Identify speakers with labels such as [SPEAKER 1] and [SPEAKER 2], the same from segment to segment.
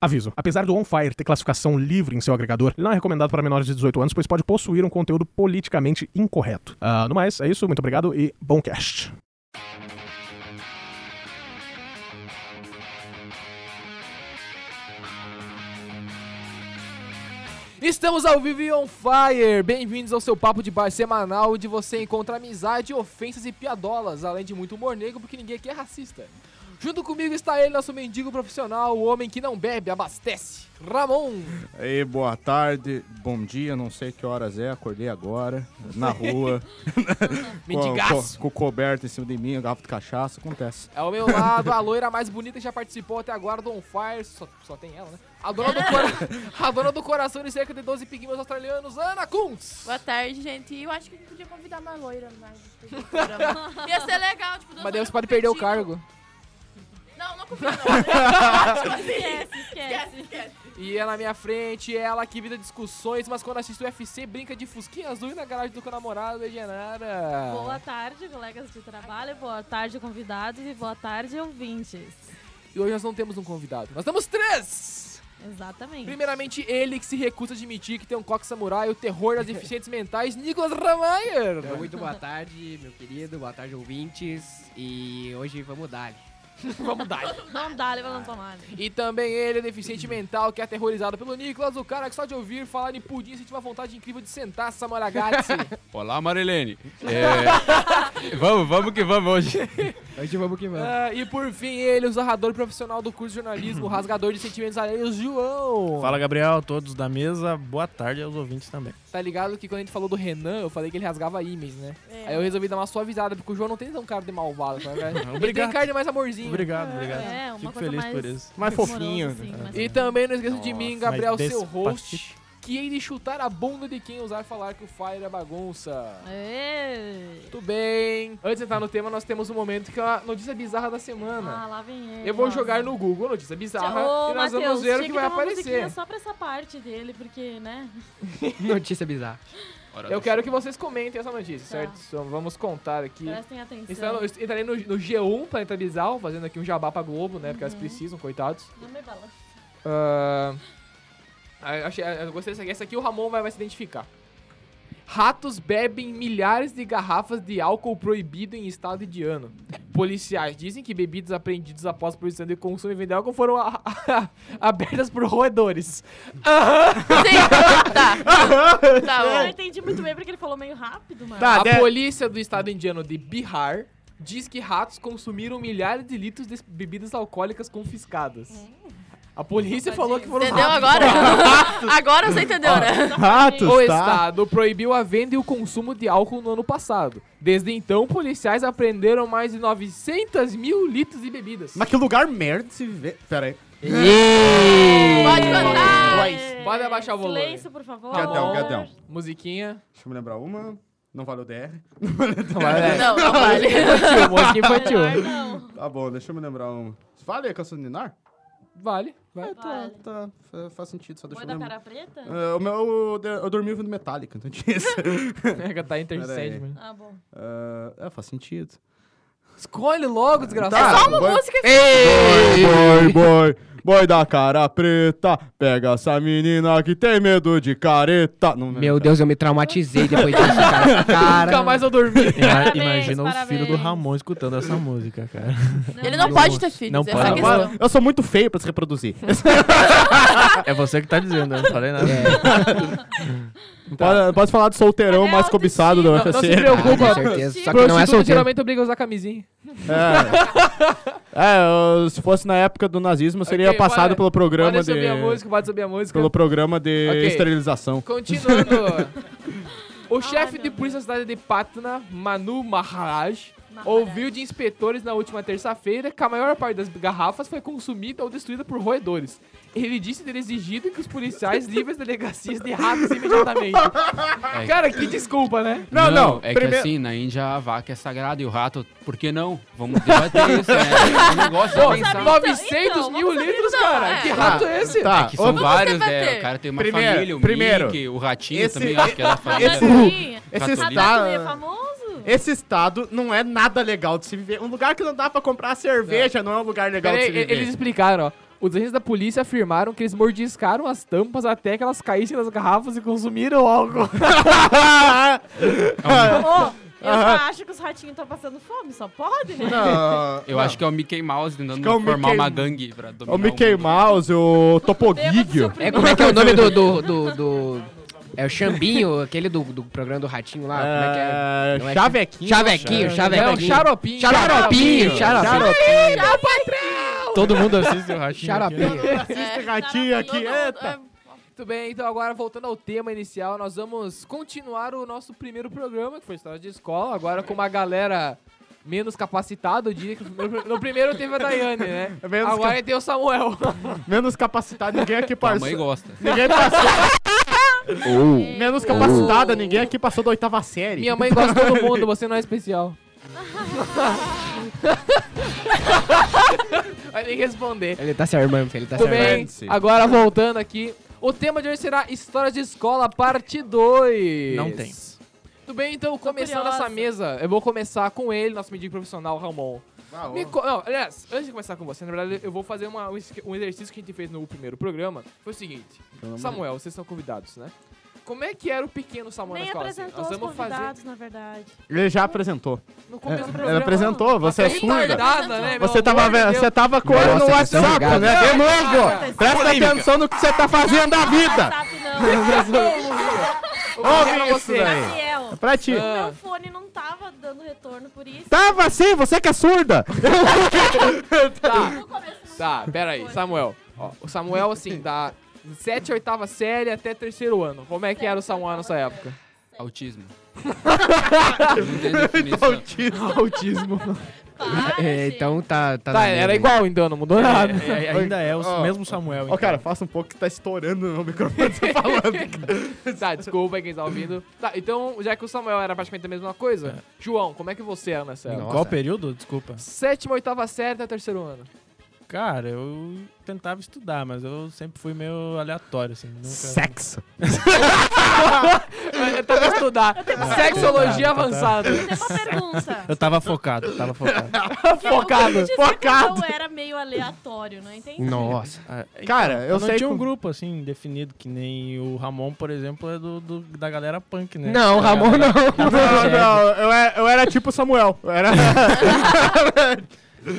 [SPEAKER 1] Aviso: apesar do On Fire ter classificação livre em seu agregador, ele não é recomendado para menores de 18 anos, pois pode possuir um conteúdo politicamente incorreto. Ah, no mais, é isso, muito obrigado e bom cast.
[SPEAKER 2] Estamos ao vivo e on fire! Bem-vindos ao seu papo de bar semanal, onde você encontra amizade, ofensas e piadolas, além de muito humor negro, porque ninguém aqui é racista. Junto comigo está ele, nosso mendigo profissional, o homem que não bebe, abastece, Ramon!
[SPEAKER 3] Ei, boa tarde, bom dia, não sei que horas é, acordei agora, na rua, com,
[SPEAKER 2] Mendigaço!
[SPEAKER 3] com, com o coberto em cima de mim, garrafa de cachaça, acontece.
[SPEAKER 2] Ao meu lado, a loira mais bonita que já participou até agora do On Fire, só, só tem ela, né? A dona, do cora- a dona do coração de cerca de 12 pigmeus australianos, Ana Kuntz!
[SPEAKER 4] Boa tarde, gente. Eu acho que a gente podia convidar uma loira mais pro programa. Ia ser legal, tipo, duas
[SPEAKER 2] Mas daí
[SPEAKER 4] loiras
[SPEAKER 2] você pode perder o
[SPEAKER 4] competindo.
[SPEAKER 2] cargo.
[SPEAKER 4] Não, não confio, não. esquece, esquece, esquece.
[SPEAKER 2] E é na minha frente, ela que vira discussões, mas quando assiste o UFC, brinca de fusquinha azul e na garagem do namorado, é Genara.
[SPEAKER 5] Boa tarde, colegas de trabalho, boa tarde, convidados e boa tarde, ouvintes.
[SPEAKER 2] E hoje nós não temos um convidado, nós temos três!
[SPEAKER 5] Exatamente.
[SPEAKER 2] Primeiramente, ele que se recusa a admitir que tem um coque samurai, o terror das deficientes mentais, Nicolas Ramayer.
[SPEAKER 6] Então, muito boa tarde, meu querido, boa tarde, ouvintes. E hoje vamos dar.
[SPEAKER 2] Vamos dar.
[SPEAKER 5] Não dá, leva não tomar. né?
[SPEAKER 2] E também ele, o deficiente mental, que é aterrorizado pelo Nicolas, o cara que só de ouvir falar em pudim sente uma vontade incrível de sentar essa malagate.
[SPEAKER 7] Olá, Marilene. É, vamos, vamos que vamos hoje.
[SPEAKER 6] Hoje vamos que vamos.
[SPEAKER 2] Ah, e por fim, ele, o zarrador profissional do curso de jornalismo, o rasgador de sentimentos alheios, João.
[SPEAKER 8] Fala, Gabriel, todos da mesa. Boa tarde aos ouvintes também.
[SPEAKER 2] Tá ligado que quando a gente falou do Renan, eu falei que ele rasgava ímens, né?
[SPEAKER 4] É.
[SPEAKER 2] Aí eu resolvi dar uma suavisada, porque o João não tem tão cara de malvado, sabe? Ele tem
[SPEAKER 8] Obrigado.
[SPEAKER 2] cara de mais amorzinho.
[SPEAKER 8] Obrigado, obrigado.
[SPEAKER 5] É, uma
[SPEAKER 8] Fico
[SPEAKER 5] coisa
[SPEAKER 8] feliz
[SPEAKER 5] mais
[SPEAKER 8] por isso.
[SPEAKER 3] Mais
[SPEAKER 5] amorosa,
[SPEAKER 3] fofinho,
[SPEAKER 5] assim,
[SPEAKER 3] né?
[SPEAKER 5] mais-
[SPEAKER 2] E também não esqueça de mim,
[SPEAKER 8] Nossa,
[SPEAKER 2] Gabriel,
[SPEAKER 8] mas
[SPEAKER 2] seu
[SPEAKER 8] desse
[SPEAKER 2] host, que ele chutar a bunda de quem usar falar que o Fire é bagunça.
[SPEAKER 5] Ê!
[SPEAKER 2] Muito bem. Antes de entrar no tema, nós temos um momento que é a notícia bizarra da semana.
[SPEAKER 5] Ah, lá vem ele.
[SPEAKER 2] eu vou
[SPEAKER 5] nossa.
[SPEAKER 2] jogar no Google notícia bizarra
[SPEAKER 5] Ô,
[SPEAKER 2] e nós
[SPEAKER 5] Matheus,
[SPEAKER 2] vamos ver o
[SPEAKER 5] tinha
[SPEAKER 2] que vai
[SPEAKER 5] ter uma musiquinha
[SPEAKER 2] aparecer.
[SPEAKER 5] só pra essa parte dele, porque, né?
[SPEAKER 6] Notícia bizarra.
[SPEAKER 2] Eu quero que vocês comentem essa notícia,
[SPEAKER 5] Tá.
[SPEAKER 2] certo? Então, vamos contar aqui.
[SPEAKER 5] Prestem atenção.
[SPEAKER 2] Está no- Entrarei no, no G1, Planeta Bizarro, fazendo aqui um jabá pra Globo, né? Porque elas precisam, coitados.
[SPEAKER 5] Não me balança.
[SPEAKER 2] Ah, eu, achei, eu gostei dessa aqui. Essa aqui o Ramon vai, vai se identificar. Ratos bebem milhares de garrafas de álcool proibido em estado indiano. Policiais dizem que bebidas apreendidas após proibição de consumo e vender álcool foram a- abertas por roedores.
[SPEAKER 4] Sim, tá.
[SPEAKER 2] Ah,
[SPEAKER 4] Tá
[SPEAKER 5] Eu não
[SPEAKER 4] bom.
[SPEAKER 5] entendi muito bem porque ele falou meio rápido, mano.
[SPEAKER 8] Tá,
[SPEAKER 2] a
[SPEAKER 8] de-
[SPEAKER 2] polícia do estado indiano de Bihar diz que ratos consumiram milhares de litros de bebidas alcoólicas confiscadas. A polícia falou que foram
[SPEAKER 4] Entendeu
[SPEAKER 2] ratos.
[SPEAKER 4] agora? Agora você entendeu, né?
[SPEAKER 3] Ratos,
[SPEAKER 2] O
[SPEAKER 3] tá?
[SPEAKER 2] Estado proibiu a venda e o consumo de álcool no ano passado. Desde então, policiais apreenderam mais de 900 mil litros de bebidas.
[SPEAKER 3] Mas que lugar merda se vê... Pera aí.
[SPEAKER 4] Pode contar.
[SPEAKER 2] Voz, pode abaixar o volume.
[SPEAKER 5] Silêncio, por favor.
[SPEAKER 3] Gadão, gadão.
[SPEAKER 2] Musiquinha.
[SPEAKER 3] Deixa eu me lembrar uma, não valeu DR.
[SPEAKER 4] Não, não vale.
[SPEAKER 2] Infantil, música infantil.
[SPEAKER 5] Melhor não.
[SPEAKER 3] Tá bom, deixa eu me lembrar uma. Vale a canção do Ninar?
[SPEAKER 2] Vale, vai.
[SPEAKER 3] Tá,
[SPEAKER 5] Vale.
[SPEAKER 3] tá, fa- faz sentido, só deixa
[SPEAKER 5] Boi
[SPEAKER 3] eu
[SPEAKER 5] da
[SPEAKER 2] um-
[SPEAKER 3] lembrar.
[SPEAKER 5] cara preta?
[SPEAKER 3] Ah, o meu, eu, eu dormi ouvindo Metallica, então tinha isso.
[SPEAKER 2] Pega, tá Enter
[SPEAKER 3] Pera aí.
[SPEAKER 2] Sandman.
[SPEAKER 5] Ah, bom.
[SPEAKER 3] Ah, é, faz sentido.
[SPEAKER 2] Escolhe logo,
[SPEAKER 3] Tá.
[SPEAKER 2] desgraçado.
[SPEAKER 4] É Só uma
[SPEAKER 3] Vai-
[SPEAKER 4] música.
[SPEAKER 3] Boy, boy, boy, boy da cara preta, pega essa menina que tem medo de careta. Não, não,
[SPEAKER 6] Meu
[SPEAKER 3] pera.
[SPEAKER 6] Deus, eu me traumatizei depois disso, cara. cara.
[SPEAKER 2] Nunca mais eu dormi.
[SPEAKER 8] Ima-
[SPEAKER 5] Parabéns,
[SPEAKER 8] Imagina o
[SPEAKER 5] parabéns.
[SPEAKER 8] filho do Ramon escutando essa música, cara.
[SPEAKER 4] Ele não pode ter filhos,
[SPEAKER 8] Não
[SPEAKER 4] essa
[SPEAKER 8] pode.
[SPEAKER 4] é a
[SPEAKER 3] Ah,
[SPEAKER 4] questão.
[SPEAKER 3] mas eu sou muito feio pra se reproduzir.
[SPEAKER 8] É você que tá dizendo, eu não falei nada.
[SPEAKER 3] Não
[SPEAKER 2] Tá.
[SPEAKER 3] pode, não pode falar do solteirão
[SPEAKER 5] Olha a
[SPEAKER 3] mais cobiçado do
[SPEAKER 2] Não, não se
[SPEAKER 3] UFC.
[SPEAKER 6] Ah,
[SPEAKER 2] preocupa.
[SPEAKER 6] com certeza. Só que não é
[SPEAKER 2] Prostituta
[SPEAKER 6] solteiro.
[SPEAKER 2] geralmente obriga a usar camisinha.
[SPEAKER 3] É, é eu- se fosse na época do nazismo, eu seria
[SPEAKER 2] Ok,
[SPEAKER 3] passado
[SPEAKER 2] pode-
[SPEAKER 3] pelo programa
[SPEAKER 2] Pode
[SPEAKER 3] de.
[SPEAKER 2] subir a música, pode subir a música.
[SPEAKER 3] Pelo programa de
[SPEAKER 2] Ok.
[SPEAKER 3] esterilização.
[SPEAKER 2] Continuando. O chefe
[SPEAKER 4] Ah,
[SPEAKER 5] meu
[SPEAKER 2] de polícia da cidade de Patna, Manu Maharaj,
[SPEAKER 5] Maharaj.
[SPEAKER 2] ouviu de inspetores na última terça-feira que a maior parte das garrafas foi consumida ou destruída por roedores. Ele disse ter exigido que os policiais livrem as delegacias de ratos imediatamente.
[SPEAKER 7] É.
[SPEAKER 2] Cara, que desculpa, né?
[SPEAKER 3] Não, não.
[SPEAKER 7] É que
[SPEAKER 3] primeiro-
[SPEAKER 7] assim, na Índia a vaca é sagrada e o rato, por que não? Vamos debater isso, né? É um negócio
[SPEAKER 2] Pô,
[SPEAKER 7] de pensar.
[SPEAKER 2] 900
[SPEAKER 4] então,
[SPEAKER 2] mil
[SPEAKER 4] vamos
[SPEAKER 2] litros,
[SPEAKER 4] então,
[SPEAKER 2] cara.
[SPEAKER 4] é.
[SPEAKER 2] Que
[SPEAKER 4] Tá.
[SPEAKER 2] rato é esse?
[SPEAKER 3] Tá,
[SPEAKER 7] Que são
[SPEAKER 3] outro-
[SPEAKER 7] vários,
[SPEAKER 4] debater.
[SPEAKER 7] né? O cara tem uma
[SPEAKER 3] Primeiro,
[SPEAKER 7] família, o
[SPEAKER 3] primeiro.
[SPEAKER 7] Mickey, o ratinho
[SPEAKER 3] Esse-
[SPEAKER 7] também, acho que é da família.
[SPEAKER 3] Esse- Tá.
[SPEAKER 5] Esse...
[SPEAKER 3] esse
[SPEAKER 7] Catolico.
[SPEAKER 5] é
[SPEAKER 3] estado.
[SPEAKER 5] famoso?
[SPEAKER 3] Esse estado não é nada legal de se viver. Um lugar que não dá pra comprar cerveja não é um lugar legal
[SPEAKER 2] Peraí,
[SPEAKER 3] de se viver.
[SPEAKER 2] eles explicaram, ó. Os agentes da polícia afirmaram que eles mordiscaram as tampas até que elas caíssem nas garrafas e consumiram álcool.
[SPEAKER 5] Ô, eu só acho que os ratinhos estão passando fome, só pode, né?
[SPEAKER 3] Ah,
[SPEAKER 7] Eu acho que é o Mickey Mouse tentando
[SPEAKER 3] que é o
[SPEAKER 7] formar
[SPEAKER 3] Mickey- é
[SPEAKER 7] uma gangue pra dominar.
[SPEAKER 3] o Mickey
[SPEAKER 7] mundo.
[SPEAKER 3] Mouse, o Topogigio.
[SPEAKER 6] É, como é que é o nome do... do, do, do- É o Xambinho, aquele do, do programa do Ratinho lá. Como é que é?
[SPEAKER 3] É,
[SPEAKER 6] Não é
[SPEAKER 3] Chavequinho.
[SPEAKER 6] Chavequinho,
[SPEAKER 2] É o
[SPEAKER 6] Chavequinho.
[SPEAKER 2] xaropinho.
[SPEAKER 6] Xaropinho, Xaropinho.
[SPEAKER 8] Todo mundo assiste o Ratinho. aqui.
[SPEAKER 4] É.
[SPEAKER 6] Xaropinho.
[SPEAKER 4] Assista
[SPEAKER 3] gatinha aqui, eita.
[SPEAKER 2] Muito bem, então agora voltando ao tema inicial, nós vamos continuar o nosso primeiro programa, que foi História de Escola, agora com uma galera menos capacitada, eu diria que no primeiro, no primeiro teve a Daiane, né?
[SPEAKER 3] É menos
[SPEAKER 2] agora tem o Samuel.
[SPEAKER 3] Menos capacitado, ninguém aqui
[SPEAKER 7] Tua
[SPEAKER 3] passou.
[SPEAKER 7] mãe gosta.
[SPEAKER 3] Ninguém passou. Menos capacitada, ninguém aqui passou da oitava série.
[SPEAKER 2] Minha mãe gosta de todo mundo, você não é especial. Vai nem responder.
[SPEAKER 6] Ele tá se armando, ele tá se
[SPEAKER 2] Muito
[SPEAKER 3] é
[SPEAKER 6] armando.
[SPEAKER 2] bem,
[SPEAKER 3] Servente.
[SPEAKER 2] agora voltando aqui. O tema de hoje será Histórias de Escola, parte 2.
[SPEAKER 8] Não tem.
[SPEAKER 2] Tudo bem, então, começando
[SPEAKER 5] curiosa.
[SPEAKER 2] essa mesa, eu vou começar com ele, nosso mendigo profissional, Ramon.
[SPEAKER 3] Tá
[SPEAKER 2] Me co- não, aliás, antes de começar com você, na verdade, eu vou fazer uma- um esque- um exercício que a gente fez no primeiro programa. Foi o seguinte, Samuel, vocês são convidados, né? Como é que era o pequeno Samuel na
[SPEAKER 5] Nem
[SPEAKER 2] escola? assim?
[SPEAKER 5] apresentou os convidados, na verdade.
[SPEAKER 3] Ele já apresentou.
[SPEAKER 2] no começo do programa.
[SPEAKER 3] Ele apresentou, você é
[SPEAKER 2] Tá
[SPEAKER 3] surda.
[SPEAKER 2] retardada, né, meu
[SPEAKER 3] Você tava,
[SPEAKER 2] amor de
[SPEAKER 3] vendo,
[SPEAKER 2] Deus.
[SPEAKER 3] você tá tava com ele
[SPEAKER 6] Nossa,
[SPEAKER 3] no
[SPEAKER 6] vocês são
[SPEAKER 3] WhatsApp,
[SPEAKER 6] ligados.
[SPEAKER 3] né? De novo! Presta atenção no que você tá fazendo da
[SPEAKER 2] tá
[SPEAKER 3] vida!
[SPEAKER 5] WhatsApp não.
[SPEAKER 2] Eu vou falar
[SPEAKER 3] Ouve
[SPEAKER 2] pra
[SPEAKER 3] isso
[SPEAKER 2] você.
[SPEAKER 3] daí!
[SPEAKER 5] Gabriel,
[SPEAKER 3] Pra ti.
[SPEAKER 5] o
[SPEAKER 2] Ah.
[SPEAKER 5] meu fone não tava dando retorno por isso.
[SPEAKER 8] Tá.
[SPEAKER 3] Tava assim, você que é surda!
[SPEAKER 2] Tá.
[SPEAKER 5] No começo não
[SPEAKER 2] Tá, pera aí, Samuel. Ó, o Samuel, assim, da 7, oitava série até terceiro ano. Como é que era o Samuel nessa época?
[SPEAKER 7] Autismo. Não tem definição.
[SPEAKER 2] Autismo.
[SPEAKER 5] para,
[SPEAKER 6] É,
[SPEAKER 5] gente.
[SPEAKER 6] então tá... Tá, na
[SPEAKER 2] Tá, era
[SPEAKER 6] merda.
[SPEAKER 2] igual então, não mudou nada.
[SPEAKER 8] É, é, ainda é o
[SPEAKER 3] Ó,
[SPEAKER 8] mesmo Samuel.
[SPEAKER 3] Ô,
[SPEAKER 8] então.
[SPEAKER 3] cara, faça um pouco que tá estourando no microfone você falando.
[SPEAKER 2] tá, desculpa aí quem tá ouvindo. Tá, então, já que o Samuel era praticamente a mesma coisa, João, como é que você era nessa
[SPEAKER 8] Em
[SPEAKER 2] época?
[SPEAKER 8] qual período? Desculpa.
[SPEAKER 2] Sétima, oitava série até terceiro ano.
[SPEAKER 8] Cara, eu tentava estudar, mas eu sempre fui meio aleatório, assim. Nunca...
[SPEAKER 3] Sexo.
[SPEAKER 2] Eu tava tá estudar. Sexologia
[SPEAKER 8] tentava,
[SPEAKER 2] avançada.
[SPEAKER 5] Tem uma pergunta.
[SPEAKER 8] Eu tava focado, tava focado.
[SPEAKER 2] Focado,
[SPEAKER 5] focado. Eu era meio aleatório, não entendi.
[SPEAKER 6] Nossa.
[SPEAKER 8] Ah, então,
[SPEAKER 3] Cara, eu
[SPEAKER 8] não
[SPEAKER 3] sei
[SPEAKER 8] tinha um
[SPEAKER 3] que-
[SPEAKER 8] grupo, assim, definido, que nem o Ramon, por exemplo, é do, do- da galera punk, né?
[SPEAKER 6] Não,
[SPEAKER 8] Da
[SPEAKER 6] Ramon
[SPEAKER 8] galera-
[SPEAKER 6] não.
[SPEAKER 3] É. Não, não, eu era, eu era tipo Samuel. Eu era...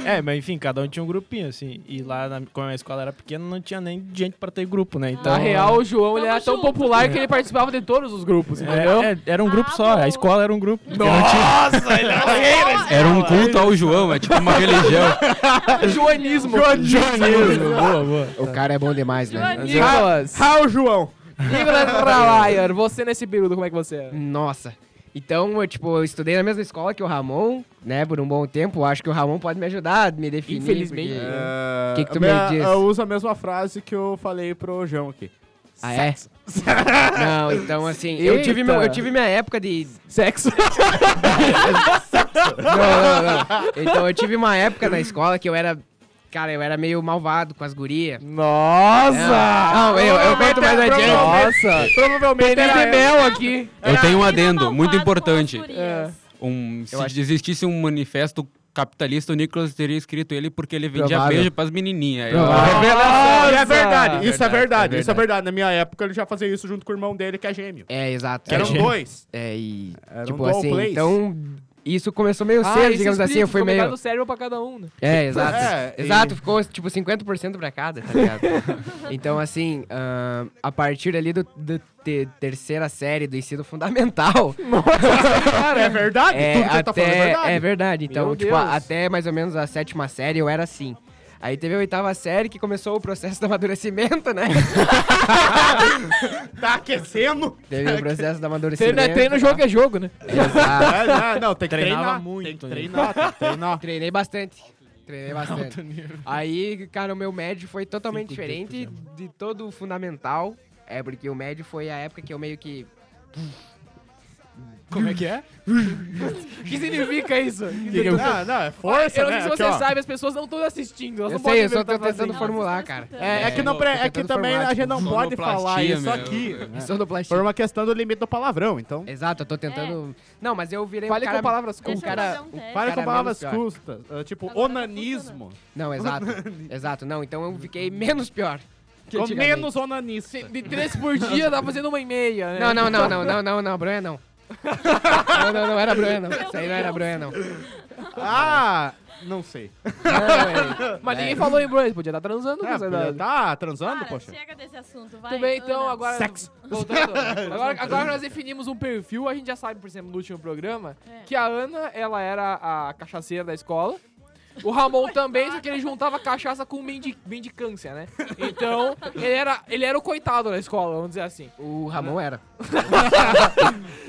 [SPEAKER 8] É, mas enfim, cada um tinha um grupinho, assim. E lá, na, como a escola era pequena, não tinha nem gente pra ter grupo, né? Então,
[SPEAKER 2] Na real, o João ele
[SPEAKER 5] Tamo
[SPEAKER 2] era tão
[SPEAKER 5] junto.
[SPEAKER 2] popular que ele participava de todos os grupos, entendeu?
[SPEAKER 8] é, é, era um grupo só,
[SPEAKER 5] Ah, bom.
[SPEAKER 8] a escola era um grupo.
[SPEAKER 3] Nossa, ele
[SPEAKER 7] Era um culto ao João, é tipo uma religião.
[SPEAKER 2] Joanismo.
[SPEAKER 3] Joanismo.
[SPEAKER 8] boa, boa.
[SPEAKER 6] O cara é bom demais, né?
[SPEAKER 2] Nicolas.
[SPEAKER 3] Raul João.
[SPEAKER 2] Nicolas Rawayer, você nesse período, como é que você era?
[SPEAKER 6] Nossa. Então, eu, tipo, eu estudei na mesma escola que o Ramon, né? Por um bom tempo. Acho que o Ramon pode me ajudar, me definir.
[SPEAKER 2] Infelizmente.
[SPEAKER 6] porque-
[SPEAKER 3] É,
[SPEAKER 6] Que que tu
[SPEAKER 3] a
[SPEAKER 6] me
[SPEAKER 3] minha-
[SPEAKER 6] diz?
[SPEAKER 3] Eu uso a mesma frase que eu falei pro João aqui.
[SPEAKER 6] Ah, é? Não, então assim,
[SPEAKER 2] Eita.
[SPEAKER 6] eu tive, meu- eu tive minha época de.
[SPEAKER 2] Sexo.
[SPEAKER 6] Não, não, não. Então eu tive uma época na escola que eu era. Cara, eu era meio malvado com as gurias.
[SPEAKER 2] Nossa!
[SPEAKER 6] Não, eu, eu conto mais adiante.
[SPEAKER 2] Nossa!
[SPEAKER 3] Provavelmente
[SPEAKER 2] Felipe
[SPEAKER 3] era
[SPEAKER 2] Mel aqui.
[SPEAKER 7] Eu tenho um
[SPEAKER 5] Menina
[SPEAKER 7] adendo muito
[SPEAKER 5] malvada tá com
[SPEAKER 7] importante.
[SPEAKER 2] É.
[SPEAKER 5] as gurias.
[SPEAKER 7] Um, se
[SPEAKER 6] Eu acho-
[SPEAKER 7] existisse um manifesto capitalista, o Nicolas teria escrito ele porque ele vendia
[SPEAKER 6] Provável.
[SPEAKER 7] beijo pras menininhas.
[SPEAKER 6] Provável.
[SPEAKER 3] Revelação!
[SPEAKER 2] Nossa!
[SPEAKER 3] É verdade, isso é
[SPEAKER 7] Verdade,
[SPEAKER 3] verdade,
[SPEAKER 7] é
[SPEAKER 3] isso é verdade. Na minha época ele já fazia isso junto com o irmão dele, que é gêmeo.
[SPEAKER 6] É, exato.
[SPEAKER 3] Eram
[SPEAKER 6] é,
[SPEAKER 3] dois.
[SPEAKER 6] é, e.
[SPEAKER 3] um Era um
[SPEAKER 6] tipo
[SPEAKER 3] dual
[SPEAKER 6] assim,
[SPEAKER 3] place.
[SPEAKER 6] então. Isso começou meio
[SPEAKER 2] Ah,
[SPEAKER 6] cedo, digamos assim. Eu fui meio.
[SPEAKER 2] do cérebro pra cada um, né?
[SPEAKER 6] É, exato.
[SPEAKER 3] É, e-
[SPEAKER 6] exato, ficou tipo 50% pra cada, tá ligado? então, assim, ahn, a partir ali do, do te- terceira série do ensino fundamental.
[SPEAKER 3] Cara, é verdade?
[SPEAKER 6] É,
[SPEAKER 3] Tudo que ele
[SPEAKER 6] até,
[SPEAKER 3] tá falando é verdade.
[SPEAKER 6] é verdade. Então,
[SPEAKER 2] Meu
[SPEAKER 6] tipo, a-
[SPEAKER 2] Deus.
[SPEAKER 6] até mais ou menos a sétima série eu era assim. Aí teve a oitava série que começou o processo do amadurecimento, né?
[SPEAKER 3] Tá aquecendo? né,
[SPEAKER 6] teve o processo do
[SPEAKER 2] Treino,
[SPEAKER 6] amadurecimento.
[SPEAKER 2] é treino, jogo é jogo, né?
[SPEAKER 6] Exato.
[SPEAKER 3] É, né? não, tem que
[SPEAKER 8] Treinava
[SPEAKER 3] treinar.
[SPEAKER 8] muito,
[SPEAKER 3] Tem que
[SPEAKER 8] né?
[SPEAKER 3] treinar, tem que treinar.
[SPEAKER 6] Treinei bastante. Treinei bastante. Aí, cara, o meu médio foi totalmente diferente de todo o fundamental. É, porque o médio foi a época que eu meio que.
[SPEAKER 8] Como é que é?
[SPEAKER 2] O que significa isso?
[SPEAKER 8] Ah, não, é força,
[SPEAKER 2] eu não sei
[SPEAKER 8] né?
[SPEAKER 2] se
[SPEAKER 8] Aqui,
[SPEAKER 2] você
[SPEAKER 8] ó.
[SPEAKER 2] sabe, as pessoas não estão assistindo. Elas
[SPEAKER 6] Eu
[SPEAKER 2] não podem
[SPEAKER 6] sei, eu
[SPEAKER 2] ver o
[SPEAKER 6] só
[SPEAKER 2] que tá
[SPEAKER 6] tô tentando
[SPEAKER 2] fazendo.
[SPEAKER 6] formular,
[SPEAKER 4] Elas
[SPEAKER 6] cara.
[SPEAKER 4] estão
[SPEAKER 7] É,
[SPEAKER 3] É, é que, não,
[SPEAKER 7] tô
[SPEAKER 3] pre- é que
[SPEAKER 6] tentando
[SPEAKER 3] também
[SPEAKER 6] formar,
[SPEAKER 3] a gente
[SPEAKER 7] tipo,
[SPEAKER 3] não pode falar
[SPEAKER 7] sonoplastia,
[SPEAKER 3] isso
[SPEAKER 7] meu.
[SPEAKER 3] aqui.
[SPEAKER 7] É.
[SPEAKER 6] Sonoplastia.
[SPEAKER 3] Por uma questão do limite do palavrão, então. É.
[SPEAKER 6] Exato, eu tô tentando. Não, mas eu virei
[SPEAKER 2] Fale
[SPEAKER 6] um cara.
[SPEAKER 2] com palavras
[SPEAKER 5] Deixa
[SPEAKER 6] um
[SPEAKER 5] eu
[SPEAKER 2] curtas.
[SPEAKER 6] cara- é,
[SPEAKER 5] fazer um teste.
[SPEAKER 3] Para
[SPEAKER 6] cara
[SPEAKER 3] com palavras
[SPEAKER 6] menos pior.
[SPEAKER 3] custas. ah, tipo,
[SPEAKER 5] Agora tá
[SPEAKER 3] onanismo.
[SPEAKER 6] Não, exato. exato, não. Então eu fiquei menos pior. que
[SPEAKER 3] Com
[SPEAKER 6] antigamente.
[SPEAKER 3] menos onanista.
[SPEAKER 2] De três por dia, tá fazendo uma e meia, né?
[SPEAKER 6] Não, não, não, não, não, não, não, Bronha não. não, não, não era Bronha não. Isso aí não era Bronha não.
[SPEAKER 3] Ah, não sei.
[SPEAKER 6] Não, é-
[SPEAKER 2] Mas
[SPEAKER 6] é.
[SPEAKER 2] ninguém falou em Bronze, podia estar transando.
[SPEAKER 8] é
[SPEAKER 3] Ah,
[SPEAKER 2] com essa idade.
[SPEAKER 3] tá transando,
[SPEAKER 5] Cara,
[SPEAKER 3] poxa?
[SPEAKER 5] chega desse assunto, vai.
[SPEAKER 2] Tudo bem, então,
[SPEAKER 5] Ana.
[SPEAKER 2] agora.
[SPEAKER 3] Sexo.
[SPEAKER 2] Voltando. agora, agora nós definimos um perfil, a gente já sabe, por exemplo, no último programa,
[SPEAKER 4] É.
[SPEAKER 2] que a Ana, ela era a cachaceira da escola. O Ramon também, só que ele juntava cachaça com mendi mendicância, né? Então, ele era, ele era o coitado da escola, vamos dizer assim.
[SPEAKER 6] O Ramon era.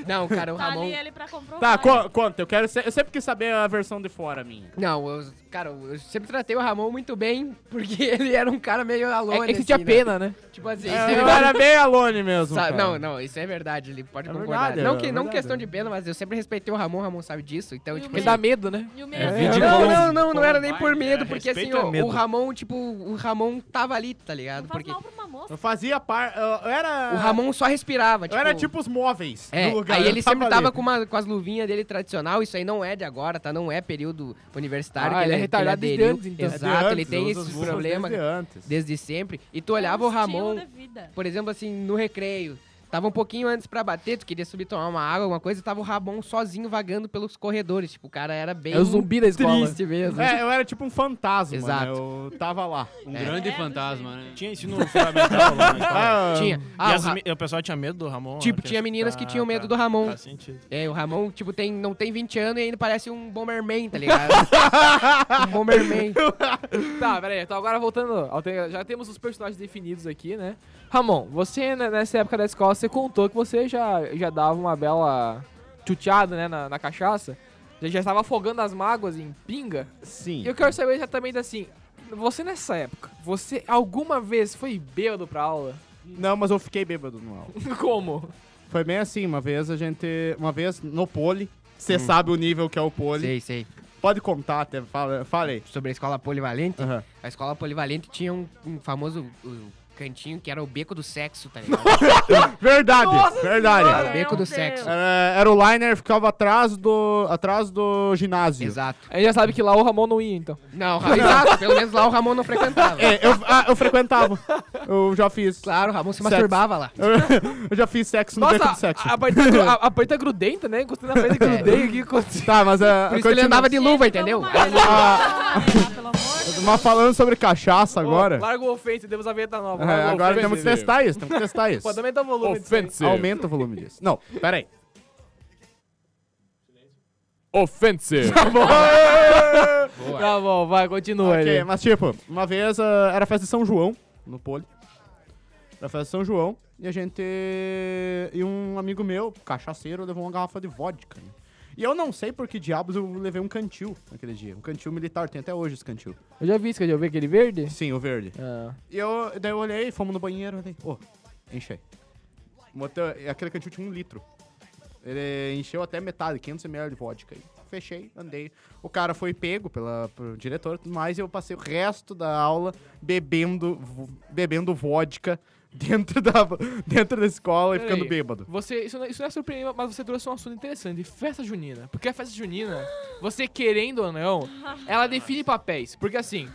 [SPEAKER 6] não, cara, o
[SPEAKER 5] Tá ali
[SPEAKER 6] Ramon.
[SPEAKER 5] ele pra comprovar.
[SPEAKER 3] Tá, co- conta. Eu, quero se- eu sempre quis saber a versão de fora minha.
[SPEAKER 6] Não, eu, cara, eu sempre tratei o Ramon muito bem, porque ele era um cara meio alone.
[SPEAKER 2] É, é que tinha
[SPEAKER 6] assim, né?
[SPEAKER 2] pena, né?
[SPEAKER 6] Tipo assim,
[SPEAKER 3] É,
[SPEAKER 6] ele
[SPEAKER 3] eu era bem alone mesmo.
[SPEAKER 6] Sabe-
[SPEAKER 3] cara.
[SPEAKER 6] não, não, isso é verdade, ele pode
[SPEAKER 3] É
[SPEAKER 6] concordar.
[SPEAKER 3] verdade,
[SPEAKER 6] não,
[SPEAKER 3] é
[SPEAKER 6] que, não
[SPEAKER 3] verdade.
[SPEAKER 6] questão de pena, mas eu sempre respeitei o Ramon, o Ramon sabe disso, então,
[SPEAKER 5] E o
[SPEAKER 6] tipo...
[SPEAKER 2] Porque
[SPEAKER 5] Mas-
[SPEAKER 2] dá medo, né?
[SPEAKER 5] E o
[SPEAKER 8] É,
[SPEAKER 5] melhor.
[SPEAKER 8] vídeo
[SPEAKER 6] Não,
[SPEAKER 8] Colombo-
[SPEAKER 6] não, não, não era nem
[SPEAKER 8] Colombo-
[SPEAKER 6] por medo,
[SPEAKER 8] é,
[SPEAKER 6] porque assim,
[SPEAKER 8] respeito é
[SPEAKER 6] ó,
[SPEAKER 8] medo.
[SPEAKER 6] o Ramon, tipo, o Ramon tava ali, tá ligado?
[SPEAKER 5] Não faz
[SPEAKER 6] Porque
[SPEAKER 5] mal pra uma moça.
[SPEAKER 3] Eu fazia parte. Eu, eu era.
[SPEAKER 6] o Ramon só respirava,
[SPEAKER 3] Eu
[SPEAKER 6] tipo...
[SPEAKER 3] era tipo os móveis
[SPEAKER 6] É,
[SPEAKER 3] do lugar.
[SPEAKER 6] aí
[SPEAKER 3] eu
[SPEAKER 6] ele sempre tava
[SPEAKER 3] ali.
[SPEAKER 6] com, uma, com as luvinhas dele tradicional, isso aí não é de agora, tá? Não é período universitário
[SPEAKER 2] Ah,
[SPEAKER 6] que
[SPEAKER 2] ele
[SPEAKER 6] ele,
[SPEAKER 2] é
[SPEAKER 6] que
[SPEAKER 2] retardado
[SPEAKER 6] ele
[SPEAKER 2] desde
[SPEAKER 6] aderiu.
[SPEAKER 2] antes, então.
[SPEAKER 3] Desde
[SPEAKER 6] Exato, ele
[SPEAKER 3] antes,
[SPEAKER 6] tem
[SPEAKER 3] usa as
[SPEAKER 6] esse
[SPEAKER 3] luvas
[SPEAKER 6] problema né?
[SPEAKER 3] Desde antes.
[SPEAKER 6] desde sempre. E tu
[SPEAKER 5] É um
[SPEAKER 6] olhava o
[SPEAKER 5] estilo
[SPEAKER 6] Ramon...
[SPEAKER 5] de vida.
[SPEAKER 6] Por exemplo, assim, no recreio. Tava um pouquinho antes pra bater, tu queria subir tomar uma água, alguma coisa, tava o Rabon sozinho vagando pelos corredores. Tipo, o cara era bem.
[SPEAKER 2] É o zumbi da escola.
[SPEAKER 6] Triste mesmo.
[SPEAKER 3] É, eu era tipo um fantasma.
[SPEAKER 6] Exato.
[SPEAKER 3] né? Eu tava lá.
[SPEAKER 7] Um
[SPEAKER 6] É.
[SPEAKER 7] grande
[SPEAKER 5] É,
[SPEAKER 7] fantasma, né?
[SPEAKER 8] Tinha ensino fundamental lá na escola.
[SPEAKER 3] Ah,
[SPEAKER 6] Tinha.
[SPEAKER 8] né? E
[SPEAKER 6] Ah, o,
[SPEAKER 8] as
[SPEAKER 6] Ra-
[SPEAKER 8] mi- o pessoal tinha medo do Ramon?
[SPEAKER 6] Tipo,
[SPEAKER 8] né?
[SPEAKER 6] tinha meninas que
[SPEAKER 8] Tá,
[SPEAKER 6] tinham medo
[SPEAKER 8] tá.
[SPEAKER 6] do Ramon.
[SPEAKER 8] Faz sentido.
[SPEAKER 6] é, o Ramon, tipo, tem, não tem 20 anos e ainda parece um Bomberman, tá ligado? um Bomberman.
[SPEAKER 2] Tá, peraí. Então agora voltando. ao te- Já temos os personagens definidos aqui, né? Ramon, você né, nessa época da escola, você contou que você já, já dava uma bela chuteada, né, na, na cachaça. Já, já estava afogando as mágoas em pinga.
[SPEAKER 3] Sim.
[SPEAKER 2] E eu quero saber exatamente assim, você nessa época, você alguma vez foi bêbado pra aula?
[SPEAKER 3] Não, mas eu fiquei bêbado no aula.
[SPEAKER 2] Como?
[SPEAKER 3] Foi bem assim, uma vez a gente. Uma vez no pole. Você sabe o nível que é o pole.
[SPEAKER 6] sei, sei.
[SPEAKER 3] Pode contar até. Fala, fala aí.
[SPEAKER 6] Sobre a escola polivalente.
[SPEAKER 3] Aham.
[SPEAKER 6] A escola polivalente tinha um, um famoso o cantinho que era o beco do sexo, tá ligado?
[SPEAKER 3] Verdade,
[SPEAKER 2] Nossa
[SPEAKER 3] verdade.
[SPEAKER 6] Era o beco do
[SPEAKER 5] Meu
[SPEAKER 6] sexo.
[SPEAKER 3] Era, era o liner, ficava atrás do, atrás do ginásio.
[SPEAKER 6] Exato.
[SPEAKER 2] A gente já sabe que lá o Ramon não ia, então.
[SPEAKER 6] Não, Ra- exato. Pelo menos lá o Ramon não frequentava.
[SPEAKER 3] É, eu, ah, eu frequentava. Eu já fiz.
[SPEAKER 6] Claro, o Ramon se
[SPEAKER 3] Sexo.
[SPEAKER 6] masturbava lá.
[SPEAKER 3] Eu, eu já fiz sexo no beco do
[SPEAKER 2] Nossa,
[SPEAKER 3] sexo. É.
[SPEAKER 2] a, a, parte gru- a, a parte tá grudenta, né? Encostei na frente grudei aqui. aconteceu.
[SPEAKER 3] Tá, mas a.
[SPEAKER 6] Por isso que ele andava de luva, entendeu?
[SPEAKER 5] Vamos amarelo, vamos amarelo, pelo amor de
[SPEAKER 3] Mas falando sobre cachaça agora.
[SPEAKER 2] Ô, larga o ofensa, temos a vinheta nova.
[SPEAKER 3] é,
[SPEAKER 2] larga o
[SPEAKER 3] agora
[SPEAKER 2] ofense.
[SPEAKER 3] temos que testar isso, temos que testar isso.
[SPEAKER 2] Pô, também tá o volume disso aí.
[SPEAKER 3] Ofensivo. Aumenta o volume disso. Não, pera aí.
[SPEAKER 2] Offensive. tá bom, vai, continua aí.
[SPEAKER 3] Ok, mas tipo, uma vez ah, era festa de São João, no Poli. Era festa de São João, e a gente. E um amigo meu, cachaceiro, levou uma garrafa de vodka. né? E eu não sei por que diabos eu levei um cantil naquele dia. Um cantil militar, tem até hoje esse cantil.
[SPEAKER 2] Eu já vi isso, que eu já vi aquele verde.
[SPEAKER 3] Sim, o verde.
[SPEAKER 2] Ah.
[SPEAKER 3] E eu, daí eu olhei, fomos no banheiro, olhei, ô, enchei. Botei- e aquele cantil tinha um litro. Ele encheu até metade, 500ml de vodka. aí. Fechei, andei. O cara foi pego pela, pro diretor e tudo mais, e eu passei o resto da aula bebendo, vo- bebendo vodka dentro da, dentro da escola e
[SPEAKER 2] Peraí.
[SPEAKER 3] ficando bêbado.
[SPEAKER 2] Você, isso, não, isso não é surpreendente, mas você trouxe um assunto interessante. Festa junina. Porque a festa junina, você querendo ou não, ela define papéis. Porque assim,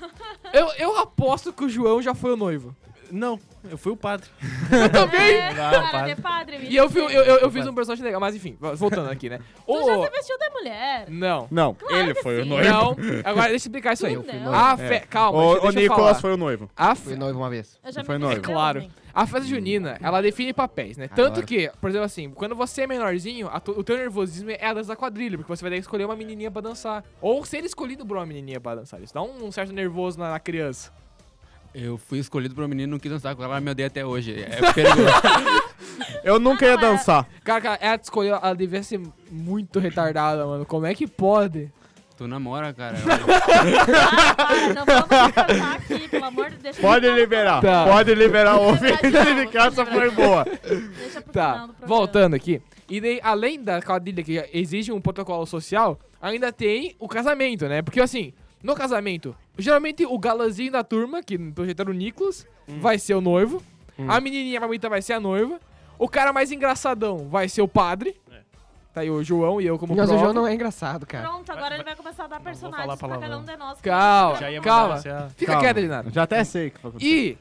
[SPEAKER 2] eu, eu aposto que o João já foi o noivo.
[SPEAKER 8] Não, eu fui o padre.
[SPEAKER 2] Eu também!
[SPEAKER 5] É,
[SPEAKER 8] Não,
[SPEAKER 5] cara,
[SPEAKER 8] padre.
[SPEAKER 5] de padre.
[SPEAKER 2] E eu, fi- eu, eu, eu fiz
[SPEAKER 8] Mas-
[SPEAKER 2] um personagem legal, mas enfim, voltando aqui, né?
[SPEAKER 5] Tu já
[SPEAKER 2] O,
[SPEAKER 5] se vestiu de mulher.
[SPEAKER 2] não.
[SPEAKER 3] Não,
[SPEAKER 5] Claro que sim.
[SPEAKER 2] Não, agora deixa eu É. explicar isso aí.
[SPEAKER 5] Tu não.
[SPEAKER 2] A fe... Calma,
[SPEAKER 3] o,
[SPEAKER 2] deixa,
[SPEAKER 3] o
[SPEAKER 2] deixa eu falar.
[SPEAKER 3] Nicolas foi o noivo.
[SPEAKER 2] A fe-
[SPEAKER 6] Fui noivo uma vez.
[SPEAKER 5] Eu já
[SPEAKER 3] Foi
[SPEAKER 5] me
[SPEAKER 3] noivo.
[SPEAKER 5] vesti de
[SPEAKER 2] Claro.
[SPEAKER 5] homem.
[SPEAKER 2] A festa junina, ela define papéis, né?
[SPEAKER 6] Agora.
[SPEAKER 2] Tanto que, por exemplo assim, quando você é menorzinho, a tu- o teu nervosismo é a dança da quadrilha, porque você vai ter que escolher uma menininha pra dançar. Ou ser escolhido por uma menininha pra dançar. Isso dá um, um certo nervoso na, na criança.
[SPEAKER 7] Eu fui escolhido pra um menino não quis dançar com ela, ela me odeia até hoje. É perigoso.
[SPEAKER 3] Eu nunca ia dançar.
[SPEAKER 2] Cara, cara, ela te escolheu, ela devia ser muito retardada, mano. Como é que pode?
[SPEAKER 7] tu namora, cara.
[SPEAKER 5] Ah, não vamos cantar aqui, pelo amor de Deus.
[SPEAKER 3] Pode liberar,
[SPEAKER 2] Tá.
[SPEAKER 3] pode liberar o
[SPEAKER 4] Pode
[SPEAKER 3] ouvinte
[SPEAKER 4] liberar,
[SPEAKER 3] de casa
[SPEAKER 4] pode
[SPEAKER 3] foi boa.
[SPEAKER 5] Deixa pro final
[SPEAKER 2] Tá,
[SPEAKER 5] do programa.
[SPEAKER 2] voltando aqui. E daí, além da quadrilha que já exige um protocolo social, ainda tem o casamento, né? Porque assim, no casamento, geralmente o galãzinho da turma, que projetaram o Nicholas, vai ser o noivo. A menininha mamita vai ser a noiva. O cara mais engraçadão vai ser o padre. Tá aí o João e eu como
[SPEAKER 6] Mas o
[SPEAKER 2] prova.
[SPEAKER 6] João não é engraçado, cara.
[SPEAKER 5] Pronto, agora ele vai começar a dar personagens pra
[SPEAKER 8] palavrão.
[SPEAKER 5] cada um de nós. que
[SPEAKER 2] Calma,
[SPEAKER 8] Já ia mandar
[SPEAKER 2] calma.
[SPEAKER 8] você
[SPEAKER 6] é-
[SPEAKER 8] a-
[SPEAKER 2] Fica
[SPEAKER 3] Calma.
[SPEAKER 2] quieto, Leonardo.
[SPEAKER 3] Já até sei o que vai acontecer.
[SPEAKER 2] E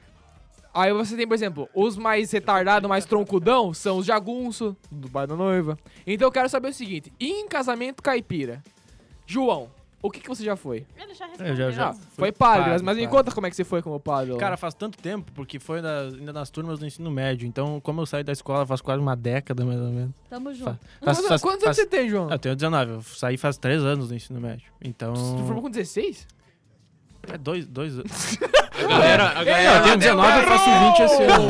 [SPEAKER 2] aí você tem, por exemplo, os mais retardados, mais troncudão, são os jagunço do pai da noiva. Então eu quero saber o seguinte, em casamento caipira, João, o que, que você já foi?
[SPEAKER 5] Ele já
[SPEAKER 8] Eu já-
[SPEAKER 5] respondeu.
[SPEAKER 8] já-
[SPEAKER 2] Ah, foi padre, mas
[SPEAKER 7] padre,
[SPEAKER 2] mas me
[SPEAKER 7] padre.
[SPEAKER 2] conta como é que você foi como padre. lá.
[SPEAKER 8] Cara, faz tanto tempo, porque foi na- ainda nas turmas do ensino médio. Então, como eu saí da escola faz quase uma década, mais ou menos.
[SPEAKER 5] Tamo junto.
[SPEAKER 8] Faz-
[SPEAKER 2] quantos,
[SPEAKER 8] faz-
[SPEAKER 2] quantos anos
[SPEAKER 8] faz-
[SPEAKER 2] você tem, João?
[SPEAKER 8] Eu tenho 19, eu saí faz 3 anos do ensino médio. Então.
[SPEAKER 2] Você formou com 16?
[SPEAKER 8] É dois, dois anos.
[SPEAKER 7] A galera, a
[SPEAKER 8] Eu
[SPEAKER 7] galera
[SPEAKER 8] tenho 19, eu faço 20 esse ano.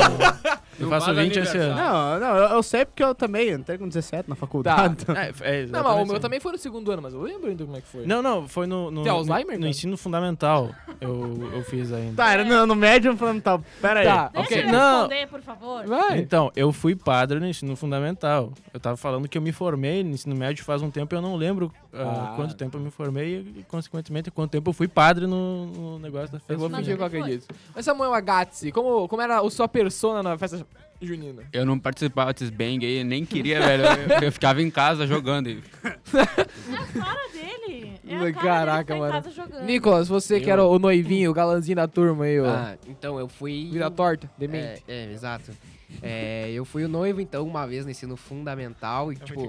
[SPEAKER 8] Eu
[SPEAKER 7] Não
[SPEAKER 8] faço
[SPEAKER 7] faz
[SPEAKER 8] 20 esse ano.
[SPEAKER 3] Não, não, eu, eu sei porque eu também entrei com 17 na faculdade.
[SPEAKER 8] É, é
[SPEAKER 2] Tá. Não, mas o
[SPEAKER 8] exatamente
[SPEAKER 2] meu
[SPEAKER 8] isso.
[SPEAKER 2] também foi no segundo ano, mas eu lembro ainda como é que foi.
[SPEAKER 8] Não, não, foi no. no
[SPEAKER 2] Tem Alzheimer,
[SPEAKER 8] no- No,
[SPEAKER 2] cara?
[SPEAKER 8] ensino fundamental eu, eu fiz ainda.
[SPEAKER 3] Tá, era no, no médio fundamental. Pera aí.
[SPEAKER 2] Tá,
[SPEAKER 5] Deixa
[SPEAKER 2] ok.
[SPEAKER 5] ele
[SPEAKER 8] Não.
[SPEAKER 5] responder, por favor.
[SPEAKER 2] Vai.
[SPEAKER 8] Então, eu fui padre no ensino fundamental. Eu tava falando que eu me formei no ensino médio faz um tempo, eu não lembro ah,
[SPEAKER 2] Ah.
[SPEAKER 8] quanto tempo eu me formei e, consequentemente, quanto tempo eu fui padre no, no negócio da festa.
[SPEAKER 2] Eu vou
[SPEAKER 5] Mas
[SPEAKER 2] fingir que eu
[SPEAKER 5] ele foi.
[SPEAKER 2] acredito. Mas Samuel Agatzi, como, como era a sua persona na festa junina?
[SPEAKER 7] Eu não participava desses bang aí, nem queria, velho. Eu, eu ficava em casa jogando. e-
[SPEAKER 5] Cara dele. É a cara
[SPEAKER 2] Caraca,
[SPEAKER 5] dele que tá em
[SPEAKER 2] mano.
[SPEAKER 5] casa jogando.
[SPEAKER 2] Nicolas, você que era o noivinho, o galanzinho da turma aí, ó.
[SPEAKER 6] Ah, então eu fui.
[SPEAKER 2] Vida torta,
[SPEAKER 6] é,
[SPEAKER 2] demente.
[SPEAKER 6] é, exato. É, eu fui o noivo, então, uma vez no ensino fundamental e, tipo.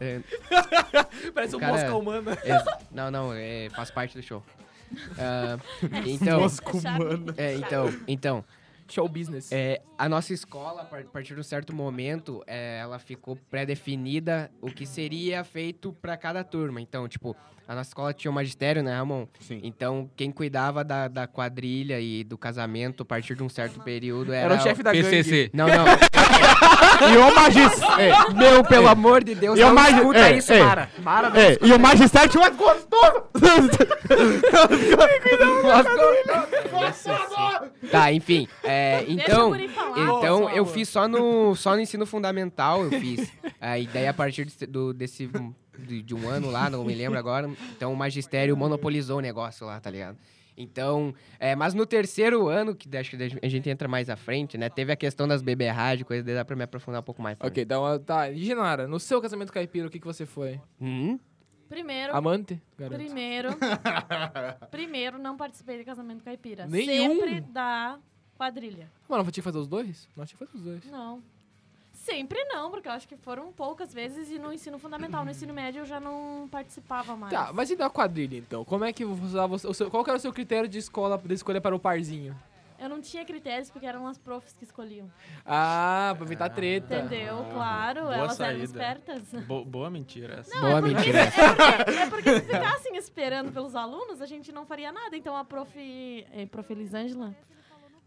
[SPEAKER 6] É. É,
[SPEAKER 2] Parece
[SPEAKER 6] um cara- mosca
[SPEAKER 2] humana.
[SPEAKER 6] Ex- não, não, é, faz parte do show. Ah, então,
[SPEAKER 5] humano.
[SPEAKER 6] é, então, então,
[SPEAKER 2] Show business.
[SPEAKER 6] é, a nossa escola, a par- a partir de um certo momento, é, ela ficou pré-definida o que seria feito pra cada turma. Então, tipo, a nossa escola tinha o magistério, né, Ramon?
[SPEAKER 3] Sim.
[SPEAKER 6] Então, quem cuidava da, da quadrilha e do casamento a partir de um certo período era,
[SPEAKER 2] Era é o chefe da Tá gangue.
[SPEAKER 7] PCC.
[SPEAKER 6] Não, não.
[SPEAKER 3] E o magis.
[SPEAKER 6] Meu, pelo amor de Deus,
[SPEAKER 3] E o
[SPEAKER 6] não
[SPEAKER 3] mais-
[SPEAKER 6] escuta
[SPEAKER 3] é,
[SPEAKER 6] isso,
[SPEAKER 3] é.
[SPEAKER 6] Mara. Mara, não
[SPEAKER 3] É, e o magistério tinha um gostoso.
[SPEAKER 6] Tá, enfim. é,
[SPEAKER 5] Deixa o
[SPEAKER 6] então,
[SPEAKER 5] guri falar.
[SPEAKER 6] então
[SPEAKER 2] Boa,
[SPEAKER 6] eu
[SPEAKER 2] boa.
[SPEAKER 6] fiz só no, só no ensino fundamental, eu fiz. Aí daí a partir desse- do, desse de, de um ano lá, não me lembro agora. Então o magistério monopolizou o negócio lá, tá ligado? Então, é, mas no terceiro ano, que acho que a gente entra mais à frente, né? Teve a questão das beberragens, coisa, daí dá pra me aprofundar um pouco mais. também.
[SPEAKER 2] Ok, dá uma. Tá, e Genara, no seu casamento caipira, o que, que você foi?
[SPEAKER 6] Hum?
[SPEAKER 5] Primeiro,
[SPEAKER 2] Amante? Garoto.
[SPEAKER 5] primeiro, primeiro, não participei de casamento caipira.
[SPEAKER 2] Nenhum?
[SPEAKER 5] Sempre da quadrilha.
[SPEAKER 2] Mano, eu tinha que fazer os dois? Nós tinha que fazer os dois.
[SPEAKER 5] Não. Sempre não, porque eu acho que foram poucas vezes e no ensino fundamental, no ensino médio eu já não participava mais.
[SPEAKER 2] Tá, mas e da quadrilha então? Como é que você. você- o seu- qual que era o seu critério de escola de escolha para o parzinho?
[SPEAKER 5] Eu não tinha critérios porque eram as profs que escolhiam.
[SPEAKER 2] Ah, pra evitar treta.
[SPEAKER 5] Entendeu? Claro, elas
[SPEAKER 8] saída.
[SPEAKER 5] eram espertas.
[SPEAKER 8] Bo- boa mentira essa.
[SPEAKER 5] Não,
[SPEAKER 6] Boa
[SPEAKER 5] é porque
[SPEAKER 6] mentira.
[SPEAKER 5] se- É porque, é porque se ficassem esperando pelos alunos, a gente não faria nada. Então a prof, eh, prof Elisângela,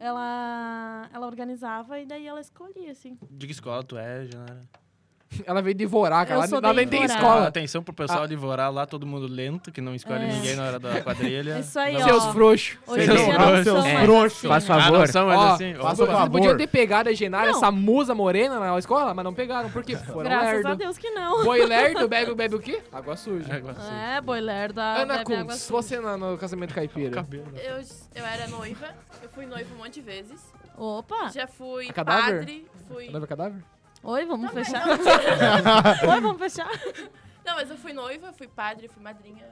[SPEAKER 5] ela, ela organizava e daí ela escolhia, assim.
[SPEAKER 8] De que escola tu é, Genara?
[SPEAKER 2] Ela veio devorar, cara.
[SPEAKER 5] Eu
[SPEAKER 2] Ela,
[SPEAKER 5] sou
[SPEAKER 2] ela nem tem
[SPEAKER 5] devorada.
[SPEAKER 2] escola.
[SPEAKER 8] Atenção pro pessoal de vorar lá, todo mundo lento, que não escolhe
[SPEAKER 5] Ah. É.
[SPEAKER 8] ninguém na hora da quadrilha.
[SPEAKER 5] Isso aí, ó.
[SPEAKER 2] Seus frouxos.
[SPEAKER 5] Hoje
[SPEAKER 8] Seus
[SPEAKER 5] em dia não são
[SPEAKER 8] frouxos.
[SPEAKER 5] mais assim.
[SPEAKER 6] Faz
[SPEAKER 8] Ah,
[SPEAKER 6] favor.
[SPEAKER 8] não são, mas
[SPEAKER 2] Ó,
[SPEAKER 8] assim... ó.
[SPEAKER 3] faça-
[SPEAKER 2] Vocês
[SPEAKER 3] Por favor.
[SPEAKER 2] podiam ter pegado a Genara,
[SPEAKER 5] Não.
[SPEAKER 2] essa musa morena na escola, mas não pegaram. Por quê? Porque foram
[SPEAKER 5] Graças a
[SPEAKER 2] lerdo.
[SPEAKER 5] Deus que não.
[SPEAKER 2] Boi lerdo, bebe, bebe o quê? Água suja.
[SPEAKER 5] É, boiler da
[SPEAKER 2] Ana
[SPEAKER 5] Ah, bebe água
[SPEAKER 2] Kuntz,
[SPEAKER 5] suja.
[SPEAKER 2] você é- na- no casamento caipira.
[SPEAKER 8] né?
[SPEAKER 4] Eu, eu era noiva, eu fui noiva um monte de vezes.
[SPEAKER 5] Opa!
[SPEAKER 4] Já fui
[SPEAKER 2] A cadáver?
[SPEAKER 4] padre, fui.
[SPEAKER 2] Lembra é cadáver?
[SPEAKER 5] Oi, vamos
[SPEAKER 4] Também,
[SPEAKER 5] fechar?
[SPEAKER 4] não,
[SPEAKER 5] Oi, vamos fechar?
[SPEAKER 4] Não, mas eu fui noiva, fui padre, fui madrinha.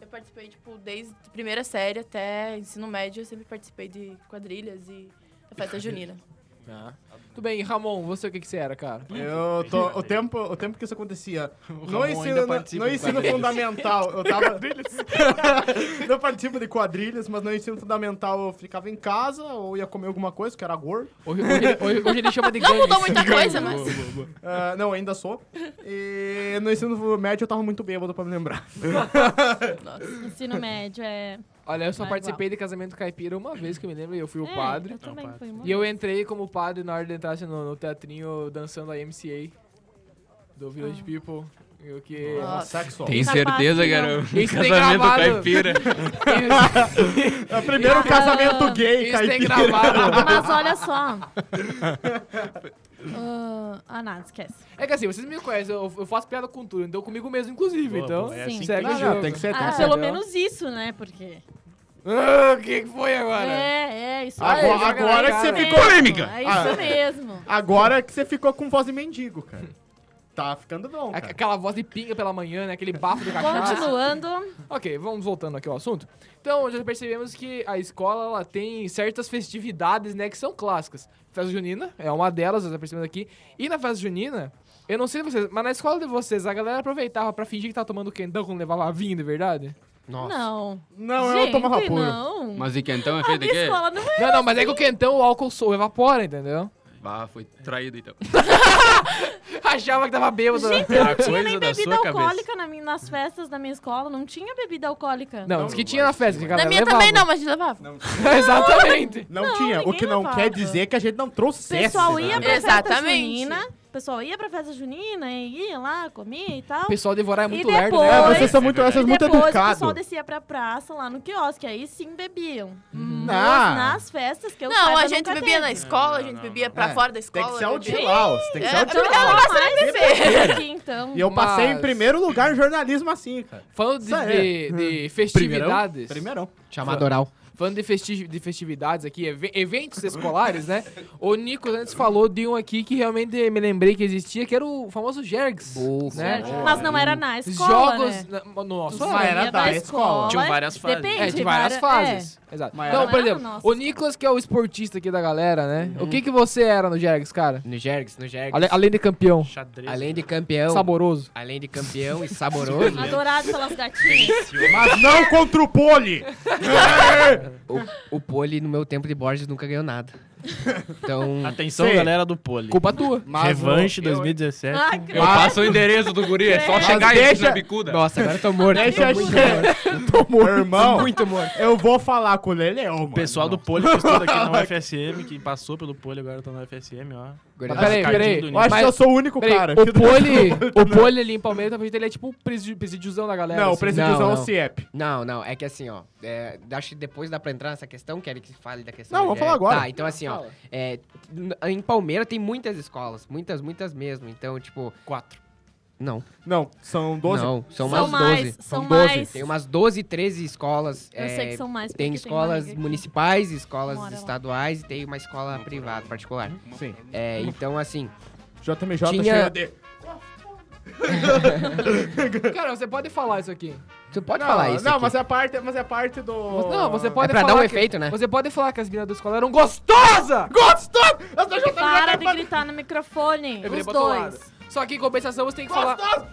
[SPEAKER 4] Eu participei, tipo, desde primeira série até ensino médio, eu sempre participei de quadrilhas e da festa junina.
[SPEAKER 2] Tudo bem, Ramon, você o que, que você era, cara?
[SPEAKER 3] Eu tô, o tempo, o tempo que isso acontecia. No
[SPEAKER 8] Ramon ainda
[SPEAKER 3] ensino, no,
[SPEAKER 8] participa
[SPEAKER 3] no
[SPEAKER 8] de
[SPEAKER 3] ensino
[SPEAKER 8] quadrilhas.
[SPEAKER 3] fundamental, eu tava. eu participo de quadrilhas, mas no ensino fundamental eu ficava em casa ou ia comer alguma coisa, que era gordo.
[SPEAKER 2] Hoje, hoje ele- hoje- hoje ele chama de
[SPEAKER 4] Não
[SPEAKER 2] gangue.
[SPEAKER 4] mudou muita coisa, mas.
[SPEAKER 3] Ah, não, ainda sou. E no ensino médio eu tava muito bêbado pra me lembrar.
[SPEAKER 5] Ensino médio é.
[SPEAKER 2] Olha, eu só
[SPEAKER 5] Vai,
[SPEAKER 2] participei de casamento caipira uma vez que eu me lembro, e eu fui o
[SPEAKER 5] É,
[SPEAKER 2] padre.
[SPEAKER 5] Eu também fui uma
[SPEAKER 2] E eu
[SPEAKER 5] vez.
[SPEAKER 2] entrei como padre na hora de entrar assim, no, no teatrinho dançando a MCA do Village
[SPEAKER 5] Ah.
[SPEAKER 2] People. Eu que.
[SPEAKER 3] Ah. sexual.
[SPEAKER 7] Tem
[SPEAKER 5] Capaz
[SPEAKER 7] certeza
[SPEAKER 5] que
[SPEAKER 7] que era
[SPEAKER 5] não.
[SPEAKER 7] um
[SPEAKER 2] Isso tem
[SPEAKER 7] casamento
[SPEAKER 2] gravado.
[SPEAKER 7] caipira.
[SPEAKER 3] É o
[SPEAKER 8] Ah,
[SPEAKER 3] primeiro casamento
[SPEAKER 5] Ah,
[SPEAKER 3] gay,
[SPEAKER 2] Isso tem
[SPEAKER 3] caipira.
[SPEAKER 2] gravado.
[SPEAKER 5] Mas olha só. Ah, ah, nada, esquece.
[SPEAKER 2] É que assim, vocês me conhecem, eu, eu faço piada com tudo, então comigo mesmo, inclusive.
[SPEAKER 8] Boa,
[SPEAKER 2] então,
[SPEAKER 8] boa,
[SPEAKER 5] é assim que
[SPEAKER 2] segue
[SPEAKER 3] tem
[SPEAKER 2] o
[SPEAKER 3] que-
[SPEAKER 2] jogo.
[SPEAKER 3] tem que ser, tem
[SPEAKER 5] Ah,
[SPEAKER 3] que ser.
[SPEAKER 5] pelo menos isso, né? Porque.
[SPEAKER 2] Ah, O que que foi agora?
[SPEAKER 5] É, é, isso
[SPEAKER 2] Ah,
[SPEAKER 5] mesmo.
[SPEAKER 2] é, agora que você
[SPEAKER 5] Isso
[SPEAKER 3] ficou-
[SPEAKER 5] mesmo,
[SPEAKER 3] Polêmica!
[SPEAKER 5] É
[SPEAKER 3] Ah.
[SPEAKER 5] isso mesmo.
[SPEAKER 3] Agora é que você ficou com voz de mendigo, cara. Tá ficando
[SPEAKER 8] É
[SPEAKER 3] bom,
[SPEAKER 2] Aqu-
[SPEAKER 3] cara.
[SPEAKER 2] Aquela voz de pinga pela manhã, né? Aquele bafo de cachaça.
[SPEAKER 5] Continuando.
[SPEAKER 2] Ok, vamos voltando aqui ao assunto. Então, já percebemos que a escola ela tem certas festividades, né, que são clássicas. Festa junina é uma delas, nós já percebemos aqui. E na festa junina, eu não sei de vocês, mas na escola de vocês, a galera aproveitava pra fingir que tá tomando quentão quando levava vinho, de verdade?
[SPEAKER 7] Nossa.
[SPEAKER 5] Não.
[SPEAKER 3] Não, é
[SPEAKER 5] Gente,
[SPEAKER 3] eu tomo rapuro.
[SPEAKER 5] Não.
[SPEAKER 7] Mas e quentão é
[SPEAKER 5] A
[SPEAKER 7] feito de
[SPEAKER 5] minha
[SPEAKER 7] quê?
[SPEAKER 5] escola não é.
[SPEAKER 2] Não, não, mas é que o quentão, o álcool só evapora, entendeu?
[SPEAKER 7] Ah, foi traído então.
[SPEAKER 2] Achava que tava bêbado.
[SPEAKER 5] Gente, eu não
[SPEAKER 8] Coisa
[SPEAKER 5] tinha nem
[SPEAKER 8] da
[SPEAKER 5] bebida
[SPEAKER 8] sua cabeça.
[SPEAKER 5] alcoólica na minha- nas festas da minha escola. Não tinha bebida alcoólica.
[SPEAKER 2] Não, diz que tinha na festa, que a
[SPEAKER 4] Na
[SPEAKER 2] galera
[SPEAKER 4] minha
[SPEAKER 2] levava.
[SPEAKER 4] também não, mas levava.
[SPEAKER 2] Exatamente.
[SPEAKER 3] Não,
[SPEAKER 5] Não,
[SPEAKER 3] tinha. O que
[SPEAKER 5] ninguém
[SPEAKER 3] não
[SPEAKER 5] levava.
[SPEAKER 3] quer dizer que a gente não trouxe
[SPEAKER 5] O pessoal ia
[SPEAKER 3] né?
[SPEAKER 5] pra festa
[SPEAKER 4] Exatamente.
[SPEAKER 5] junina. O pessoal ia pra festa junina e ia lá, comia e tal.
[SPEAKER 2] O pessoal devorar é muito
[SPEAKER 5] E
[SPEAKER 2] lerdo,
[SPEAKER 5] depois-
[SPEAKER 2] né?
[SPEAKER 3] É,
[SPEAKER 5] Pois.
[SPEAKER 3] vocês são muito, vocês
[SPEAKER 5] E
[SPEAKER 3] são muito
[SPEAKER 5] depois o pessoal
[SPEAKER 3] educados.
[SPEAKER 5] descia pra praça lá no quiosque, aí sim bebiam. Mas
[SPEAKER 3] Ah,
[SPEAKER 5] nas festas que eu
[SPEAKER 4] Não,
[SPEAKER 5] saiba,
[SPEAKER 4] a gente
[SPEAKER 5] nunca
[SPEAKER 4] bebia
[SPEAKER 5] teve.
[SPEAKER 4] na escola, a gente bebia pra
[SPEAKER 3] É,
[SPEAKER 4] fora da
[SPEAKER 3] tem
[SPEAKER 4] escola.
[SPEAKER 3] que ser o
[SPEAKER 4] bebia-
[SPEAKER 3] chill out, tem que ser
[SPEAKER 4] É,
[SPEAKER 3] o chill
[SPEAKER 4] também
[SPEAKER 3] out.
[SPEAKER 4] tava mais
[SPEAKER 5] Aqui, então.
[SPEAKER 3] E eu passei em
[SPEAKER 2] Mas-
[SPEAKER 3] primeiro lugar no jornalismo assim, cara.
[SPEAKER 2] Falando de,
[SPEAKER 3] Isso aí.
[SPEAKER 2] de- de festividades.
[SPEAKER 3] Primeirão.
[SPEAKER 6] Chamado oral.
[SPEAKER 2] Falando de, festi- de festividades aqui, eve- eventos escolares, né? O Nico antes falou de um aqui que realmente me lembrei que existia, que era o famoso Jergs.
[SPEAKER 6] Burro.
[SPEAKER 2] né?
[SPEAKER 5] Mas não era na escola,
[SPEAKER 2] Jogos.
[SPEAKER 5] né?
[SPEAKER 2] na- Nossa,
[SPEAKER 3] Mas era
[SPEAKER 5] Ia
[SPEAKER 3] da escola.
[SPEAKER 8] Tinham várias fases.
[SPEAKER 5] Depende,
[SPEAKER 2] né?
[SPEAKER 5] né?
[SPEAKER 2] É, de várias fases. Exato.
[SPEAKER 3] Mas
[SPEAKER 2] Então,
[SPEAKER 5] era-
[SPEAKER 2] por
[SPEAKER 5] Não era
[SPEAKER 2] exemplo,
[SPEAKER 5] nossa
[SPEAKER 2] o
[SPEAKER 5] escola.
[SPEAKER 2] Nicolas, que é o esportista aqui da galera, né? O que que você era no Jergs, cara?
[SPEAKER 6] No Jergs, no Jergs.
[SPEAKER 2] Ale- além de campeão.
[SPEAKER 8] Xadrez.
[SPEAKER 6] Além de campeão.
[SPEAKER 2] Saboroso.
[SPEAKER 6] Além de campeão e saboroso.
[SPEAKER 5] É. Adorado pelas gatinhas.
[SPEAKER 3] Mas não contra o pole!
[SPEAKER 6] o, o Poli, no meu tempo de Borges, nunca ganhou nada. Então.
[SPEAKER 8] Atenção,
[SPEAKER 3] Sim.
[SPEAKER 8] galera do Poli.
[SPEAKER 2] Culpa tua.
[SPEAKER 3] Mas
[SPEAKER 8] Revanche
[SPEAKER 3] eu-
[SPEAKER 8] 2017.
[SPEAKER 5] Ah,
[SPEAKER 7] Eu passo o endereço do guri, é só
[SPEAKER 5] Mas
[SPEAKER 7] chegar e
[SPEAKER 3] deixa-
[SPEAKER 7] na bicuda.
[SPEAKER 6] Nossa, agora eu tô morto.
[SPEAKER 3] Deixa eu Tô morto. Irmão, muito morto. Eu vou falar com o Leleu, mano.
[SPEAKER 8] O pessoal do Poli que estuda aqui na UFSM, que passou pelo Poli, agora tá na UFSM, ó.
[SPEAKER 2] Mas
[SPEAKER 6] Gurizada.
[SPEAKER 2] peraí,
[SPEAKER 8] Tadinho
[SPEAKER 2] peraí.
[SPEAKER 8] do
[SPEAKER 3] Eu acho
[SPEAKER 2] Mas-
[SPEAKER 3] que eu sou o único
[SPEAKER 2] Peraí,
[SPEAKER 3] cara.
[SPEAKER 2] o Poli, o Poli ali em Palmeiras, talvez ele é tipo o presídio- presidiozão da galera.
[SPEAKER 3] Não, o
[SPEAKER 2] assim.
[SPEAKER 3] presidiozão é
[SPEAKER 6] Não,
[SPEAKER 3] o
[SPEAKER 6] não.
[SPEAKER 3] CIEP.
[SPEAKER 6] Não, não, é que assim, ó. é, acho que depois dá pra entrar nessa questão. Querem que fale da questão?
[SPEAKER 3] Não,
[SPEAKER 6] do
[SPEAKER 3] vamos
[SPEAKER 6] Jergs?
[SPEAKER 3] falar agora.
[SPEAKER 6] Tá, então assim, ó. é, n- em Palmeira tem muitas escolas. Muitas, muitas mesmo. Então, tipo. Quatro. Não.
[SPEAKER 3] Não, são 12.
[SPEAKER 6] Não, são
[SPEAKER 5] são
[SPEAKER 6] umas
[SPEAKER 5] mais,
[SPEAKER 6] 12.
[SPEAKER 5] são
[SPEAKER 3] 12.
[SPEAKER 5] mais.
[SPEAKER 6] Tem umas 12, 13 escolas. é,
[SPEAKER 5] Eu sei
[SPEAKER 8] É,
[SPEAKER 5] que são mais, porque
[SPEAKER 6] Tem
[SPEAKER 5] tem
[SPEAKER 6] escolas
[SPEAKER 5] barriga aqui.
[SPEAKER 6] municipais, escolas
[SPEAKER 5] Mora lá.
[SPEAKER 6] estaduais e tem uma escola privada, particular.
[SPEAKER 3] Sim.
[SPEAKER 6] É, então, assim,
[SPEAKER 3] JMJ
[SPEAKER 6] Tinha-
[SPEAKER 3] cheio de...
[SPEAKER 2] Cara, você pode falar isso aqui.
[SPEAKER 6] tu pode
[SPEAKER 3] Não,
[SPEAKER 2] Ah,
[SPEAKER 6] falar isso.
[SPEAKER 3] não
[SPEAKER 6] aqui.
[SPEAKER 3] mas, é parte, mas é parte do...
[SPEAKER 2] Não,
[SPEAKER 3] É
[SPEAKER 2] você pode
[SPEAKER 6] pra dar
[SPEAKER 2] falar
[SPEAKER 6] um
[SPEAKER 2] que-
[SPEAKER 6] efeito, né?
[SPEAKER 2] Você pode falar que as meninas da escola eram gostosas!
[SPEAKER 3] Gostoso! Eu sou JMJ!
[SPEAKER 5] Para de gritar no
[SPEAKER 2] é
[SPEAKER 5] microfone.
[SPEAKER 2] Eu virei
[SPEAKER 5] Os
[SPEAKER 2] pro outro lado.
[SPEAKER 5] dois.
[SPEAKER 2] Só que em compensação você tem que falar.
[SPEAKER 3] Gostoso!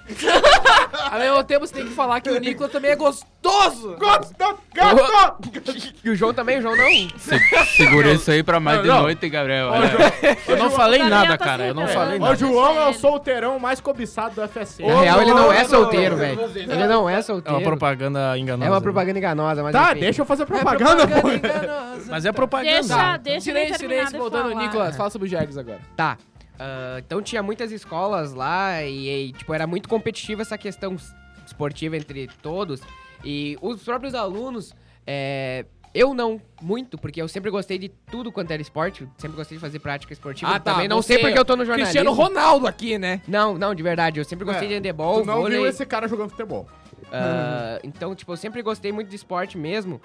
[SPEAKER 2] Ao mesmo tempo você tem que falar que o Nicolas também é gostoso!
[SPEAKER 3] Gostoso! Gostoso!
[SPEAKER 6] E o João também, o João não.
[SPEAKER 7] Se- segura isso aí pra mais
[SPEAKER 3] Não,
[SPEAKER 7] de
[SPEAKER 3] não.
[SPEAKER 7] noite, Gabriel. é.
[SPEAKER 3] Ó,
[SPEAKER 7] olha.
[SPEAKER 3] João,
[SPEAKER 8] Eu não falei
[SPEAKER 5] Gabriel
[SPEAKER 8] nada,
[SPEAKER 5] tá
[SPEAKER 8] cara.
[SPEAKER 5] se
[SPEAKER 8] Eu não
[SPEAKER 5] revelando.
[SPEAKER 8] falei
[SPEAKER 3] Ô,
[SPEAKER 8] nada.
[SPEAKER 3] João é o solteirão mais cobiçado do FSM.
[SPEAKER 6] Na real, ele não é solteiro,
[SPEAKER 3] não.
[SPEAKER 6] velho. Ele não é
[SPEAKER 8] É
[SPEAKER 6] solteiro.
[SPEAKER 8] uma propaganda
[SPEAKER 6] É
[SPEAKER 8] enganosa.
[SPEAKER 6] uma
[SPEAKER 8] né?
[SPEAKER 6] propaganda enganosa, mas.
[SPEAKER 3] Tá,
[SPEAKER 6] enfim. É
[SPEAKER 3] deixa eu fazer propaganda, pô.
[SPEAKER 2] É enganosa. Tá,
[SPEAKER 8] Mas é propaganda.
[SPEAKER 5] Deixa, deixa ele
[SPEAKER 2] Silêncio,
[SPEAKER 5] terminar
[SPEAKER 2] silêncio,
[SPEAKER 5] de
[SPEAKER 2] voltando,
[SPEAKER 5] falar.
[SPEAKER 2] Nicolas, fala sobre o Jags agora.
[SPEAKER 6] Tá. Ah, então tinha muitas escolas lá e, e, tipo, era muito competitiva essa questão s- esportiva entre todos. E os próprios alunos, é, eu não muito, porque eu sempre gostei de tudo quanto era esporte, sempre gostei de fazer prática
[SPEAKER 3] Ah,
[SPEAKER 6] esportiva.
[SPEAKER 3] tá,
[SPEAKER 6] Também não sei
[SPEAKER 2] você-
[SPEAKER 6] porque eu
[SPEAKER 3] é
[SPEAKER 6] tô no jornalismo.
[SPEAKER 2] Cristiano Ronaldo aqui, né?
[SPEAKER 6] Não, não, de verdade, eu sempre gostei
[SPEAKER 3] É,
[SPEAKER 6] de handebol,
[SPEAKER 3] Tu não
[SPEAKER 6] vôlei.
[SPEAKER 3] viu esse cara jogando futebol.
[SPEAKER 6] Ah,
[SPEAKER 2] Uhum.
[SPEAKER 6] então, tipo, eu sempre gostei muito de esporte mesmo.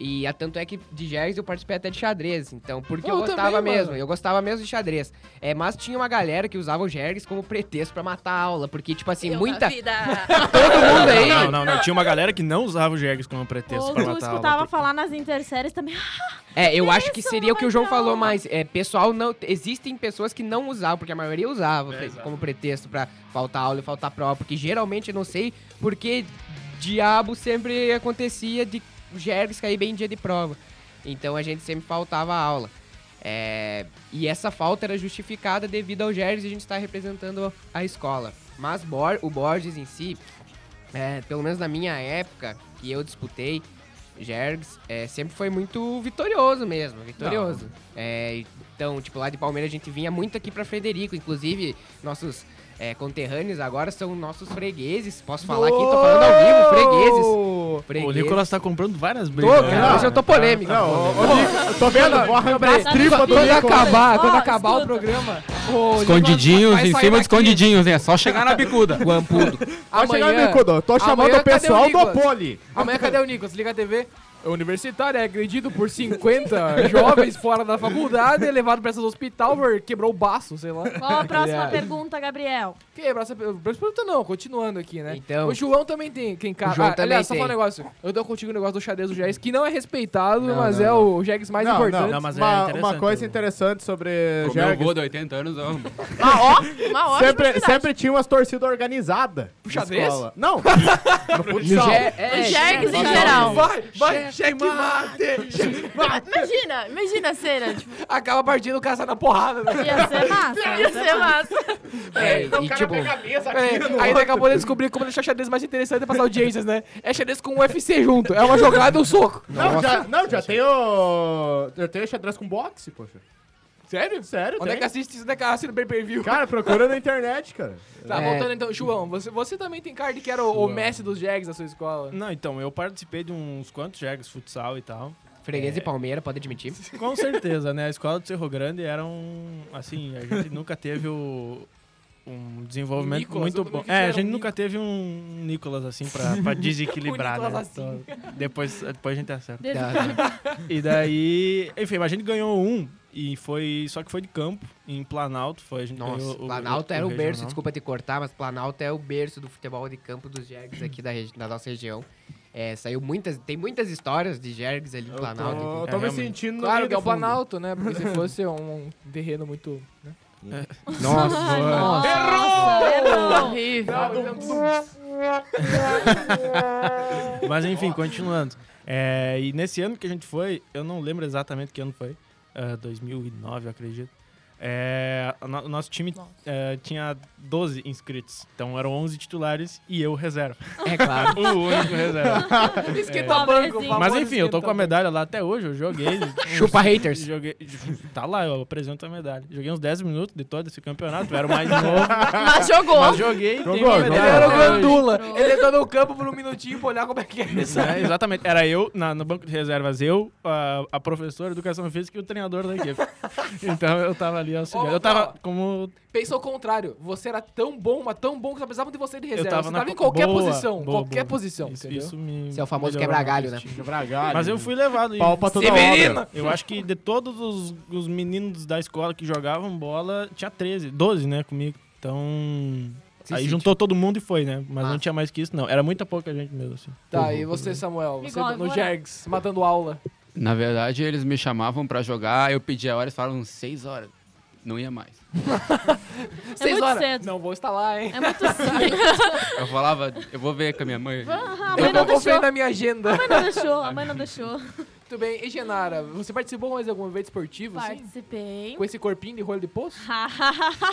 [SPEAKER 6] E ah, tanto é que de Jergs eu participei até de xadrez. Então, porque
[SPEAKER 2] Pô,
[SPEAKER 6] eu,
[SPEAKER 2] eu também,
[SPEAKER 6] gostava
[SPEAKER 2] mano.
[SPEAKER 6] mesmo. Eu gostava mesmo de xadrez. É, mas tinha uma galera que usava o Jergs como pretexto pra matar a aula. Porque, tipo assim,
[SPEAKER 4] Eu
[SPEAKER 6] muita.
[SPEAKER 4] na vida.
[SPEAKER 6] Todo mundo aí.
[SPEAKER 8] Não, não, não. Tinha uma galera que não usava o Jergs como pretexto
[SPEAKER 5] Ou
[SPEAKER 8] pra
[SPEAKER 5] tu
[SPEAKER 8] matar a aula,
[SPEAKER 5] escutava
[SPEAKER 8] porque-
[SPEAKER 5] falar nas interséries também.
[SPEAKER 6] É, eu acho que
[SPEAKER 5] Isso,
[SPEAKER 6] seria o que o João
[SPEAKER 5] legal.
[SPEAKER 6] falou, mas é, pessoal não. Existem pessoas que não usavam, porque a maioria usava pre- como pretexto pra faltar aula e faltar prova. Porque geralmente eu não sei porque diabo sempre acontecia de o Jergs cair bem em dia de prova. Então a gente sempre faltava aula. É, e essa falta era justificada devido ao Jergs e a gente estar representando a escola. Mas Bor- o Borges em si, é, pelo menos na minha época, que eu disputei, Jergs é, sempre foi muito vitorioso mesmo, vitorioso. É, então, tipo, lá de Palmeiras a gente vinha muito aqui pra Frederico, inclusive nossos é, conterrâneos agora são nossos fregueses. Posso falar aqui? Tô falando ao vivo, fregueses.
[SPEAKER 8] O
[SPEAKER 6] fregueses.
[SPEAKER 8] Nicolas tá comprando várias
[SPEAKER 6] Tô,
[SPEAKER 8] brigas.
[SPEAKER 6] cara, hoje eu tô polêmico.
[SPEAKER 3] Não, ô, ô, Nico, eu tô vendo, vou arrancar as tripas do
[SPEAKER 2] Quando
[SPEAKER 3] Nico.
[SPEAKER 2] acabar, quando
[SPEAKER 5] Ah, tá Ó,
[SPEAKER 2] acabar o
[SPEAKER 5] escuta.
[SPEAKER 2] programa, Ô,
[SPEAKER 7] Escondidinhos,
[SPEAKER 2] Nicolas, vai
[SPEAKER 7] em
[SPEAKER 2] sair
[SPEAKER 7] cima de
[SPEAKER 2] daqui.
[SPEAKER 7] escondidinhos, é só chegar na bicuda.
[SPEAKER 6] Guampudo.
[SPEAKER 3] Pode chegar
[SPEAKER 2] Amanhã-
[SPEAKER 3] no Equador. Tô chamando
[SPEAKER 2] amanhã
[SPEAKER 3] o pessoal
[SPEAKER 2] cadê o
[SPEAKER 3] do
[SPEAKER 2] Nicolas?
[SPEAKER 3] Poli.
[SPEAKER 2] Amanhã cadê o Nicolas? Liga a TV. O universitário é agredido por 50 jovens fora da faculdade, é levado pra esse hospital, por- quebrou o baço, sei lá.
[SPEAKER 5] Qual a próxima pergunta, Gabriel?
[SPEAKER 2] Quebrar essa pergunta não, continuando aqui, né?
[SPEAKER 6] Então.
[SPEAKER 2] O João também tem quem cara.
[SPEAKER 6] O João
[SPEAKER 2] ah,
[SPEAKER 6] também
[SPEAKER 2] aliás, só
[SPEAKER 6] tem.
[SPEAKER 2] falar um negócio. Eu tô contigo o negócio do xadrez do Jags, que não é respeitado,
[SPEAKER 7] Não,
[SPEAKER 2] mas
[SPEAKER 7] não,
[SPEAKER 2] é
[SPEAKER 7] não.
[SPEAKER 2] o Jags mais
[SPEAKER 3] Não,
[SPEAKER 2] importante.
[SPEAKER 3] não,
[SPEAKER 8] Não, mas é
[SPEAKER 3] uma,
[SPEAKER 8] interessante,
[SPEAKER 3] uma
[SPEAKER 2] né?
[SPEAKER 3] coisa
[SPEAKER 8] eu-
[SPEAKER 3] interessante sobre
[SPEAKER 7] Como eu
[SPEAKER 3] Jergues.
[SPEAKER 7] vou de 80 anos, eu amo.
[SPEAKER 4] Uma ó, uma ótima
[SPEAKER 3] Sempre,
[SPEAKER 4] atividade.
[SPEAKER 3] sempre tinha umas torcidas organizadas. na
[SPEAKER 2] Xadrez?
[SPEAKER 3] escola. Não. no futsal.
[SPEAKER 6] é,
[SPEAKER 4] Os Jergs em geral. Ah,
[SPEAKER 2] Vai, vai, checkmate! checkmate.
[SPEAKER 4] Imagina, imagina a cena, tipo,
[SPEAKER 2] Acaba a partida, o cara sai na porrada, né?
[SPEAKER 5] Ia ser massa.
[SPEAKER 4] ia ser massa.
[SPEAKER 6] É, e tipo,
[SPEAKER 2] É, aí daqui a pouco ele descobriu como deixar xadrez mais interessante é passar audiências, né? É xadrez com o UFC junto. É uma jogada e um soco.
[SPEAKER 3] Não, já, não, já tem o... Já tem o xadrez com boxe, poxa.
[SPEAKER 2] Sério?
[SPEAKER 3] Sério,
[SPEAKER 2] Onde é
[SPEAKER 3] tem.
[SPEAKER 2] que assiste isso? Onde é que assiste no pay-per-view?
[SPEAKER 3] Cara, procura na internet, cara.
[SPEAKER 2] Tá,
[SPEAKER 6] É.
[SPEAKER 2] voltando então. João, você, você também tem card que era o, o Messi dos Jags da sua escola.
[SPEAKER 8] Não, então, eu participei de uns quantos jogos futsal e tal.
[SPEAKER 6] freguês e Palmeira, pode admitir.
[SPEAKER 8] Com certeza, né? A escola do Cerro Grande era um. Assim, a gente nunca teve o. Um desenvolvimento
[SPEAKER 2] Nicolas, eu
[SPEAKER 8] muito
[SPEAKER 2] também
[SPEAKER 8] bom.
[SPEAKER 2] quis
[SPEAKER 8] É,
[SPEAKER 2] ver
[SPEAKER 8] a
[SPEAKER 2] um
[SPEAKER 8] gente
[SPEAKER 2] Nico-
[SPEAKER 8] nunca teve um Nicolas assim pra, pra desequilibrar.
[SPEAKER 2] Um Nicolas
[SPEAKER 8] né?
[SPEAKER 2] assim.
[SPEAKER 8] Então, depois, depois a gente acerta.
[SPEAKER 6] Tá,
[SPEAKER 8] E daí, enfim, mas a gente ganhou um e foi, só que foi de campo, em Planalto, foi a gente
[SPEAKER 6] Nossa,
[SPEAKER 8] ganhou o-
[SPEAKER 6] Planalto era o berço,
[SPEAKER 8] regional.
[SPEAKER 6] desculpa te cortar, mas Planalto é o berço do futebol de campo dos Jergs aqui da, regi- da nossa região. É, saiu muitas, tem muitas histórias de Jergs ali em
[SPEAKER 3] Eu tô,
[SPEAKER 6] Planalto.
[SPEAKER 3] eu
[SPEAKER 8] É,
[SPEAKER 3] tô me
[SPEAKER 8] realmente.
[SPEAKER 3] sentindo no
[SPEAKER 2] Claro
[SPEAKER 3] meio
[SPEAKER 2] que é
[SPEAKER 3] do
[SPEAKER 2] um
[SPEAKER 3] fundo.
[SPEAKER 2] Planalto, né? Porque se fosse um terreno muito.
[SPEAKER 6] Nossa,
[SPEAKER 5] Nossa, errou!
[SPEAKER 4] É Horrível.
[SPEAKER 8] Mas enfim, continuando. É, e nesse ano que a gente foi, eu não lembro exatamente que ano foi, ah, 2009, eu acredito. É, o no- o nosso time eh, tinha 12 inscritos, então eram 11 titulares e eu reserva.
[SPEAKER 6] é claro.
[SPEAKER 8] O único reserva. É.
[SPEAKER 2] Esquenta banco,
[SPEAKER 5] Pobrezinho.
[SPEAKER 2] por
[SPEAKER 8] Mas
[SPEAKER 2] favor,
[SPEAKER 8] enfim, eu tô
[SPEAKER 2] esquenta
[SPEAKER 8] com a medalha lá até hoje, eu joguei.
[SPEAKER 6] Chupa haters.
[SPEAKER 8] Joguei, tá lá, eu apresento a medalha. Joguei uns 10 minutos de todo esse campeonato, eu era o mais novo.
[SPEAKER 4] Mas jogou.
[SPEAKER 8] Mas joguei e tem
[SPEAKER 3] Jogou,
[SPEAKER 8] uma
[SPEAKER 3] jogou.
[SPEAKER 2] Ele
[SPEAKER 8] medalha.
[SPEAKER 2] era o
[SPEAKER 8] até hoje.
[SPEAKER 2] Gandula. Ele entrou no campo por um minutinho pra olhar como é que é isso.
[SPEAKER 8] É, exatamente. Era eu, na- no banco de reservas, eu, a, a professora de educação física e o treinador da equipe. então eu tava ali auxiliando. Eu tava como.
[SPEAKER 2] Pensa ao contrário. Você era tão bom, mas tão bom que só precisavam de você de reserva.
[SPEAKER 8] eu tava
[SPEAKER 2] você
[SPEAKER 8] na
[SPEAKER 2] tava em
[SPEAKER 8] co-
[SPEAKER 2] qualquer
[SPEAKER 8] boa,
[SPEAKER 2] posição.
[SPEAKER 8] boa,
[SPEAKER 2] qualquer
[SPEAKER 8] boa.
[SPEAKER 2] posição,
[SPEAKER 8] Isso,
[SPEAKER 2] um entendeu?
[SPEAKER 8] isso me.
[SPEAKER 6] Esse é o famoso
[SPEAKER 8] melhorou
[SPEAKER 6] quebra-galho,
[SPEAKER 8] bastante.
[SPEAKER 3] Bragalho.
[SPEAKER 8] Mas eu fui levado. e-
[SPEAKER 3] né? Pau pra toda
[SPEAKER 2] Severino!
[SPEAKER 3] obra.
[SPEAKER 8] Eu acho que de todos os, os meninos da escola que jogavam bola, tinha 13, 12, né, comigo. Então.
[SPEAKER 6] Sim,
[SPEAKER 8] aí
[SPEAKER 6] sim,
[SPEAKER 8] juntou todo mundo e foi, né? Mas
[SPEAKER 6] Massa.
[SPEAKER 8] não tinha mais que isso, não. Era muita pouca gente mesmo, assim.
[SPEAKER 2] Tá, e você, Samuel? Você
[SPEAKER 5] Igual
[SPEAKER 2] no
[SPEAKER 5] agora.
[SPEAKER 2] Jergs, matando aula.
[SPEAKER 7] Na verdade, eles me chamavam pra jogar, eu pedi a hora, eles falaram 6 horas. Não ia mais.
[SPEAKER 2] Seis
[SPEAKER 5] É muito
[SPEAKER 2] horas.
[SPEAKER 5] cedo.
[SPEAKER 2] Não vou estar lá, hein?
[SPEAKER 5] É muito cedo.
[SPEAKER 7] Eu falava, eu vou ver com a minha
[SPEAKER 5] A
[SPEAKER 7] mãe.
[SPEAKER 2] eu
[SPEAKER 5] mãe não
[SPEAKER 2] não vou
[SPEAKER 5] deixou.
[SPEAKER 2] ver na minha agenda.
[SPEAKER 5] A mãe não deixou, a mãe não deixou.
[SPEAKER 2] Muito bem. E Genara, você participou mais de algum evento esportivo, assim?
[SPEAKER 5] Participei.
[SPEAKER 2] Com esse corpinho de rolho de poço?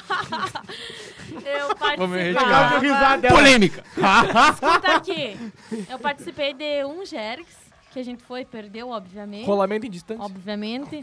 [SPEAKER 5] eu
[SPEAKER 3] Legal que eu
[SPEAKER 5] participava.
[SPEAKER 3] risada dela.
[SPEAKER 7] Polêmica!
[SPEAKER 5] Escuta aqui. Eu participei de um Jergs, que a gente foi, perdeu, obviamente.
[SPEAKER 2] Rolamento em distância?
[SPEAKER 5] Obviamente.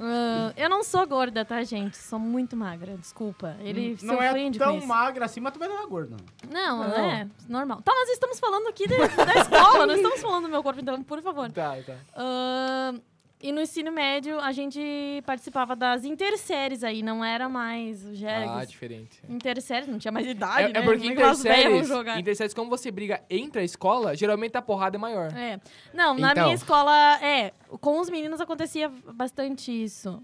[SPEAKER 5] Ah, eu não sou gorda, tá, gente? Sou muito magra, desculpa. Ele se
[SPEAKER 3] Não é
[SPEAKER 5] ofende com
[SPEAKER 3] tão
[SPEAKER 5] isso.
[SPEAKER 3] magra assim, mas também não é gordo, não.
[SPEAKER 5] Não, não, é normal. Tá, nós estamos falando aqui de- da escola, não estamos falando do meu corpo, então, por favor.
[SPEAKER 2] Tá, tá.
[SPEAKER 5] Ah, e no ensino médio, a gente participava das interséries aí, não era mais o
[SPEAKER 2] Ah,
[SPEAKER 5] Jergs.
[SPEAKER 2] diferente.
[SPEAKER 5] interséries, não tinha mais idade,
[SPEAKER 2] É,
[SPEAKER 5] É, né?
[SPEAKER 2] é porque
[SPEAKER 5] Como que elas velhas vão
[SPEAKER 2] interséries,
[SPEAKER 5] jogar?
[SPEAKER 2] interséries, como você briga entre a escola, geralmente a porrada é maior.
[SPEAKER 5] É. Não, na
[SPEAKER 6] Então.
[SPEAKER 5] minha escola, é, com os meninos acontecia bastante isso.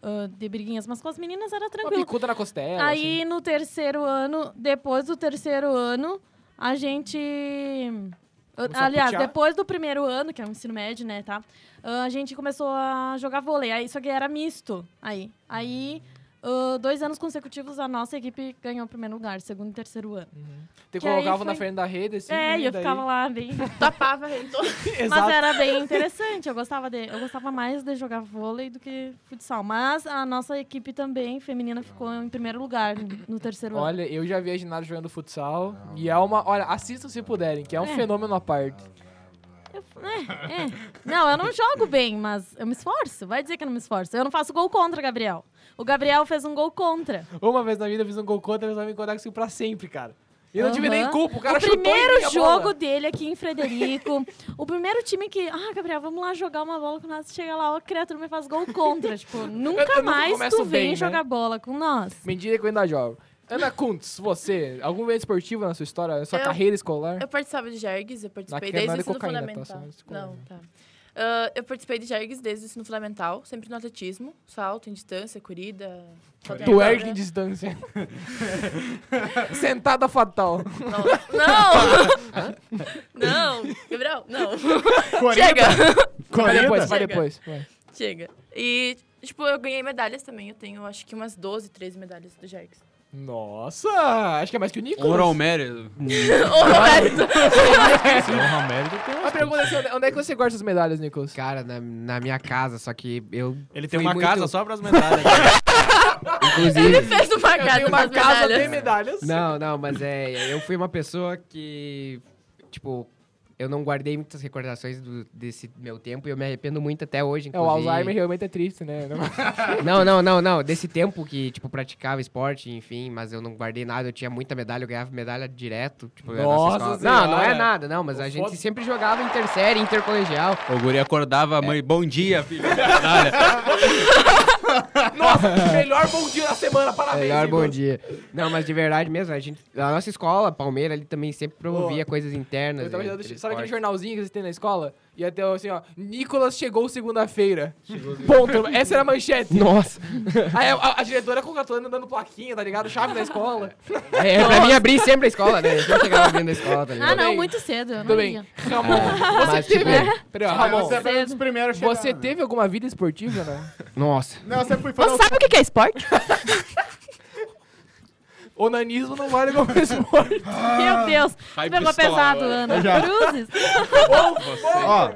[SPEAKER 5] ah, de briguinhas, mas com as meninas era
[SPEAKER 2] Uma
[SPEAKER 5] tranquilo.
[SPEAKER 2] bicuda na costela, assim.
[SPEAKER 5] Aí no terceiro ano, depois do terceiro ano, a gente. ah,
[SPEAKER 2] Começou a
[SPEAKER 5] Aliás,
[SPEAKER 2] putear?
[SPEAKER 5] depois do primeiro ano, que é o ensino médio, né, tá? Ah, A gente começou a jogar vôlei. Aí, só que era misto. Aí, aí ah, dois anos consecutivos, a nossa equipe ganhou o primeiro lugar, segundo e terceiro ano.
[SPEAKER 2] assim. Te
[SPEAKER 5] que aí
[SPEAKER 2] colocava na
[SPEAKER 5] foi-
[SPEAKER 2] frente da rede, assim.
[SPEAKER 5] é, e eu
[SPEAKER 2] daí-
[SPEAKER 5] ficava lá bem.
[SPEAKER 4] Tapava, rentou.
[SPEAKER 5] Mas
[SPEAKER 2] Exato.
[SPEAKER 5] era bem interessante. Eu gostava, de, eu gostava mais de jogar vôlei do que futsal. Mas a nossa equipe também, feminina, ficou em primeiro lugar no terceiro ano.
[SPEAKER 2] Olha, eu já vi a Ginara jogando futsal. E é uma. Olha, assistam se puderem, que é um
[SPEAKER 5] É.
[SPEAKER 2] fenômeno à parte.
[SPEAKER 5] É. Não, eu não jogo bem, mas eu me esforço. Vai dizer que eu não me esforço. Eu não faço gol contra, Gabriel. O Gabriel fez um gol contra.
[SPEAKER 2] um Uma vez na vida eu fiz um gol contra, eles vão me contar que isso pra sempre, cara. E não tive nem
[SPEAKER 5] Aham.
[SPEAKER 2] culpa, o cara
[SPEAKER 5] o
[SPEAKER 2] chutou
[SPEAKER 5] primeiro
[SPEAKER 2] em mim a
[SPEAKER 5] jogo
[SPEAKER 2] bola.
[SPEAKER 5] dele aqui em Frederico. o primeiro time que. Ah, Gabriel, vamos lá jogar uma bola com nós. Chega lá, ó, a criatura me faz gol contra. tipo,
[SPEAKER 2] eu
[SPEAKER 5] nunca
[SPEAKER 2] nunca
[SPEAKER 5] mais
[SPEAKER 2] começo
[SPEAKER 5] tu vem
[SPEAKER 2] bem, né?
[SPEAKER 5] jogar bola com nós.
[SPEAKER 2] Mentira que eu ainda jogo. tá Ana Kuntz, você, algum evento esportivo na sua história, na sua
[SPEAKER 4] Eu-
[SPEAKER 2] carreira escolar?
[SPEAKER 4] Eu participava de Jergues, eu participei
[SPEAKER 2] Naquela não
[SPEAKER 4] desde o
[SPEAKER 2] era cocaína,
[SPEAKER 4] ensino
[SPEAKER 2] tá?
[SPEAKER 4] fundamental.
[SPEAKER 2] Só escolha,
[SPEAKER 4] Não,
[SPEAKER 2] né?
[SPEAKER 4] tá. Ah, eu participei de Jergues desde o ensino fundamental, sempre no atletismo, salto em distância, corrida. salto em
[SPEAKER 2] Tu
[SPEAKER 4] altura.
[SPEAKER 2] ergue em distância. Sentada fatal.
[SPEAKER 4] Não! não! Gabriel, não! Chega!
[SPEAKER 2] Vai
[SPEAKER 3] Corrida?
[SPEAKER 2] depois, vai
[SPEAKER 4] Chega.
[SPEAKER 2] depois. vai.
[SPEAKER 4] Chega. E, tipo, eu ganhei medalhas também. Eu tenho, acho que umas 12, 13 medalhas do Jergues.
[SPEAKER 2] Nossa, acho que é mais que o Nicolas.
[SPEAKER 7] Oral Mary.
[SPEAKER 4] Ô, Roberto!
[SPEAKER 8] Então,
[SPEAKER 2] A pergunta é assim, onde- onde é que você guarda essas medalhas, Nicolas?
[SPEAKER 6] Cara, na, na minha casa, só que eu.
[SPEAKER 8] Ele tem
[SPEAKER 6] fui
[SPEAKER 8] uma
[SPEAKER 6] muito-
[SPEAKER 8] casa só pras medalhas.
[SPEAKER 4] Ele
[SPEAKER 6] Inclusive.
[SPEAKER 4] fez uma
[SPEAKER 2] Eu
[SPEAKER 4] casa
[SPEAKER 2] tenho uma
[SPEAKER 4] das
[SPEAKER 2] casa
[SPEAKER 4] medalhas.
[SPEAKER 2] de medalhas.
[SPEAKER 6] Não, não, mas é. Eu fui uma pessoa que. Tipo, eu não guardei muitas recordações do- desse meu tempo e eu me arrependo muito até hoje.
[SPEAKER 2] É, o
[SPEAKER 6] Inclusive.
[SPEAKER 2] Alzheimer realmente é triste, né? Não-
[SPEAKER 6] Não, não, não, não. Desse tempo que, tipo, praticava esporte, enfim, mas eu não guardei nada. Eu tinha muita medalha, eu ganhava medalha direto. Tipo, na
[SPEAKER 2] Nossa
[SPEAKER 6] nossa escola. Não, não é
[SPEAKER 2] Senhora.
[SPEAKER 6] nada, não. Mas a gente
[SPEAKER 8] foda.
[SPEAKER 6] sempre jogava intersérie, intercolegial.
[SPEAKER 7] O guri acordava, a mãe, bom dia, filho.
[SPEAKER 2] Nossa, melhor bom dia da semana, parabéns.
[SPEAKER 6] É, Melhor
[SPEAKER 2] Nicolas.
[SPEAKER 6] bom dia. Não, mas de verdade mesmo, a gente. A nossa escola, Palmeira, ele também sempre promovia coisas internas.
[SPEAKER 2] Eu tava
[SPEAKER 6] né,
[SPEAKER 2] olhando-
[SPEAKER 6] entre
[SPEAKER 2] sabe aquele
[SPEAKER 6] esporte.
[SPEAKER 2] jornalzinho que vocês têm na escola? E até assim, ó, Nicolas chegou segunda-feira. Ponto. Essa era a manchete.
[SPEAKER 6] Nossa!
[SPEAKER 2] Aí a, a- a diretora é contratando, dando plaquinha, tá ligado? Chave da escola.
[SPEAKER 6] É, é pra mim abrir sempre a escola, né? Eu sempre chegava abrindo a escola, tá
[SPEAKER 5] Ah,
[SPEAKER 6] ligado?
[SPEAKER 5] não,
[SPEAKER 2] bem.
[SPEAKER 5] muito cedo. Eu
[SPEAKER 2] Tudo
[SPEAKER 5] não
[SPEAKER 2] bem.
[SPEAKER 5] ia.
[SPEAKER 2] Ramon,
[SPEAKER 6] Mas, tipo,
[SPEAKER 2] peraí, ó,
[SPEAKER 3] Ah,
[SPEAKER 2] Ramon,
[SPEAKER 3] você foi um dos primeiros a chegar,
[SPEAKER 2] você
[SPEAKER 3] né?
[SPEAKER 2] teve alguma vida esportiva, né?
[SPEAKER 6] nossa.
[SPEAKER 3] Não, você foi
[SPEAKER 4] Você sabe o que que é esporte?
[SPEAKER 2] Onanismo não vale como esporte.
[SPEAKER 5] Meu Deus.
[SPEAKER 7] Ai,
[SPEAKER 5] Que pegou
[SPEAKER 7] pistola
[SPEAKER 5] pesado,
[SPEAKER 2] né?
[SPEAKER 7] agora.
[SPEAKER 5] Ana.
[SPEAKER 3] Já.
[SPEAKER 5] Cruzes.
[SPEAKER 2] É
[SPEAKER 3] Ó,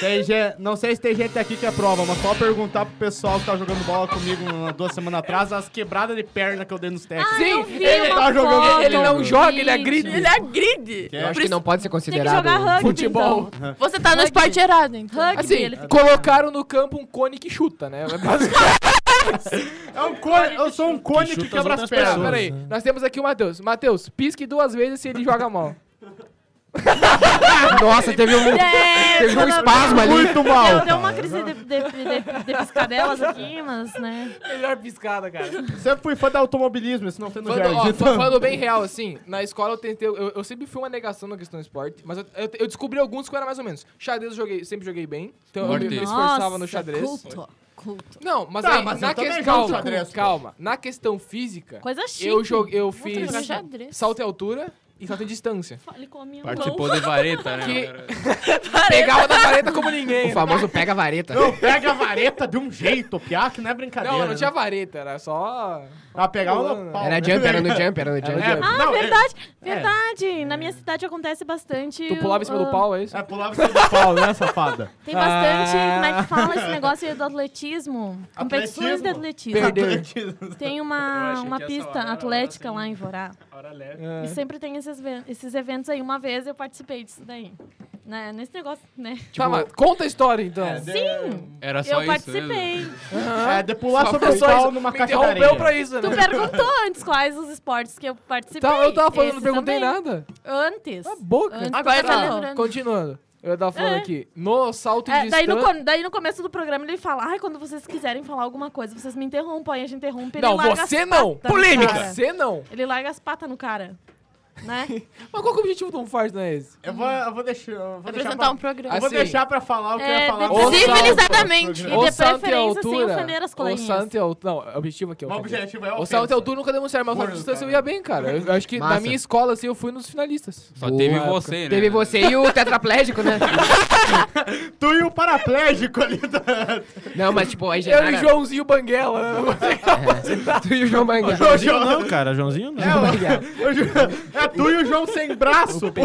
[SPEAKER 3] tem gente, não sei se tem gente aqui que aprova, mas só perguntar pro pessoal que tá jogando bola comigo uma- duas semanas atrás as quebradas de perna que eu dei nos testes.
[SPEAKER 2] Sim,
[SPEAKER 5] Ah, eu vi
[SPEAKER 2] ele
[SPEAKER 5] uma
[SPEAKER 3] tá jogando-
[SPEAKER 5] foto,
[SPEAKER 2] ele não
[SPEAKER 5] um
[SPEAKER 2] joga, ele é
[SPEAKER 5] vídeo.
[SPEAKER 2] agride.
[SPEAKER 4] Ele agride!
[SPEAKER 6] Eu acho
[SPEAKER 4] Por
[SPEAKER 6] que
[SPEAKER 4] isso-
[SPEAKER 6] não pode ser
[SPEAKER 5] Tem que jogar
[SPEAKER 6] considerado.
[SPEAKER 5] rugby,
[SPEAKER 2] Futebol.
[SPEAKER 5] então.
[SPEAKER 4] Você tá no esporte errado, então.
[SPEAKER 5] Rugby,
[SPEAKER 2] Assim,
[SPEAKER 5] ele fica-
[SPEAKER 2] colocaram no campo um cone que chuta, né? Basicamente,
[SPEAKER 3] É um cone, eu sou um cone que,
[SPEAKER 8] chuta as
[SPEAKER 3] quebra as
[SPEAKER 8] outras
[SPEAKER 3] pernas.
[SPEAKER 8] pessoas.
[SPEAKER 2] peraí, nós temos aqui o Matheus. Matheus, pisque duas vezes se ele joga mal.
[SPEAKER 6] Nossa, teve um,
[SPEAKER 5] É,
[SPEAKER 6] teve um
[SPEAKER 5] dona-
[SPEAKER 6] espasmo ali.
[SPEAKER 3] Muito mal.
[SPEAKER 5] Deu, deu uma crise de, de, de- de piscadelas aqui, mas, né?
[SPEAKER 2] Melhor piscada, cara.
[SPEAKER 3] Sempre é fui fã de automobilismo, isso não tem no Então,
[SPEAKER 2] Falando, ó,
[SPEAKER 3] jardim.
[SPEAKER 2] fa- falando bem real, assim, na escola eu tentei. Eu, eu sempre fui uma negação na questão do esporte, mas eu, eu- eu descobri alguns que eu era mais ou menos. Xadrez eu joguei, sempre joguei bem. Então eu me, me
[SPEAKER 7] Mortei.
[SPEAKER 2] esforçava no
[SPEAKER 5] Nossa,
[SPEAKER 2] xadrez.
[SPEAKER 5] Culto, culto.
[SPEAKER 2] Não, mas,
[SPEAKER 3] Tá,
[SPEAKER 2] aí,
[SPEAKER 3] mas eu
[SPEAKER 2] na
[SPEAKER 3] também
[SPEAKER 2] questão.
[SPEAKER 3] jogo
[SPEAKER 2] Calma,
[SPEAKER 3] xadrez, pô.
[SPEAKER 2] calma. Na questão física,
[SPEAKER 5] Coisa é chique.
[SPEAKER 2] eu, joguei, eu
[SPEAKER 4] Vamos trocar
[SPEAKER 2] fiz
[SPEAKER 4] xadrez.
[SPEAKER 2] salto em altura e salto em distância.
[SPEAKER 5] Ele um come a mão.
[SPEAKER 7] Participou de vareta, né?
[SPEAKER 2] Que-
[SPEAKER 7] cara?
[SPEAKER 2] Pegava da vareta como
[SPEAKER 6] O
[SPEAKER 2] ninguém.
[SPEAKER 6] famoso pega a vareta.
[SPEAKER 3] Não, pega a vareta de um jeito, piá, que não é brincadeira.
[SPEAKER 2] Não, eu não tinha
[SPEAKER 3] né?
[SPEAKER 2] vareta, era só.
[SPEAKER 3] Ah, pegar
[SPEAKER 2] Era
[SPEAKER 3] uma pau,
[SPEAKER 6] Era
[SPEAKER 3] né?
[SPEAKER 6] jump, era no jump, era no
[SPEAKER 2] Era
[SPEAKER 6] jump.
[SPEAKER 2] jump.
[SPEAKER 5] Ah,
[SPEAKER 3] Não, é-
[SPEAKER 5] verdade, verdade. Na minha cidade acontece bastante.
[SPEAKER 2] Tu pulava em cima do
[SPEAKER 5] ah,
[SPEAKER 2] pau, é isso?
[SPEAKER 3] É, pulava em cima do pau, né, safada?
[SPEAKER 5] Tem bastante. Como é que fala esse negócio aí do atletismo? Competições de atletismo.
[SPEAKER 2] Perdeu.
[SPEAKER 5] Tem
[SPEAKER 7] Eu
[SPEAKER 5] uma,
[SPEAKER 7] achei
[SPEAKER 5] uma
[SPEAKER 7] que essa
[SPEAKER 5] pista
[SPEAKER 7] hora assim. era
[SPEAKER 5] atlética lá em Vorá.
[SPEAKER 2] É.
[SPEAKER 5] E sempre tem esses, ve- esses eventos aí. Uma vez eu participei disso daí. Né? Nesse negócio, né?
[SPEAKER 6] Tipo,
[SPEAKER 2] Tá, mas conta a história então.
[SPEAKER 5] Sim,
[SPEAKER 7] Era É
[SPEAKER 5] eu
[SPEAKER 7] só isso né? mesmo.
[SPEAKER 5] participei.
[SPEAKER 3] É, de pular
[SPEAKER 2] Só
[SPEAKER 3] sobre o
[SPEAKER 2] foi só
[SPEAKER 3] pau
[SPEAKER 2] isso.
[SPEAKER 3] numa
[SPEAKER 2] Me
[SPEAKER 3] caixa
[SPEAKER 2] interrompeu
[SPEAKER 3] d'arena.
[SPEAKER 2] pra isso,
[SPEAKER 5] Tu
[SPEAKER 2] né?
[SPEAKER 5] perguntou antes quais os esportes que eu participei.
[SPEAKER 2] Tá, eu tava falando, não
[SPEAKER 5] Então, Esse
[SPEAKER 2] perguntei né?
[SPEAKER 5] também.
[SPEAKER 2] nada.
[SPEAKER 5] Antes.
[SPEAKER 2] A boca.
[SPEAKER 5] Antes
[SPEAKER 4] Agora
[SPEAKER 5] tu
[SPEAKER 4] tá
[SPEAKER 5] falou.
[SPEAKER 4] lembrando.
[SPEAKER 2] Continuando. Eu tava falando
[SPEAKER 5] É.
[SPEAKER 2] aqui. No salto
[SPEAKER 5] É,
[SPEAKER 2] de
[SPEAKER 5] daí, no,
[SPEAKER 2] distância.
[SPEAKER 5] co- daí no começo do programa ele fala: Ai, quando vocês quiserem falar alguma coisa, vocês me interrompam. Aí a gente interrompe ele
[SPEAKER 2] Não,
[SPEAKER 5] larga
[SPEAKER 2] você
[SPEAKER 5] as
[SPEAKER 2] não.
[SPEAKER 5] patas no cara.
[SPEAKER 2] Você não.
[SPEAKER 5] Ele larga as patas no cara. Né?
[SPEAKER 2] Mas qual que é o objetivo de um fardo, não é esse?
[SPEAKER 3] Eu vou, eu vou deixar... Eu vou deixar
[SPEAKER 4] Apresentar
[SPEAKER 3] pra,
[SPEAKER 4] um programa.
[SPEAKER 3] eu vou
[SPEAKER 2] Assim,
[SPEAKER 3] deixar pra falar o que eu ia
[SPEAKER 5] é,
[SPEAKER 3] falar.
[SPEAKER 2] Ou depois-
[SPEAKER 4] Civilizadamente.
[SPEAKER 5] E
[SPEAKER 2] Ou
[SPEAKER 5] de
[SPEAKER 2] salto em
[SPEAKER 5] preferência sem ofender as
[SPEAKER 2] Ou
[SPEAKER 5] coleguinhas.
[SPEAKER 2] salto em altura. Não, o objetivo aqui é
[SPEAKER 3] O objetivo é
[SPEAKER 2] O
[SPEAKER 3] ofensa.
[SPEAKER 2] salto em altura nunca demonstraram, mas o salto de
[SPEAKER 3] Porra,
[SPEAKER 2] distância eu
[SPEAKER 3] cara.
[SPEAKER 2] ia bem, cara. Eu acho que na
[SPEAKER 6] Massa.
[SPEAKER 2] minha escola, assim, eu fui nos finalistas.
[SPEAKER 7] Só
[SPEAKER 6] Boa
[SPEAKER 7] teve
[SPEAKER 6] época.
[SPEAKER 7] você, né?
[SPEAKER 6] Teve você e o tetraplégico, né?
[SPEAKER 3] Tu e o paraplégico ali da...
[SPEAKER 6] Não, mas tipo, aí
[SPEAKER 2] Eu e
[SPEAKER 6] Genara...
[SPEAKER 2] o Joãozinho Banguela. né?
[SPEAKER 6] Tu e o João Banguela.
[SPEAKER 8] Joãozinho não, cara. Joãozinho não.
[SPEAKER 3] Eu ju- É tu e o João sem braço, pô.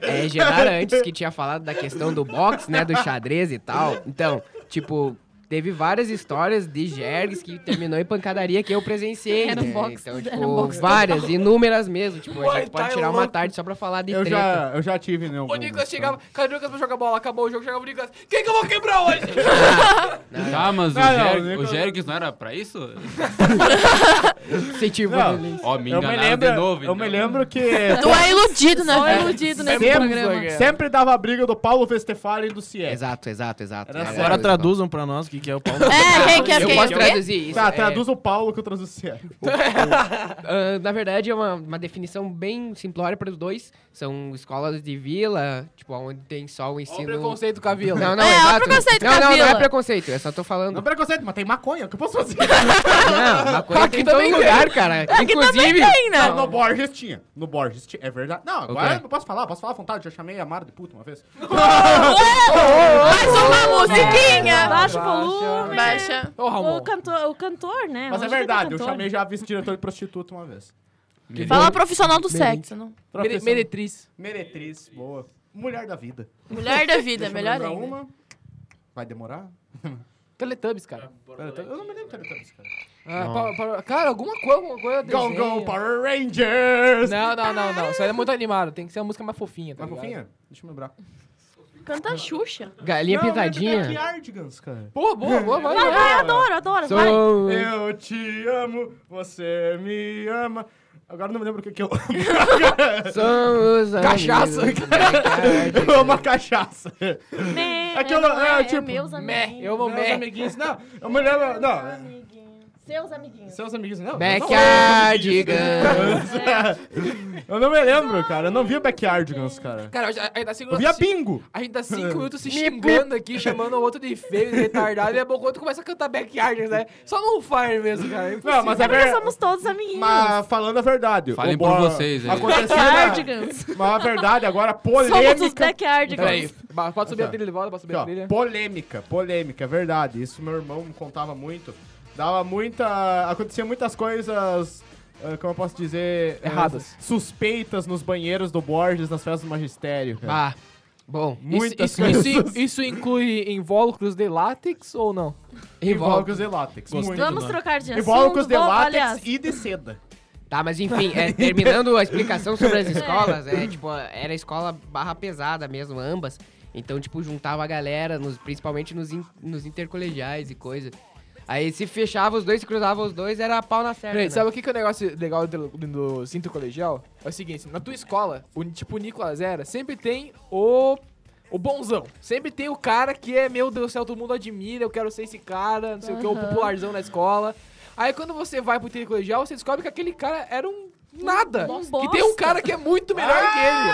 [SPEAKER 5] É,
[SPEAKER 6] É, Genara, antes que tinha falado da questão do box, né, do xadrez e tal. Então, tipo, Teve várias histórias de Jergs que terminou em pancadaria que eu presenciei.
[SPEAKER 5] Era um
[SPEAKER 6] né?
[SPEAKER 5] box,
[SPEAKER 6] então,
[SPEAKER 5] era
[SPEAKER 6] tipo,
[SPEAKER 5] um box
[SPEAKER 6] várias, inúmeras mesmo. Tipo, a gente
[SPEAKER 2] tá
[SPEAKER 6] pode tirar uma tarde só pra falar de
[SPEAKER 3] Eu
[SPEAKER 6] treta.
[SPEAKER 3] já, eu já tive, né?
[SPEAKER 2] O Nicolas chegava, cadê o Nicolas pra jogar bola? Acabou o jogo, chegava o Nicolas. Quem que eu vou quebrar hoje?
[SPEAKER 7] Tá, mas
[SPEAKER 3] Não, não,
[SPEAKER 7] o,
[SPEAKER 3] nem
[SPEAKER 7] Jer... o
[SPEAKER 3] quando-
[SPEAKER 7] Jergues não era pra isso?
[SPEAKER 6] Incentivo né?
[SPEAKER 3] Não.
[SPEAKER 6] a violência.
[SPEAKER 7] Ó, me
[SPEAKER 3] Eu me
[SPEAKER 7] enganaram
[SPEAKER 3] lembro,
[SPEAKER 7] de novo.
[SPEAKER 3] eu me
[SPEAKER 7] então.
[SPEAKER 3] lembro que
[SPEAKER 4] Tu é iludido, né?
[SPEAKER 5] Só
[SPEAKER 4] velho?
[SPEAKER 5] iludido nesse
[SPEAKER 3] Sempre,
[SPEAKER 5] programa.
[SPEAKER 3] É, sempre dava a briga do Paulo Vestefali e do Ciel.
[SPEAKER 6] Exato, exato, exato.
[SPEAKER 3] Era então.
[SPEAKER 6] Era
[SPEAKER 8] Agora
[SPEAKER 6] isso,
[SPEAKER 8] traduzam pra nós o que, que é o pau.
[SPEAKER 4] É, quem quer
[SPEAKER 6] Eu
[SPEAKER 4] quem?
[SPEAKER 6] posso
[SPEAKER 4] O quê?
[SPEAKER 6] traduzir isso.
[SPEAKER 3] Tá,
[SPEAKER 6] é,
[SPEAKER 3] traduz o Paulo que eu traduzo o Ciel.
[SPEAKER 6] ah, na verdade, é uma, uma definição bem simplória para os dois. São escolas de vila, tipo, onde tem só o
[SPEAKER 2] Olha o
[SPEAKER 6] ensino...
[SPEAKER 2] preconceito com a vila.
[SPEAKER 6] Não, não,
[SPEAKER 4] É, olha o
[SPEAKER 6] exato.
[SPEAKER 4] preconceito
[SPEAKER 6] não,
[SPEAKER 4] com a
[SPEAKER 6] não, não é
[SPEAKER 4] vila.
[SPEAKER 6] preconceito, eu só tô falando.
[SPEAKER 3] Não preconceito, mas tem maconha, o que eu posso fazer?
[SPEAKER 6] Não, maconha
[SPEAKER 2] Aqui
[SPEAKER 6] tem em todo
[SPEAKER 2] também tem.
[SPEAKER 6] lugar, cara. Inclusive,
[SPEAKER 4] Tem, né?
[SPEAKER 3] Não, no Borges tinha. No Borges tinha. É verdade. Não, agora
[SPEAKER 6] Ok.
[SPEAKER 3] eu posso falar, posso falar à vontade. Já chamei a Mara de puta uma vez.
[SPEAKER 4] Mais uma musiquinha!
[SPEAKER 5] Baixa o volume.
[SPEAKER 4] Baixa.
[SPEAKER 2] Ô, Ramon.
[SPEAKER 5] O cantor, o cantor, né?
[SPEAKER 3] Mas é
[SPEAKER 5] Hoje ele
[SPEAKER 3] verdade, eu
[SPEAKER 5] cantor.
[SPEAKER 3] chamei já a vice-diretor de prostituta uma vez.
[SPEAKER 4] Fala profissional do sexo, não?
[SPEAKER 2] Mere-
[SPEAKER 3] Profissão-
[SPEAKER 2] meretriz.
[SPEAKER 3] Meretriz, boa. Mulher da vida.
[SPEAKER 4] Mulher da vida,
[SPEAKER 3] Deixa eu
[SPEAKER 4] melhor
[SPEAKER 3] lembrar
[SPEAKER 4] ainda.
[SPEAKER 3] uma. Vai demorar?
[SPEAKER 2] Teletubbies, cara.
[SPEAKER 3] Eu não me lembro de Teletubbies, cara.
[SPEAKER 2] Ah, pa- pa- cara, alguma coisa, alguma coisa.
[SPEAKER 3] Go,
[SPEAKER 2] desenho.
[SPEAKER 3] go, Power Rangers!
[SPEAKER 2] Não, não, não, não. Isso aí é muito animado. Tem que ser uma música mais fofinha, tá
[SPEAKER 3] Mas
[SPEAKER 2] ligado?
[SPEAKER 3] fofinha? Deixa eu lembrar.
[SPEAKER 4] Canta a Xuxa.
[SPEAKER 6] galinha
[SPEAKER 3] Não, eu lembro de
[SPEAKER 6] pintadinha.
[SPEAKER 3] Cardigans, cara.
[SPEAKER 2] Boa, boa, boa, vai.
[SPEAKER 5] Vai, vai, adoro, adoro. Vai.
[SPEAKER 6] Sou...
[SPEAKER 3] Eu te amo, você me ama. Agora eu não me lembro o que que eu
[SPEAKER 6] Somos
[SPEAKER 2] Cachaça.
[SPEAKER 6] amigos. Cachaça.
[SPEAKER 3] Eu amo a cachaça.
[SPEAKER 5] Me-
[SPEAKER 3] É que eu-
[SPEAKER 5] não
[SPEAKER 3] é,
[SPEAKER 5] é,
[SPEAKER 3] tipo,
[SPEAKER 5] é meus
[SPEAKER 2] Meh,
[SPEAKER 5] amiguinhos.
[SPEAKER 2] eu vou
[SPEAKER 3] Meus
[SPEAKER 2] meh.
[SPEAKER 3] amiguinhos, não. Eu me lembro, não.
[SPEAKER 5] Amiguinhos. Seus amiguinhos.
[SPEAKER 3] Seus amiguinhos, não.
[SPEAKER 6] Backyardigans.
[SPEAKER 5] É,
[SPEAKER 3] Eu não me lembro, cara. Eu não via Backyardigans, cara.
[SPEAKER 2] Cara, a gente tá cinco,
[SPEAKER 3] Eu via
[SPEAKER 2] cinco-
[SPEAKER 3] Bingo.
[SPEAKER 2] a gente tá cinco minutos se xingando aqui, chamando o outro de feio, de retardado, e a pouco o outro começa a cantar backyard, né? Só no fire mesmo, cara.
[SPEAKER 3] Não, mas é
[SPEAKER 5] Porque
[SPEAKER 3] verdade.
[SPEAKER 5] somos todos amiguinhos.
[SPEAKER 3] Mas falando a verdade.
[SPEAKER 7] Falem
[SPEAKER 3] o
[SPEAKER 7] por
[SPEAKER 3] Bor-
[SPEAKER 7] vocês aí.
[SPEAKER 3] Aconteceu na-
[SPEAKER 5] Cardigans.
[SPEAKER 3] Mas a verdade, agora
[SPEAKER 5] Somos os
[SPEAKER 3] é, polêmica.
[SPEAKER 2] Peraí,
[SPEAKER 5] backyardigans.
[SPEAKER 2] ba- pode subir a trilha de volta, pode subir
[SPEAKER 3] Aqui,
[SPEAKER 2] a
[SPEAKER 3] ó,
[SPEAKER 2] trilha.
[SPEAKER 3] polêmica, polêmica, é verdade. Isso meu irmão me contava muito. Dava muita. Acontecia muitas coisas. ah, Como eu posso dizer? eh,
[SPEAKER 2] Erradas.
[SPEAKER 3] Suspeitas nos banheiros do Borges nas festas do magistério. cara.
[SPEAKER 6] Ah, bom.
[SPEAKER 3] Muitas
[SPEAKER 2] isso, isso,
[SPEAKER 3] coisas.
[SPEAKER 2] isso, isso inclui invólucros de látex ou não?
[SPEAKER 3] Invólucros de látex.
[SPEAKER 7] Gostei.
[SPEAKER 3] Muito.
[SPEAKER 5] Vamos trocar de assunto.
[SPEAKER 3] Invólucros de
[SPEAKER 5] vamos-
[SPEAKER 3] látex
[SPEAKER 5] aliás,
[SPEAKER 3] e de seda.
[SPEAKER 6] Tá, mas enfim, é, terminando a explicação sobre as escolas, é, tipo, era escola barra pesada mesmo, ambas. Então, tipo, juntava a galera, nos- principalmente nos, in- nos intercolegiais e coisa. Aí se fechava os dois, se cruzava os dois, era pau na certa.
[SPEAKER 2] Peraí,
[SPEAKER 6] né?
[SPEAKER 2] sabe o que, que é o negócio legal do, do cinto colegial? É o seguinte, na tua escola, o, tipo o Nicolas era, sempre tem o. O bonzão. Sempre tem o cara que é, meu Deus do céu, todo mundo admira, eu quero ser esse cara, não sei o que, o
[SPEAKER 5] Aham.
[SPEAKER 2] popularzão na escola. Aí quando você vai pro intercolegial, você descobre que aquele cara era um nada.
[SPEAKER 5] Um
[SPEAKER 2] que tem um
[SPEAKER 5] bosta.
[SPEAKER 2] cara que é muito melhor que ele.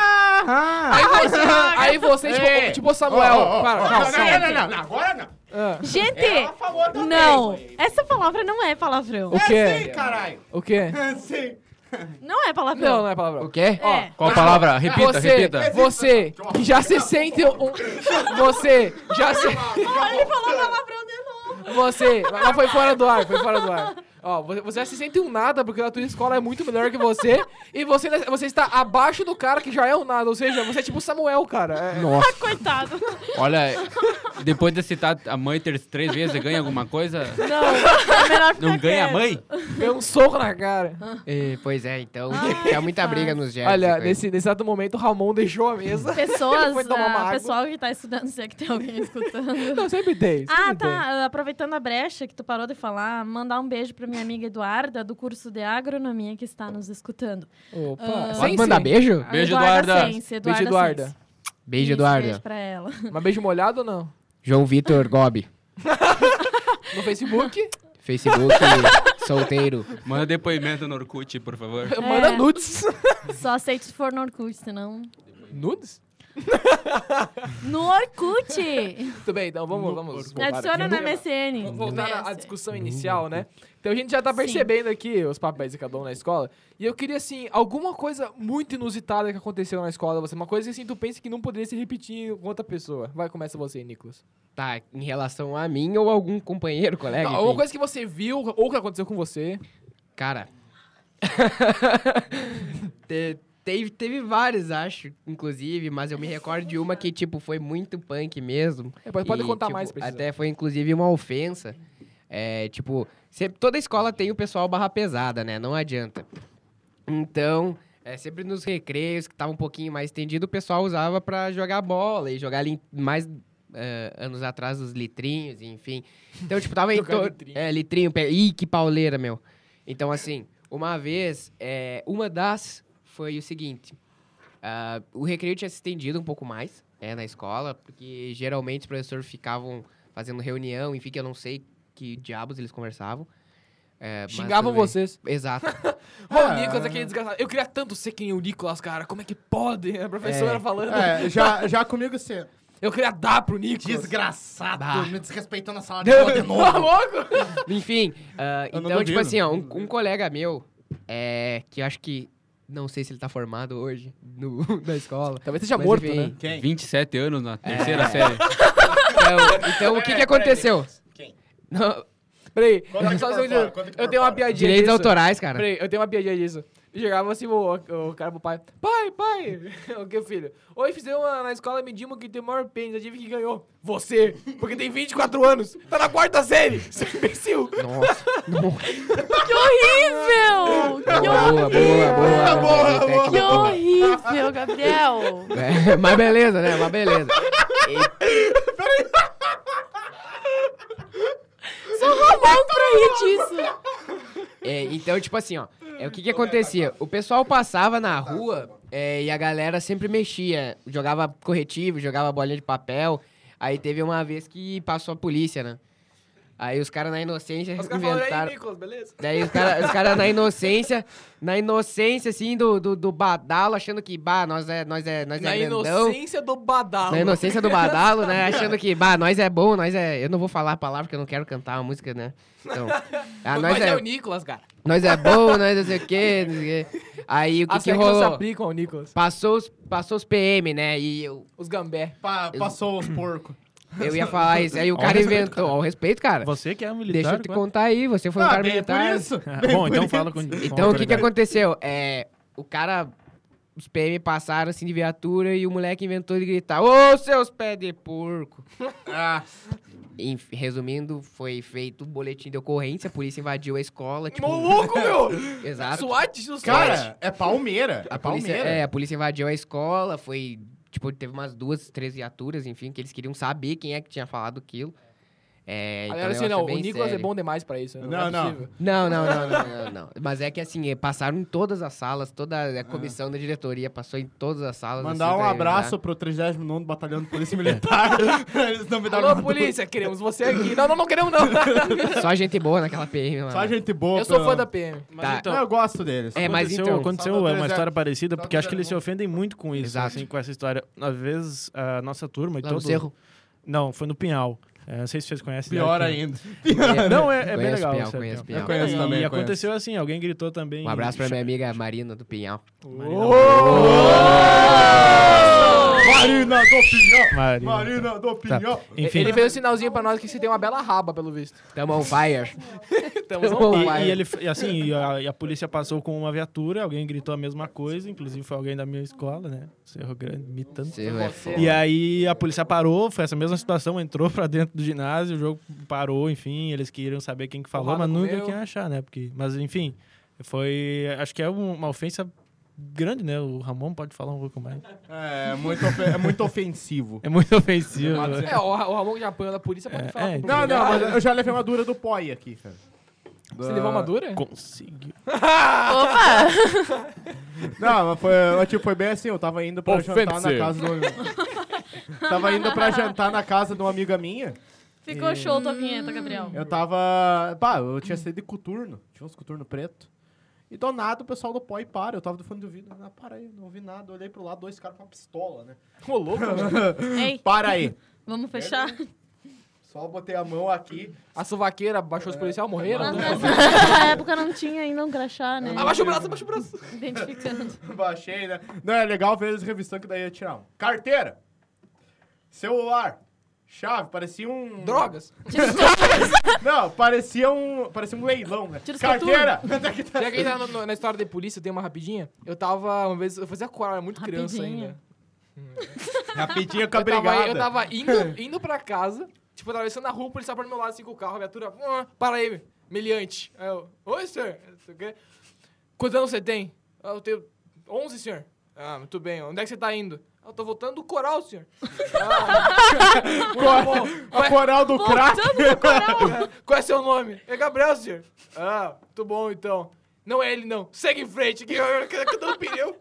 [SPEAKER 3] Ah!
[SPEAKER 2] Aí você, aí você tipo,
[SPEAKER 3] Ei.
[SPEAKER 2] tipo o Samuel. para, calma, calma.
[SPEAKER 3] não, não, não, agora não.
[SPEAKER 2] Ah,
[SPEAKER 5] Gente,
[SPEAKER 3] favor também.
[SPEAKER 5] não. Essa palavra não é palavrão.
[SPEAKER 2] o
[SPEAKER 3] É sim,
[SPEAKER 2] quê?
[SPEAKER 3] caralho.
[SPEAKER 2] O quê?
[SPEAKER 3] É sim.
[SPEAKER 5] Não é palavrão.
[SPEAKER 2] Não, não é palavra.
[SPEAKER 6] O quê?
[SPEAKER 5] É.
[SPEAKER 7] Qual a palavra? Repita,
[SPEAKER 2] você,
[SPEAKER 7] repita.
[SPEAKER 2] Você que já se sente um. Você já se.
[SPEAKER 5] Ah, ele falou palavrão de novo.
[SPEAKER 2] Você. Mas foi fora do ar, foi fora do ar. Ó, vo- você já se sente um nada porque a tua escola é muito melhor que você e você, você está abaixo do cara que já é um nada. Ou seja, você é tipo Samuel, cara. É-
[SPEAKER 7] Nossa.
[SPEAKER 5] Coitado.
[SPEAKER 7] Olha, depois de citar a mãe ter- três vezes, ganha alguma coisa?
[SPEAKER 5] Não, é melhor ficar
[SPEAKER 7] Não ganha a
[SPEAKER 5] quieto.
[SPEAKER 7] mãe?
[SPEAKER 2] É um soco na cara.
[SPEAKER 6] É, pois é, então,
[SPEAKER 5] Ah,
[SPEAKER 6] tinha muita
[SPEAKER 5] tá.
[SPEAKER 6] briga nos jets.
[SPEAKER 2] Olha,
[SPEAKER 6] e coisa.
[SPEAKER 2] nesse, nesse exato momento o Ramon deixou a mesa. Ele
[SPEAKER 5] Pessoas,
[SPEAKER 2] foi tomar
[SPEAKER 5] ah,
[SPEAKER 2] uma água.
[SPEAKER 5] pessoal que tá estudando, se é que tem alguém escutando.
[SPEAKER 2] Não, sempre tem. Sempre
[SPEAKER 5] Ah,
[SPEAKER 2] tem.
[SPEAKER 5] tá. ah, Aproveitando a brecha que tu parou de falar, mandar um beijo pra minha amiga Eduarda, do curso de agronomia, que está nos escutando.
[SPEAKER 2] Opa.
[SPEAKER 5] Ah,
[SPEAKER 2] sem
[SPEAKER 6] Pode mandar
[SPEAKER 2] ser.
[SPEAKER 6] beijo?
[SPEAKER 5] A
[SPEAKER 7] Beijo, Eduarda.
[SPEAKER 5] Sense, Eduarda
[SPEAKER 2] Beijo, Eduarda.
[SPEAKER 5] Sense.
[SPEAKER 6] Beijo,
[SPEAKER 5] Isso,
[SPEAKER 6] Eduardo.
[SPEAKER 5] Beijo pra ela.
[SPEAKER 2] Mas beijo molhado ou não?
[SPEAKER 6] João Vitor Gobi.
[SPEAKER 2] No Facebook?
[SPEAKER 6] Facebook, solteiro.
[SPEAKER 7] Manda depoimento no Orkut, por favor.
[SPEAKER 5] É.
[SPEAKER 2] Manda nudes.
[SPEAKER 5] Só aceito se for no Orkut, senão...
[SPEAKER 2] Nudes?
[SPEAKER 5] No Orkut!
[SPEAKER 2] Tudo bem, então vamos. vamos
[SPEAKER 5] Me
[SPEAKER 2] voltar
[SPEAKER 5] adiciona
[SPEAKER 2] aqui.
[SPEAKER 5] na MSN.
[SPEAKER 2] Vamos voltar à- à
[SPEAKER 4] Mestre.
[SPEAKER 2] discussão inicial, né? Então a gente já tá
[SPEAKER 5] Sim.
[SPEAKER 2] percebendo aqui os papéis de cada um na escola. E eu queria, assim, alguma coisa muito inusitada que aconteceu na escola. Você, uma coisa que, assim, tu pensa que não poderia se repetir com outra pessoa. Vai, começa você, Nicolas.
[SPEAKER 6] Tá, em relação a mim ou algum companheiro, colega?
[SPEAKER 2] Não,
[SPEAKER 6] É, enfim.
[SPEAKER 2] alguma coisa que você viu ou que aconteceu com você.
[SPEAKER 6] Cara. Te- Teve, teve várias, acho, inclusive, mas eu me recordo de uma que, tipo, foi muito punk mesmo.
[SPEAKER 2] É, pode- pode
[SPEAKER 6] E,
[SPEAKER 2] contar
[SPEAKER 6] tipo,
[SPEAKER 2] mais, precisa.
[SPEAKER 6] Até foi, inclusive, uma ofensa. É, tipo, sempre, toda escola tem o pessoal barra pesada, né? Não adianta. Então, é, sempre nos recreios, que tava um pouquinho mais estendido, o pessoal usava pra jogar bola e jogar ali mais é, anos atrás os litrinhos, enfim. Então, tipo, tava em
[SPEAKER 2] Jogar
[SPEAKER 6] torno...
[SPEAKER 2] litrinho.
[SPEAKER 6] É, litrinho. pe- Ih, que pauleira, meu. Então, assim, uma vez, é, uma das foi o seguinte. ah, o recreio tinha se estendido um pouco mais né, na escola, porque geralmente os professores ficavam fazendo reunião, enfim, que eu não sei que diabos eles conversavam. É, mas
[SPEAKER 2] Xingavam
[SPEAKER 6] tudo bem.
[SPEAKER 2] vocês.
[SPEAKER 6] Exato.
[SPEAKER 2] Ô, o Nicolas, aquele desgraçado. Eu queria tanto ser quem o Nicolas, cara. Como é que pode? A professora falando.
[SPEAKER 3] É, já, já comigo você.
[SPEAKER 2] Eu queria dar pro Nicolas.
[SPEAKER 3] Desgraçado,
[SPEAKER 6] Bah.
[SPEAKER 3] me desrespeitou na sala de aula de novo.
[SPEAKER 2] Tá louco?
[SPEAKER 6] Enfim, ah,
[SPEAKER 3] Eu não
[SPEAKER 6] então, tipo
[SPEAKER 3] duvido.
[SPEAKER 6] assim, ó, um, um colega meu, é, que eu acho que, não sei se ele tá formado hoje no, na escola.
[SPEAKER 2] Talvez seja
[SPEAKER 6] mas
[SPEAKER 2] morto,
[SPEAKER 6] enfim.
[SPEAKER 2] né?
[SPEAKER 3] Quem?
[SPEAKER 7] 27 anos na terceira série.
[SPEAKER 6] Então, então, o que que aconteceu?
[SPEAKER 3] Quem?
[SPEAKER 6] Não,
[SPEAKER 2] Peraí,
[SPEAKER 3] Conta aqui
[SPEAKER 2] só um
[SPEAKER 3] por
[SPEAKER 2] segundinho.
[SPEAKER 3] fora, conta aqui
[SPEAKER 2] eu
[SPEAKER 3] por
[SPEAKER 2] tenho uma
[SPEAKER 3] fora.
[SPEAKER 2] piadinha
[SPEAKER 6] direitos
[SPEAKER 2] disso.
[SPEAKER 6] autorais, cara.
[SPEAKER 2] Peraí, eu tenho uma piadinha disso. Chegava assim o, o cara pro pai. Pai, pai! o que, filho? Hoje fizeram uma, na escola medimos que tem o maior pênis. Eu tive que ganhou. Você! Porque tem 24 anos! Tá na quarta série! Seu imbecil!
[SPEAKER 6] Nossa,
[SPEAKER 5] Que horrível! Que, hor-
[SPEAKER 6] boa, boa, boa. boa, boa,
[SPEAKER 5] que horrível, Gabriel!
[SPEAKER 6] É, mas beleza, né? Mas beleza.
[SPEAKER 4] um
[SPEAKER 5] Só o Ramon pra rir disso.
[SPEAKER 6] É, então, tipo assim, ó. É, o que que acontecia? O pessoal passava na rua é, e a galera sempre mexia. Jogava corretivo, jogava bolinha de papel. Aí teve uma vez que passou a polícia, né? Aí os caras na inocência
[SPEAKER 2] Os caras falaram aí,
[SPEAKER 6] inventaram...
[SPEAKER 2] Nicolas, beleza?
[SPEAKER 6] Daí os caras os cara, na inocência, na inocência, assim, do, do, do badalo, achando que, bah, nós é, nós é, nós
[SPEAKER 2] Na
[SPEAKER 6] é grandão.
[SPEAKER 2] inocência do badalo.
[SPEAKER 6] Na inocência do badalo, né? Achando que, bah, nós é bom, nós é... Eu não vou falar a palavra, porque eu não quero cantar a música, né? Então, ah,
[SPEAKER 2] Mas
[SPEAKER 6] nós
[SPEAKER 2] é
[SPEAKER 6] é,
[SPEAKER 2] o Nicolas, cara.
[SPEAKER 6] nós é bom, nós não sei o quê, não sei o quê. Aí o que
[SPEAKER 2] As
[SPEAKER 6] que
[SPEAKER 2] regras não se
[SPEAKER 6] rolou?
[SPEAKER 2] aplicam ao Nicolas.
[SPEAKER 6] Passou os, passou os PM, né? E eu,
[SPEAKER 2] Os gambé.
[SPEAKER 3] Pa- passou os porcos.
[SPEAKER 6] eu ia falar isso. Aí o
[SPEAKER 8] Ao
[SPEAKER 6] cara
[SPEAKER 8] respeito,
[SPEAKER 6] inventou. Ao respeito, cara.
[SPEAKER 8] Você que é um militar.
[SPEAKER 6] Deixa eu te
[SPEAKER 8] claro.
[SPEAKER 6] contar aí, você
[SPEAKER 2] Ah,
[SPEAKER 6] foi um cara
[SPEAKER 3] é
[SPEAKER 2] é
[SPEAKER 6] militar.
[SPEAKER 8] Ah, Bom, então fala com
[SPEAKER 6] Então,
[SPEAKER 8] com
[SPEAKER 6] o que que
[SPEAKER 8] autoridade.
[SPEAKER 6] aconteceu? É, o cara... Os PM passaram assim de viatura e o moleque inventou de gritar: Ô, seus pés de porco!
[SPEAKER 3] Ah,
[SPEAKER 6] Enf- Resumindo, foi feito um boletim de ocorrência, a polícia invadiu a escola. Tipo,
[SPEAKER 2] Maluco, meu!
[SPEAKER 6] Exato.
[SPEAKER 2] SWAT do SWAT.
[SPEAKER 3] cara, é Palmeira. É
[SPEAKER 6] A polícia,
[SPEAKER 3] Palmeira.
[SPEAKER 6] é, a polícia invadiu a escola, foi. Tipo, teve umas duas, três viaturas, enfim, que eles queriam saber quem é que tinha falado aquilo. É, então,
[SPEAKER 2] Galera,
[SPEAKER 6] o
[SPEAKER 2] assim,
[SPEAKER 6] negócio
[SPEAKER 2] não,
[SPEAKER 6] bem
[SPEAKER 2] o Nicolas é
[SPEAKER 6] sério.
[SPEAKER 2] bom demais pra isso. Não,
[SPEAKER 3] Não,
[SPEAKER 2] é
[SPEAKER 3] não.
[SPEAKER 2] possível.
[SPEAKER 6] Não, não, não, não, não, não. Mas é que assim, eh, passaram em todas as salas, toda a comissão da diretoria passou em todas as salas.
[SPEAKER 3] Mandar
[SPEAKER 6] assim,
[SPEAKER 3] um
[SPEAKER 6] pra
[SPEAKER 3] abraço pro 39 Batalhão de Polícia Militar. Eles não me deram
[SPEAKER 2] Alô,
[SPEAKER 3] nada.
[SPEAKER 2] polícia, queremos você aqui. Não, não, não queremos, não.
[SPEAKER 6] avisar. Só gente boa naquela PM, mano.
[SPEAKER 3] Só gente boa.
[SPEAKER 2] Eu sou
[SPEAKER 3] pelo- Ah,
[SPEAKER 2] fã da PM.
[SPEAKER 8] Mas
[SPEAKER 6] Tá.
[SPEAKER 8] então,
[SPEAKER 3] Não, eu gosto deles.
[SPEAKER 6] É, mas
[SPEAKER 8] aconteceu,
[SPEAKER 6] então-
[SPEAKER 8] aconteceu
[SPEAKER 3] Só do
[SPEAKER 8] uma
[SPEAKER 3] deserto.
[SPEAKER 8] história parecida,
[SPEAKER 3] Só
[SPEAKER 8] porque
[SPEAKER 3] do
[SPEAKER 8] acho que eles se
[SPEAKER 3] deserto.
[SPEAKER 8] ofendem muito com isso,
[SPEAKER 6] Exato.
[SPEAKER 8] assim, com essa história. Uma vez a nossa turma e
[SPEAKER 6] Lá no
[SPEAKER 8] todo.
[SPEAKER 6] cerro.
[SPEAKER 8] Não, foi no Pinhal. É, não sei se vocês conhecem.
[SPEAKER 3] Pior
[SPEAKER 8] né?
[SPEAKER 3] ainda.
[SPEAKER 8] Não, é, é bem
[SPEAKER 6] Conheço
[SPEAKER 8] legal.
[SPEAKER 6] Pinhal,
[SPEAKER 8] sério,
[SPEAKER 6] conheço
[SPEAKER 8] Pinhal.
[SPEAKER 6] Pinhal.
[SPEAKER 3] Eu conheço
[SPEAKER 8] e
[SPEAKER 3] também, eu
[SPEAKER 8] aconteceu assim, alguém gritou também.
[SPEAKER 6] Um abraço pra minha amiga Marina do Pinhal.
[SPEAKER 3] Marina do Pinhão!
[SPEAKER 8] Marina.
[SPEAKER 3] Marina do
[SPEAKER 8] Tá.
[SPEAKER 3] Pinhão!
[SPEAKER 8] Enfim.
[SPEAKER 2] Ele fez um sinalzinho pra nós que você tem uma bela raba, pelo visto.
[SPEAKER 6] Tamo on fire.
[SPEAKER 2] Tamo on
[SPEAKER 6] Tamo on
[SPEAKER 8] E, e
[SPEAKER 6] fire.
[SPEAKER 8] ele, e assim, e a, e a polícia passou com uma viatura, alguém gritou a mesma coisa, inclusive foi alguém da minha escola, né? Cerro Grande, mitando.
[SPEAKER 6] Cerro é foda.
[SPEAKER 8] E aí a polícia parou, foi essa mesma situação, entrou pra dentro do ginásio, o jogo parou, enfim, eles queriam saber quem que falou,
[SPEAKER 2] Porrada
[SPEAKER 8] mas nunca
[SPEAKER 2] comeu.
[SPEAKER 8] quem achar, né? Porque, mas enfim, foi, acho que é um- uma ofensa grande, né? O Ramon pode falar um pouco mais.
[SPEAKER 3] É, muito ofe- é muito ofensivo.
[SPEAKER 8] É muito ofensivo.
[SPEAKER 2] É, o, Ra- o Ramon que já apanha da polícia pode
[SPEAKER 8] É,
[SPEAKER 2] falar.
[SPEAKER 8] é,
[SPEAKER 2] com o
[SPEAKER 3] Não, não,
[SPEAKER 2] policial.
[SPEAKER 3] mas eu já levei uma dura do Poi aqui, cara.
[SPEAKER 2] Você levou uma dura?
[SPEAKER 8] Conseguiu.
[SPEAKER 5] Opa!
[SPEAKER 3] Não, mas foi, mas, tipo, foi bem assim, eu tava indo pra jantar na
[SPEAKER 7] Offensive.
[SPEAKER 3] casa do... tava indo pra jantar na casa de uma amiga minha.
[SPEAKER 5] Ficou show
[SPEAKER 2] Hum.
[SPEAKER 5] tua vinheta, Gabriel.
[SPEAKER 3] Eu tava... Pá, eu tinha saído de coturno. Tinha uns coturno preto. E do nada o pessoal do Poi para. Eu tava do fundo do vidro. Ah, para aí, não ouvi nada. Olhei pro lado, dois caras com uma pistola, né?
[SPEAKER 2] Ô, louco, mano.
[SPEAKER 5] Ei,
[SPEAKER 3] Para aí.
[SPEAKER 5] vamos fechar?
[SPEAKER 3] Só botei a mão aqui.
[SPEAKER 2] A suvaqueira baixou os policiais, morreram.
[SPEAKER 5] Mas nessa época não tinha ainda um crachá, né?
[SPEAKER 2] Abaixa o braço, abaixa o braço.
[SPEAKER 5] Identificando.
[SPEAKER 3] Baixei, né? Não, é legal ver eles revistando que daí ia tirar um. Carteira! Celular! Chave, parecia um.
[SPEAKER 2] Drogas.
[SPEAKER 3] Não, parecia um. Parecia um leilão, né?
[SPEAKER 5] Tira os
[SPEAKER 3] Carteira! Quanto é que tá?
[SPEAKER 2] Já que a gente tá no- no- na história da polícia, tem uma rapidinha. Eu tava, uma vez, eu fazia aquário, era muito criança
[SPEAKER 5] Rapidinha.
[SPEAKER 2] ainda.
[SPEAKER 3] Rapidinho com a
[SPEAKER 2] Eu tava,
[SPEAKER 3] brigada.
[SPEAKER 2] eu tava indo, indo pra casa, tipo, atravessando a rua, ele saiu pro meu lado, assim, com o carro, a viatura, "Ah, para aí, meliante. Aí eu, oi, senhor. Não sei o quê. Quantos anos você tem? "Ah, Eu tenho 11, senhor. Ah, muito bem. Onde é que você tá indo? "Ah, Eu tô voltando do coral, senhor. Ah, muito bom.
[SPEAKER 3] A coral do crack.
[SPEAKER 2] Qual é seu nome? É Gabriel, senhor. Ah, muito bom, então. Não é ele, não. Segue em frente, que eu, eu, eu, eu dou opinião.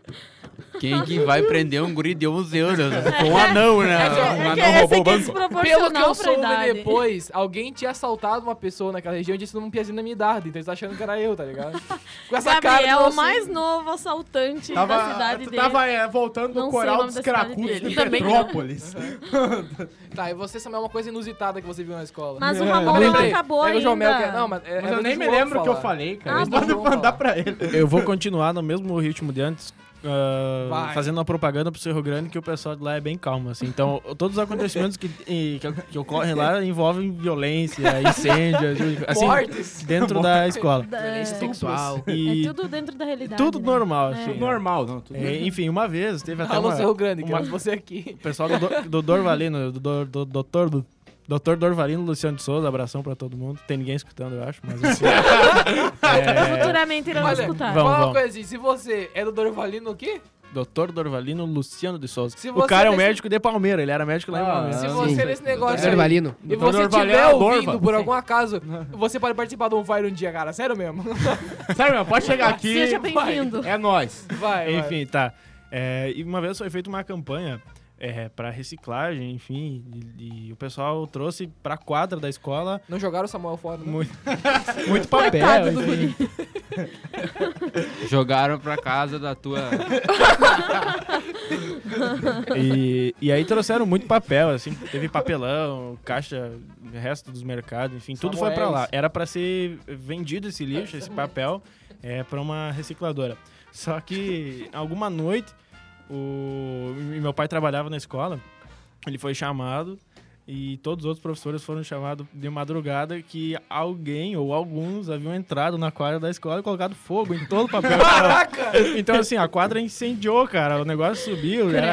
[SPEAKER 7] Quem que vai prender um guri de 11 anos?
[SPEAKER 3] Ah,
[SPEAKER 7] Com um anão, né? Um
[SPEAKER 5] É que
[SPEAKER 7] anão
[SPEAKER 5] essa
[SPEAKER 7] roubou o
[SPEAKER 5] aqui é
[SPEAKER 7] banco.
[SPEAKER 5] desproporcional
[SPEAKER 2] Pelo que eu
[SPEAKER 5] pra idade.
[SPEAKER 2] soube depois, alguém tinha assaltado uma pessoa naquela região e disse num piazinho da minha idade. Então eles tá achando que era eu, tá ligado? Com essa cara.
[SPEAKER 5] Gabriel,
[SPEAKER 2] de
[SPEAKER 5] o
[SPEAKER 2] mocinho.
[SPEAKER 5] mais novo assaltante da cidade
[SPEAKER 3] tu
[SPEAKER 5] dele.
[SPEAKER 3] tava é, voltando do
[SPEAKER 5] Não sei o
[SPEAKER 3] coral
[SPEAKER 5] nome
[SPEAKER 3] dos
[SPEAKER 5] da cidade
[SPEAKER 3] cracudos
[SPEAKER 5] dele.
[SPEAKER 3] de
[SPEAKER 5] Também não.
[SPEAKER 3] Petrópolis.
[SPEAKER 2] Tá, e você Samuel, é uma coisa inusitada que você viu na escola.
[SPEAKER 5] Mas o
[SPEAKER 2] Eu
[SPEAKER 5] Ramon não
[SPEAKER 2] lembrei.
[SPEAKER 5] acabou
[SPEAKER 2] É que o João
[SPEAKER 5] ainda.
[SPEAKER 2] Mel quer- Não, mas, é-
[SPEAKER 3] É. Mas
[SPEAKER 2] é
[SPEAKER 3] eu
[SPEAKER 2] do
[SPEAKER 3] nem me
[SPEAKER 2] João
[SPEAKER 3] lembro o que eu
[SPEAKER 2] falar.
[SPEAKER 3] falei,
[SPEAKER 5] Ah,
[SPEAKER 3] cara. Eu
[SPEAKER 5] bom.
[SPEAKER 3] Pode mandar pra ele.
[SPEAKER 8] É, Eu vou continuar no mesmo ritmo de antes, ah,
[SPEAKER 2] Vai.
[SPEAKER 8] fazendo uma propaganda pro Cerro Grande, que o pessoal de lá é bem calmo, assim. Então, todos os acontecimentos que, eh, que, que ocorrem lá envolvem violência, incêndio, assim,
[SPEAKER 2] Mortes.
[SPEAKER 8] dentro da escola.
[SPEAKER 5] Da-
[SPEAKER 6] Violência sexual.
[SPEAKER 8] E
[SPEAKER 5] É
[SPEAKER 8] tudo,
[SPEAKER 5] tudo dentro da realidade. né?
[SPEAKER 8] normal,
[SPEAKER 5] É.
[SPEAKER 8] assim.
[SPEAKER 5] Tudo
[SPEAKER 3] Normal, não. Tudo
[SPEAKER 8] É, enfim, uma vez teve
[SPEAKER 3] tá
[SPEAKER 8] até
[SPEAKER 2] Alô,
[SPEAKER 8] uma-
[SPEAKER 2] Cerro Grande,
[SPEAKER 8] uma-
[SPEAKER 2] quero você aqui.
[SPEAKER 8] o pessoal do, do, do Dorvalino, do, do, do doutor, do, doutor Dorvalino Luciano de Souza, abração pra todo mundo. Tem ninguém escutando, eu acho, mas assim,
[SPEAKER 5] Futuramente iremos
[SPEAKER 2] Olha,
[SPEAKER 5] escutar.
[SPEAKER 2] é,
[SPEAKER 8] vamos,
[SPEAKER 2] fala uma
[SPEAKER 8] vamos.
[SPEAKER 2] coisa assim, se você é do Dorvalino o quê?
[SPEAKER 8] doutor Dorvalino Luciano de Souza.
[SPEAKER 2] Se
[SPEAKER 8] o
[SPEAKER 2] você
[SPEAKER 8] cara é um
[SPEAKER 2] desse-
[SPEAKER 8] médico de Palmeira, ele era médico lá em
[SPEAKER 3] Ah,
[SPEAKER 8] Palmeira.
[SPEAKER 2] Se
[SPEAKER 7] Ah,
[SPEAKER 2] você
[SPEAKER 7] sim.
[SPEAKER 2] nesse negócio aí,
[SPEAKER 6] Ervalino.
[SPEAKER 2] e
[SPEAKER 3] Doutor
[SPEAKER 2] você
[SPEAKER 3] Dorvalino
[SPEAKER 2] estiver
[SPEAKER 3] é o
[SPEAKER 2] ouvindo
[SPEAKER 3] Dorva.
[SPEAKER 2] por algum acaso, você pode participar do um Fire um dia, cara. Sério mesmo.
[SPEAKER 8] é.
[SPEAKER 3] Sério, meu, pode
[SPEAKER 2] Ah,
[SPEAKER 3] chegar aqui.
[SPEAKER 5] Seja bem-vindo.
[SPEAKER 3] É nóis.
[SPEAKER 2] Vai, vai.
[SPEAKER 8] Enfim, tá. É, e uma vez foi feita uma campanha é, para reciclagem, enfim, e, e o pessoal trouxe pra quadra da escola
[SPEAKER 2] Não jogaram o Samuel fora, né?
[SPEAKER 8] muito, muito papel. enfim.
[SPEAKER 7] Jogaram pra casa da tua...
[SPEAKER 8] E, e aí trouxeram muito papel, assim, teve papelão, caixa, resto dos mercados, enfim, tudo foi pra lá.
[SPEAKER 2] Samuels.
[SPEAKER 8] Era pra ser vendido esse lixo, esse papel, é, para uma recicladora. Só que alguma noite, o e meu pai trabalhava na escola, ele foi chamado e todos os outros professores foram chamados de madrugada que alguém ou alguns haviam entrado na quadra da escola e colocado fogo em todo o papel. então, assim, a quadra incendiou, cara. O negócio subiu. Era,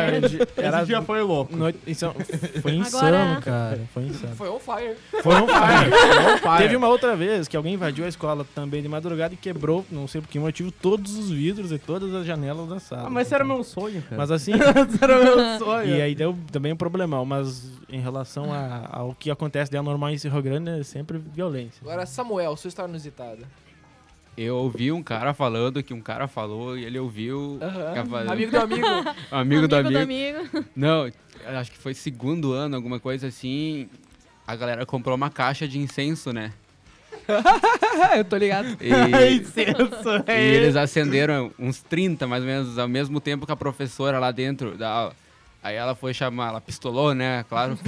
[SPEAKER 8] era
[SPEAKER 3] Esse dia foi louco.
[SPEAKER 8] noite, insano- um- foi insano,
[SPEAKER 5] Agora-
[SPEAKER 8] cara. Foi insano.
[SPEAKER 2] Foi on fire.
[SPEAKER 8] Foi um fire.
[SPEAKER 3] Não para.
[SPEAKER 8] Teve uma outra vez que alguém invadiu a escola também de madrugada e quebrou, não sei por que motivo, todos os vidros e todas as janelas da sala. Então,
[SPEAKER 3] Ah, mas esse era meu sonho, cara.
[SPEAKER 8] Mas assim,
[SPEAKER 3] Esse era meu sonho.
[SPEAKER 8] e aí deu também um problemão, mas em relação a- ao que acontece de anormal em Cerro Grande é sempre violência.
[SPEAKER 2] Agora, Samuel, sua história inusitada.
[SPEAKER 7] Eu ouvi um cara falando que um cara falou e ele ouviu... Fica falando- um
[SPEAKER 2] Amigo do amigo.
[SPEAKER 7] amigo do amigo.
[SPEAKER 5] amigo.
[SPEAKER 7] Não, acho que foi segundo ano, alguma coisa assim. A galera comprou uma caixa de incenso, né?
[SPEAKER 6] Eu tô ligado.
[SPEAKER 7] E,
[SPEAKER 3] Incenso,
[SPEAKER 7] e
[SPEAKER 3] é
[SPEAKER 7] eles acenderam uns 30, mais ou menos, ao mesmo tempo que a professora lá dentro da aula. Aí ela foi chamar, ela pistolou, né? Claro.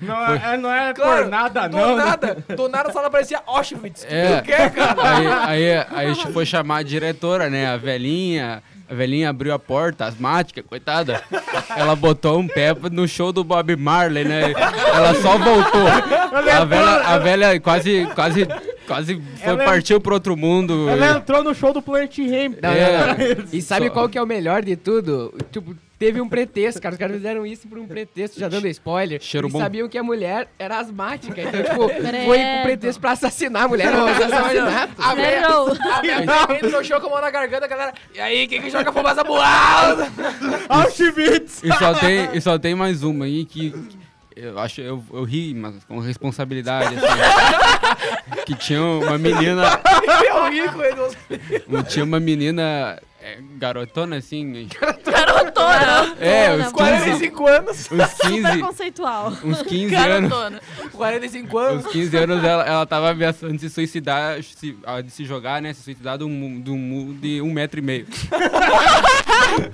[SPEAKER 3] Não é, é- não é
[SPEAKER 2] Claro,
[SPEAKER 3] por nada,
[SPEAKER 2] do
[SPEAKER 3] não. né?
[SPEAKER 2] nada, do nada a sala parecia Auschwitz. Que
[SPEAKER 7] É.
[SPEAKER 2] tu quer, cara?
[SPEAKER 7] Aí, aí, aí tipo, foi chamar a diretora, né? A velhinha. A velhinha abriu a porta, asmática, coitada. Ela botou um pé no show do Bob Marley, né? Ela só voltou. A velha, a velha quase, quase, quase foi,
[SPEAKER 3] Ela é-
[SPEAKER 7] partiu pro outro mundo.
[SPEAKER 3] Ela entrou no show do Planet Ramp.
[SPEAKER 6] Não,
[SPEAKER 7] É.
[SPEAKER 6] não, não. E sabe
[SPEAKER 7] Só.
[SPEAKER 6] qual que é o melhor de tudo? Tipo, teve um pretexto, cara. Os caras fizeram isso por um pretexto, já dando spoiler.
[SPEAKER 7] Cheiro
[SPEAKER 6] e
[SPEAKER 7] bom.
[SPEAKER 6] sabiam que a mulher era asmática. Então, tipo, foi
[SPEAKER 5] Credo.
[SPEAKER 6] um pretexto pra assassinar a mulher. Não, assassinato.
[SPEAKER 2] A velha
[SPEAKER 5] Errou.
[SPEAKER 2] a velha entra no show com a mão na garganta, galera. E aí, quem que joga fumaça boada?
[SPEAKER 3] Auschwitz.
[SPEAKER 7] E só tem, e só tem mais uma aí que que eu acho eu, eu ri, mas com responsabilidade assim. que tinha uma menina,
[SPEAKER 2] Eu ri com ele.
[SPEAKER 7] tinha uma menina é, garotona assim,
[SPEAKER 5] Garotona. Garotona,
[SPEAKER 7] é, uns 15,
[SPEAKER 2] 45 anos.
[SPEAKER 7] uns
[SPEAKER 5] Super
[SPEAKER 7] 15,
[SPEAKER 5] conceitual.
[SPEAKER 7] uns 15 anos,
[SPEAKER 4] Garotona.
[SPEAKER 2] 45 anos.
[SPEAKER 7] uns 15 anos ela, ela tava ameaçando de se suicidar, se- ah, de se jogar, né, se suicidar de um mu- de um mu- de um metro e meio.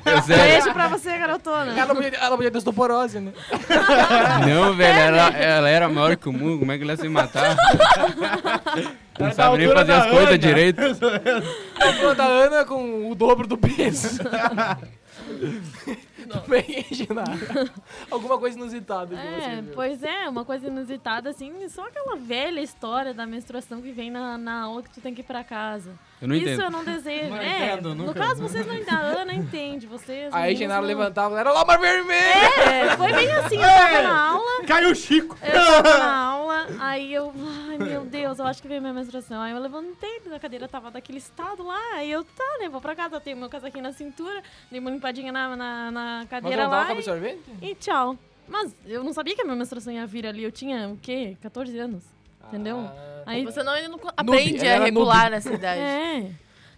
[SPEAKER 7] É sério.
[SPEAKER 5] Beijo pra você, garotona.
[SPEAKER 2] Ela podia, ela podia ter osteoporose, né?
[SPEAKER 7] Não, velho, ela, ela era maior que o mundo, como é que ela ia se matar? Não sabe nem
[SPEAKER 3] altura
[SPEAKER 7] fazer
[SPEAKER 3] da
[SPEAKER 7] as coisas
[SPEAKER 3] Ana.
[SPEAKER 7] direito.
[SPEAKER 2] tá, Ela falou da Ana com o dobro do peso.
[SPEAKER 4] novo.
[SPEAKER 2] Bem, Genaro. Alguma coisa inusitada que você
[SPEAKER 5] É,
[SPEAKER 2] viu.
[SPEAKER 5] pois é, uma coisa inusitada, assim, só aquela velha história da menstruação que vem na, na aula que tu tem que ir pra casa.
[SPEAKER 7] Eu não
[SPEAKER 5] Isso
[SPEAKER 7] entendo.
[SPEAKER 5] eu não desejo.
[SPEAKER 8] Não
[SPEAKER 5] é,
[SPEAKER 8] entendo,
[SPEAKER 5] no
[SPEAKER 8] nunca.
[SPEAKER 5] caso, vocês não entendem. A Ana entende, vocês.
[SPEAKER 2] Aí
[SPEAKER 5] meninos,
[SPEAKER 2] Genaro
[SPEAKER 5] não...
[SPEAKER 2] levantava, era lama vermelha!
[SPEAKER 5] É, foi bem assim, eu tava na aula,
[SPEAKER 3] Caiu o Chico!
[SPEAKER 5] eu tava na aula, aí eu, ai meu Deus, eu acho que veio minha menstruação. Aí eu levantei da cadeira, tava daquele estado lá, aí eu, tá, né, vou pra casa, eu tenho meu casaquinho na cintura, dei uma limpadinha na, na, na
[SPEAKER 2] Mas
[SPEAKER 5] cadeira
[SPEAKER 2] não
[SPEAKER 5] lá.
[SPEAKER 2] tava
[SPEAKER 5] e-
[SPEAKER 2] com sorvete?
[SPEAKER 5] e tão. Mas eu não sabia que a minha menstruação ia vir ali. Eu tinha o quê? 14 anos. Entendeu?
[SPEAKER 2] Ah,
[SPEAKER 5] Aí.
[SPEAKER 4] Você não, ainda não aprende
[SPEAKER 2] ela era
[SPEAKER 4] a regular
[SPEAKER 2] noob.
[SPEAKER 4] nessa idade.
[SPEAKER 5] É.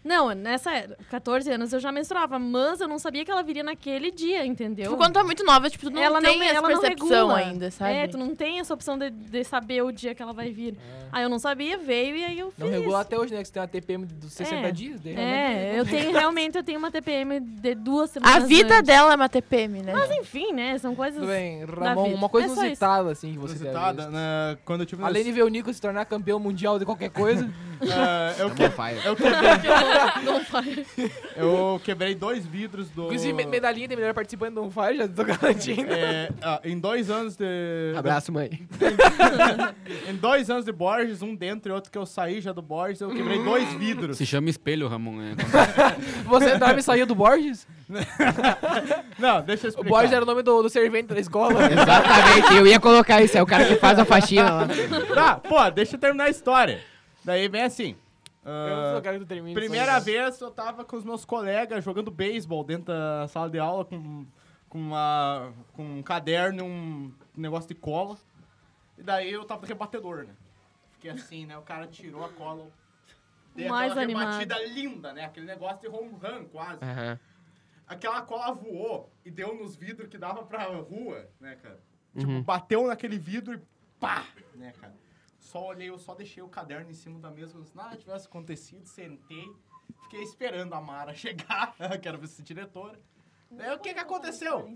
[SPEAKER 5] Não, nessa era, 14 anos eu já menstruava, mas eu não sabia que ela viria naquele dia, entendeu?
[SPEAKER 4] Tipo, quando tu é muito nova, tipo, tu não
[SPEAKER 5] ela
[SPEAKER 4] tem
[SPEAKER 5] não,
[SPEAKER 4] essa
[SPEAKER 5] ela não
[SPEAKER 4] percepção
[SPEAKER 5] regula.
[SPEAKER 4] ainda, sabe?
[SPEAKER 5] É, tu não tem essa opção de, de saber o dia que ela vai vir. Aí eu não sabia, veio e aí eu fiz.
[SPEAKER 2] É. Não regula né? até hoje, né? Que você tem uma TPM dos 60
[SPEAKER 5] É.
[SPEAKER 2] dias. Daí, realmente,
[SPEAKER 5] É, eu tenho realmente, eu tenho uma TPM de duas semanas.
[SPEAKER 4] A vida
[SPEAKER 5] antes.
[SPEAKER 4] dela é uma TPM, né?
[SPEAKER 5] Mas enfim, né? São coisas.
[SPEAKER 2] Tudo bem, Ramon,
[SPEAKER 5] vida.
[SPEAKER 2] uma coisa
[SPEAKER 5] É só
[SPEAKER 2] inusitada, assim, que você deve
[SPEAKER 3] Inusitada,
[SPEAKER 2] ter
[SPEAKER 3] né, quando eu tive...
[SPEAKER 2] visto. Além de ver o Nico se tornar campeão mundial de qualquer coisa,
[SPEAKER 3] Ah,
[SPEAKER 2] É
[SPEAKER 3] eu, que-
[SPEAKER 6] Ramon Fire.
[SPEAKER 3] eu quebrei,
[SPEAKER 5] Não vai.
[SPEAKER 3] eu quebrei dois vidros do...
[SPEAKER 2] inclusive me- medalhinha de melhor participante não faz, já tô garantindo.
[SPEAKER 3] É, ah, em dois anos de...
[SPEAKER 6] Abraço, mãe.
[SPEAKER 3] Em dois anos de Borges, um dentro e outro que eu saí já do Borges, eu quebrei dois vidros.
[SPEAKER 7] Se chama espelho, Ramon. né?
[SPEAKER 2] Você entrava e saía do Borges?
[SPEAKER 3] Não, deixa eu
[SPEAKER 2] O
[SPEAKER 3] explicar.
[SPEAKER 2] Borges era o nome do, do servente da escola.
[SPEAKER 6] Exatamente, eu ia colocar isso, é o cara que faz a faxina lá.
[SPEAKER 3] Tá, pô, deixa eu terminar a história. Daí vem assim. ah,
[SPEAKER 2] Eu só quero que tu termine.
[SPEAKER 3] primeira vez eu tava com os meus colegas jogando beisebol dentro da sala de aula com, com, uma, com um caderno e um negócio de cola. E daí eu tava de rebatedor, né? Fiquei assim, né? O cara tirou a cola. eu Dei
[SPEAKER 5] Mais
[SPEAKER 3] aquela
[SPEAKER 5] animado.
[SPEAKER 3] rebatida linda, né? Aquele negócio de home run quase.
[SPEAKER 6] Aham.
[SPEAKER 3] aquela cola voou e deu nos vidros que dava pra rua, né, cara? Tipo, bateu naquele vidro e pá, né, cara? Só olhei, eu só deixei o caderno em cima da mesa, como se nada tivesse acontecido, sentei, fiquei esperando a Mara chegar, que era vice-diretora. Daí o que que aconteceu?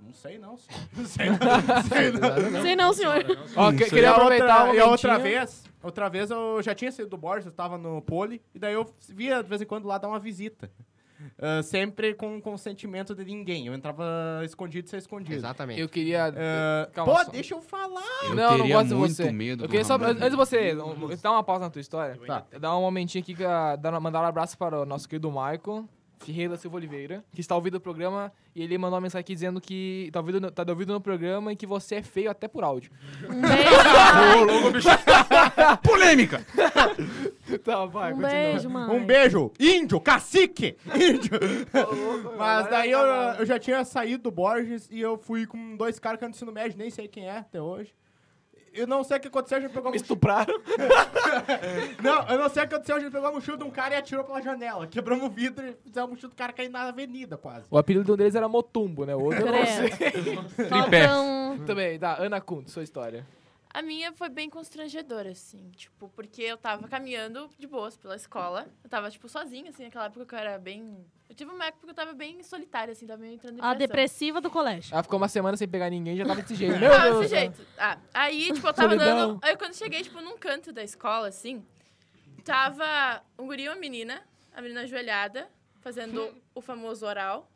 [SPEAKER 3] Não sei não, senhor. Não sei não, sei não.
[SPEAKER 5] Sei não, senhor.
[SPEAKER 2] Ó, que- queria aproveitar um
[SPEAKER 3] outra, e a
[SPEAKER 2] o
[SPEAKER 3] outra vez, outra vez eu já tinha saído do Borges, eu tava no pole, e daí eu via de vez em quando lá dar uma visita. Ah, sempre com consentimento de ninguém. Eu entrava escondido e saía escondido.
[SPEAKER 6] Exatamente.
[SPEAKER 2] Eu queria...
[SPEAKER 3] Ah,
[SPEAKER 2] Calma
[SPEAKER 3] pô,
[SPEAKER 2] só. um
[SPEAKER 3] deixa eu falar!
[SPEAKER 7] Eu
[SPEAKER 2] não, não
[SPEAKER 7] teria
[SPEAKER 2] gosto de
[SPEAKER 7] muito
[SPEAKER 2] você.
[SPEAKER 7] medo
[SPEAKER 2] eu
[SPEAKER 7] do
[SPEAKER 2] queria só,
[SPEAKER 7] Ramon.
[SPEAKER 2] antes de você, um- dá uma pausa na tua história.
[SPEAKER 3] Tá.
[SPEAKER 2] Dá um momentinho aqui, que a- dar- mandar um abraço para o nosso querido Maicon Ferreira Silva Oliveira, que está ouvindo o programa, e ele mandou uma mensagem aqui dizendo que está ouvindo, no- tá ouvindo no programa e que você é feio até por áudio.
[SPEAKER 5] Um beijo,
[SPEAKER 7] Polêmica!
[SPEAKER 2] tá, vai,
[SPEAKER 5] um
[SPEAKER 2] continua.
[SPEAKER 5] beijo, mano.
[SPEAKER 3] Um beijo! Índio! Cacique! Índio! Mas daí eu,
[SPEAKER 2] Vai, vai, vai.
[SPEAKER 3] eu já tinha saído do Borges e eu fui com dois caras que eu não ensino médio, nem sei quem é até hoje. Eu não sei o que aconteceu, a gente pegou um
[SPEAKER 2] Me
[SPEAKER 3] uma
[SPEAKER 2] estupraram.
[SPEAKER 3] Não, eu não sei o que aconteceu. A gente pegou a mochila de um cara e atirou pela janela. Quebramos o vidro e fizemos a mochila do cara cair na avenida, quase.
[SPEAKER 2] O apelido de um deles era Motumbo, né? O outro eu não sei.
[SPEAKER 5] Faltam...
[SPEAKER 2] Também, da Ana Kunto, sua história.
[SPEAKER 4] A minha foi bem constrangedora, assim, tipo, porque eu tava caminhando de boas pela escola. Eu tava, tipo, sozinha, assim, naquela época que eu era bem. Eu tive uma época que eu tava bem solitária, assim, tava meio entrando em
[SPEAKER 5] A depressiva do colégio.
[SPEAKER 2] Ela ficou uma semana sem pegar ninguém já tava desse jeito. Meu
[SPEAKER 4] Ah,
[SPEAKER 2] Deus,
[SPEAKER 4] desse jeito. Ah, aí, tipo, eu tava
[SPEAKER 2] Solidão.
[SPEAKER 4] andando. Aí quando eu cheguei, tipo, num canto da escola, assim, tava um guri e uma menina, a menina ajoelhada, fazendo o famoso oral.